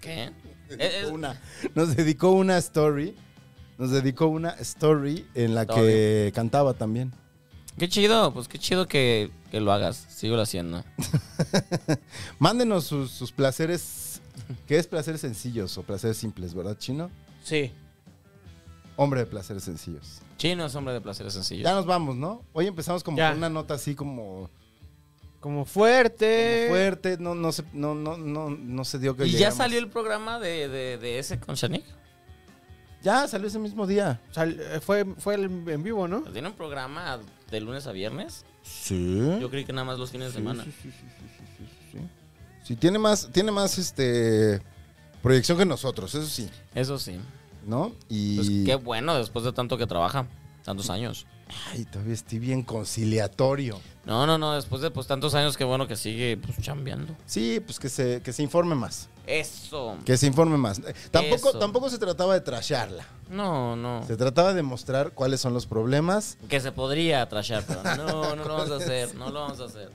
Speaker 2: ¿Qué? Es-
Speaker 1: dedicó,
Speaker 2: es-
Speaker 1: una, nos dedicó una story. Nos dedicó una story en la que cantaba también.
Speaker 2: qué chido, pues qué chido que, que lo hagas. Sigo lo haciendo.
Speaker 1: Mándenos sus, sus placeres. ¿Qué es placeres sencillos o placeres simples, verdad, chino?
Speaker 3: Sí.
Speaker 1: Hombre de placeres sencillos.
Speaker 2: Chino es hombre de placeres sencillos.
Speaker 1: Ya nos vamos, ¿no? Hoy empezamos como
Speaker 3: Ya.
Speaker 1: con una nota así como, como
Speaker 3: Como fuerte.
Speaker 1: fuerte. No, no, se, no, no, no, no se dio que
Speaker 2: Eh. ¿Y ya
Speaker 1: llegamos.
Speaker 2: salió el programa de, de- de ese con Shanik?
Speaker 1: Ya salió ese mismo día.
Speaker 3: Sal- eh, fue, fue el- en vivo, ¿no?
Speaker 2: ¿Tiene un programa de lunes a viernes?
Speaker 1: Sí.
Speaker 2: Yo creí que nada más los fines de semana.
Speaker 1: Sí, tiene más, tiene más este proyección que nosotros, eso sí,
Speaker 2: Eso sí.
Speaker 1: ¿no?
Speaker 2: Pues
Speaker 1: Y ¿Mm?
Speaker 2: qué bueno después de tanto que trabaja. Tantos años.
Speaker 1: ay, todavía estoy bien conciliatorio.
Speaker 2: No, no, no. Después de pues, tantos años, qué bueno que sigue pues, chambeando.
Speaker 1: Sí, pues que se, que se informe más.
Speaker 2: Eso.
Speaker 1: Que se informe más. Eh, Tampoco,
Speaker 2: Eso.
Speaker 1: tampoco se trataba de trasharla.
Speaker 2: No, no.
Speaker 1: Se trataba de mostrar cuáles son los problemas,
Speaker 2: Que se podría trashar, pero no, no lo vamos a hacer, no lo vamos a hacer.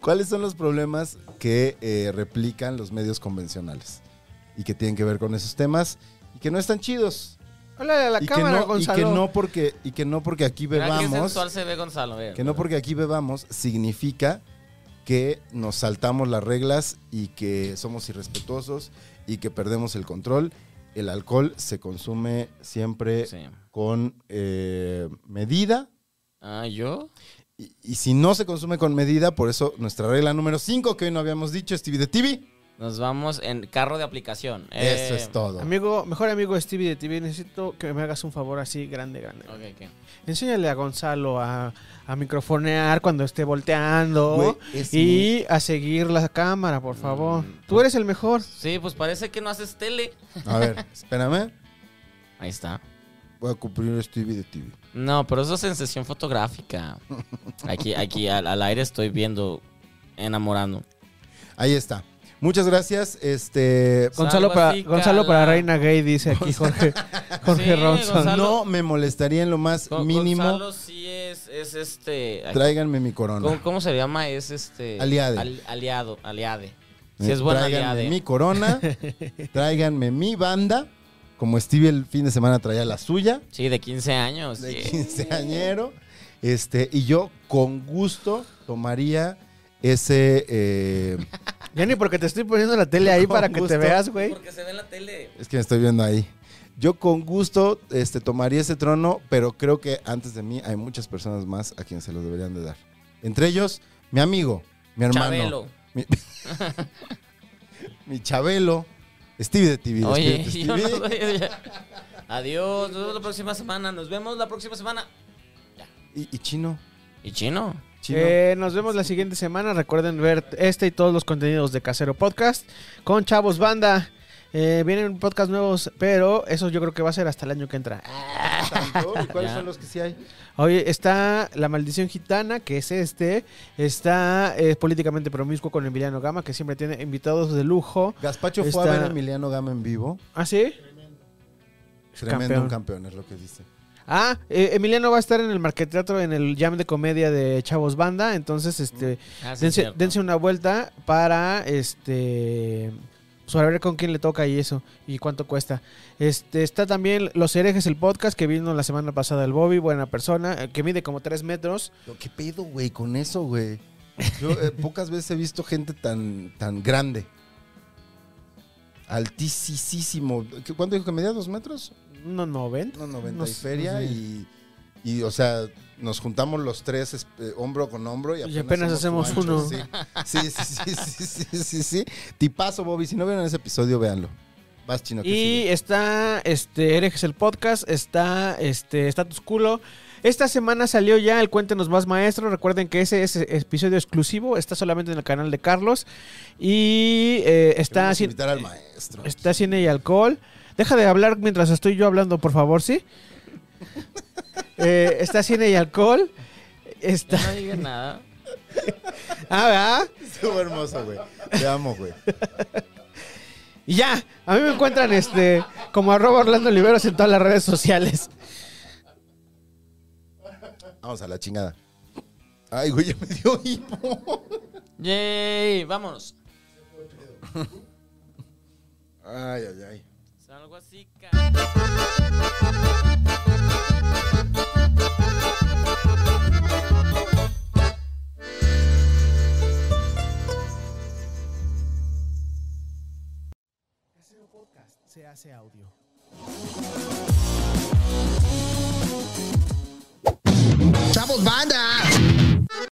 Speaker 1: cuáles son los problemas que eh, replican los medios convencionales y que tienen que ver con esos temas y que no están chidos.
Speaker 3: Hola a la
Speaker 1: y,
Speaker 3: cámara,
Speaker 1: que no, y
Speaker 3: Gonzalo.
Speaker 1: que no porque y que no porque aquí
Speaker 2: Mira qué
Speaker 1: bebamos.
Speaker 2: sensual se ve Gonzalo. mira.
Speaker 1: Que no porque aquí bebamos significa que nos saltamos las reglas y que somos irrespetuosos y que perdemos el control. El alcohol se consume siempre
Speaker 2: Sí.
Speaker 1: con eh, medida.
Speaker 2: Ah, ¿yo?
Speaker 1: Y, y si no se consume con medida, por eso nuestra regla número 5 que hoy no habíamos dicho, Stevie de TV.
Speaker 2: Nos vamos en carro de aplicación.
Speaker 1: Eso
Speaker 2: Eh,
Speaker 1: es todo.
Speaker 3: Amigo, mejor amigo Stevie de TV, necesito que me hagas un favor así grande, grande.
Speaker 2: Ok, ok.
Speaker 3: Enséñale a Gonzalo a, a microfonear cuando esté volteando
Speaker 1: Güey, es
Speaker 3: y a seguir la cámara, por favor.
Speaker 2: Mm.
Speaker 3: Tú eres el mejor.
Speaker 2: Sí, pues parece que no haces tele.
Speaker 1: A ver, espérame.
Speaker 2: Ahí está.
Speaker 1: Voy a cumplir Stevie de TV.
Speaker 2: No, pero eso es en sesión fotográfica. Aquí, aquí al, al aire estoy viendo enamorando.
Speaker 1: Ahí está. Muchas gracias. Este.
Speaker 3: Gonzalo,
Speaker 2: Salva
Speaker 3: para,
Speaker 2: así,
Speaker 3: Gonzalo para
Speaker 2: cala.
Speaker 3: Reina Gay dice aquí Jorge, Jorge
Speaker 2: Sí,
Speaker 3: Ronson.
Speaker 2: Gonzalo.
Speaker 1: No me molestaría en lo más
Speaker 2: Go-
Speaker 1: mínimo.
Speaker 2: Gonzalo sí es, es este. ay,
Speaker 1: Tráiganme mi corona.
Speaker 2: ¿cómo, cómo se llama? Es este.
Speaker 1: Aliade.
Speaker 2: al- aliado, aliade.
Speaker 1: Eh,
Speaker 2: Si es buena
Speaker 1: tráiganme
Speaker 2: aliade.
Speaker 1: mi corona. tráiganme mi banda. Como Stevie el fin de semana traía la suya.
Speaker 2: Sí, de 15 años.
Speaker 1: de
Speaker 2: sí.
Speaker 1: quinceañero. Este, y yo con gusto tomaría ese. eh,
Speaker 3: Ya ni porque te estoy poniendo la tele ahí
Speaker 1: Con
Speaker 3: para que te
Speaker 1: gusto.
Speaker 3: veas, güey.
Speaker 2: Porque se ve en la tele.
Speaker 1: es que me estoy viendo ahí. Yo con gusto este, tomaría ese trono, pero creo que antes de mí hay muchas personas más a quienes se lo deberían de dar. Entre ellos, mi amigo, mi hermano.
Speaker 2: Chabelo.
Speaker 1: Mi, mi Chabelo. Stevie de TV.
Speaker 2: Oye,
Speaker 1: despídete,
Speaker 2: yo no
Speaker 1: Stevie.
Speaker 2: soy- ya. Adiós, nos vemos la próxima semana. Nos vemos la próxima semana.
Speaker 1: y, y Chino.
Speaker 2: ¿Y chino?
Speaker 1: Chino.
Speaker 3: Eh, nos vemos la siguiente semana. Recuerden ver este y todos los contenidos de Casero Podcast con Chavos Banda. Eh, vienen podcasts nuevos, pero eso yo creo que va a ser hasta el año que entra.
Speaker 1: ¿Tanto? ¿Y ¿Cuáles
Speaker 2: Ya.
Speaker 1: son los que sí hay?
Speaker 3: Hoy está La Maldición Gitana, que es este. Está eh, Políticamente Promiscuo con Emiliano Gama, que siempre tiene invitados de lujo.
Speaker 1: Gaspacho fue
Speaker 3: Está-
Speaker 1: a ver a Emiliano Gama en vivo.
Speaker 3: ¿Ah, sí?
Speaker 1: Tremendo
Speaker 3: Campeón.
Speaker 1: campeón. es lo que dice.
Speaker 3: Ah, eh, Emiliano va a estar en el Marqueteatro en el jam de comedia de Chavos Banda. Entonces, este.
Speaker 2: Ah, sí,
Speaker 3: dense,
Speaker 2: cierto.
Speaker 3: dense una vuelta para este sobre ver con quién le toca y eso y cuánto cuesta. Este está también Los herejes el podcast que vino la semana pasada el Bobby, buena persona, eh, que mide como 3 metros.
Speaker 1: Pero, ¿Qué pedo, güey, con eso, güey? Yo eh, pocas veces he visto gente tan, tan grande. Altísimo. ¿Cuánto dijo que medía? ¿Dos metros?
Speaker 3: No 90.
Speaker 1: No, 90
Speaker 3: No
Speaker 1: y
Speaker 3: sé,
Speaker 1: feria.
Speaker 3: no sé.
Speaker 1: y, y, o sea, nos juntamos los tres es- eh, hombro con hombro y apenas,
Speaker 3: apenas hacemos
Speaker 1: su ancho,
Speaker 3: uno.
Speaker 1: Sí, sí, sí, sí, sí, sí, sí, sí, sí. Tipazo, Bobby. Si no vieron ese episodio, véanlo. Vas, chino. que
Speaker 3: Y
Speaker 1: sigue.
Speaker 3: está este herejes el podcast, está este status culo. Esta semana salió ya el Cuéntenos Más Maestro. Recuerden que ese es episodio exclusivo. Está solamente en el canal de Carlos. Y eh, está...
Speaker 1: Queremos
Speaker 3: haci-
Speaker 1: invitar al maestro.
Speaker 3: Está cine y alcohol. Deja de hablar mientras estoy yo hablando, por favor, ¿sí? Eh, está cine y alcohol.
Speaker 2: Ya
Speaker 3: Está...
Speaker 2: no digas nada.
Speaker 3: Ah, ¿verdad?
Speaker 1: Estuvo hermoso, güey. Te amo, güey.
Speaker 3: Y ya. A mí me encuentran este como arroba Orlando Oliveros en todas las redes sociales.
Speaker 1: Vamos a la chingada. Ay, güey, ya me dio hipo.
Speaker 2: Yay, vámonos.
Speaker 1: Ay, ay, ay.
Speaker 2: Algo así, ca-
Speaker 7: Casero Podcast se hace audio. ¡Chavos, banda!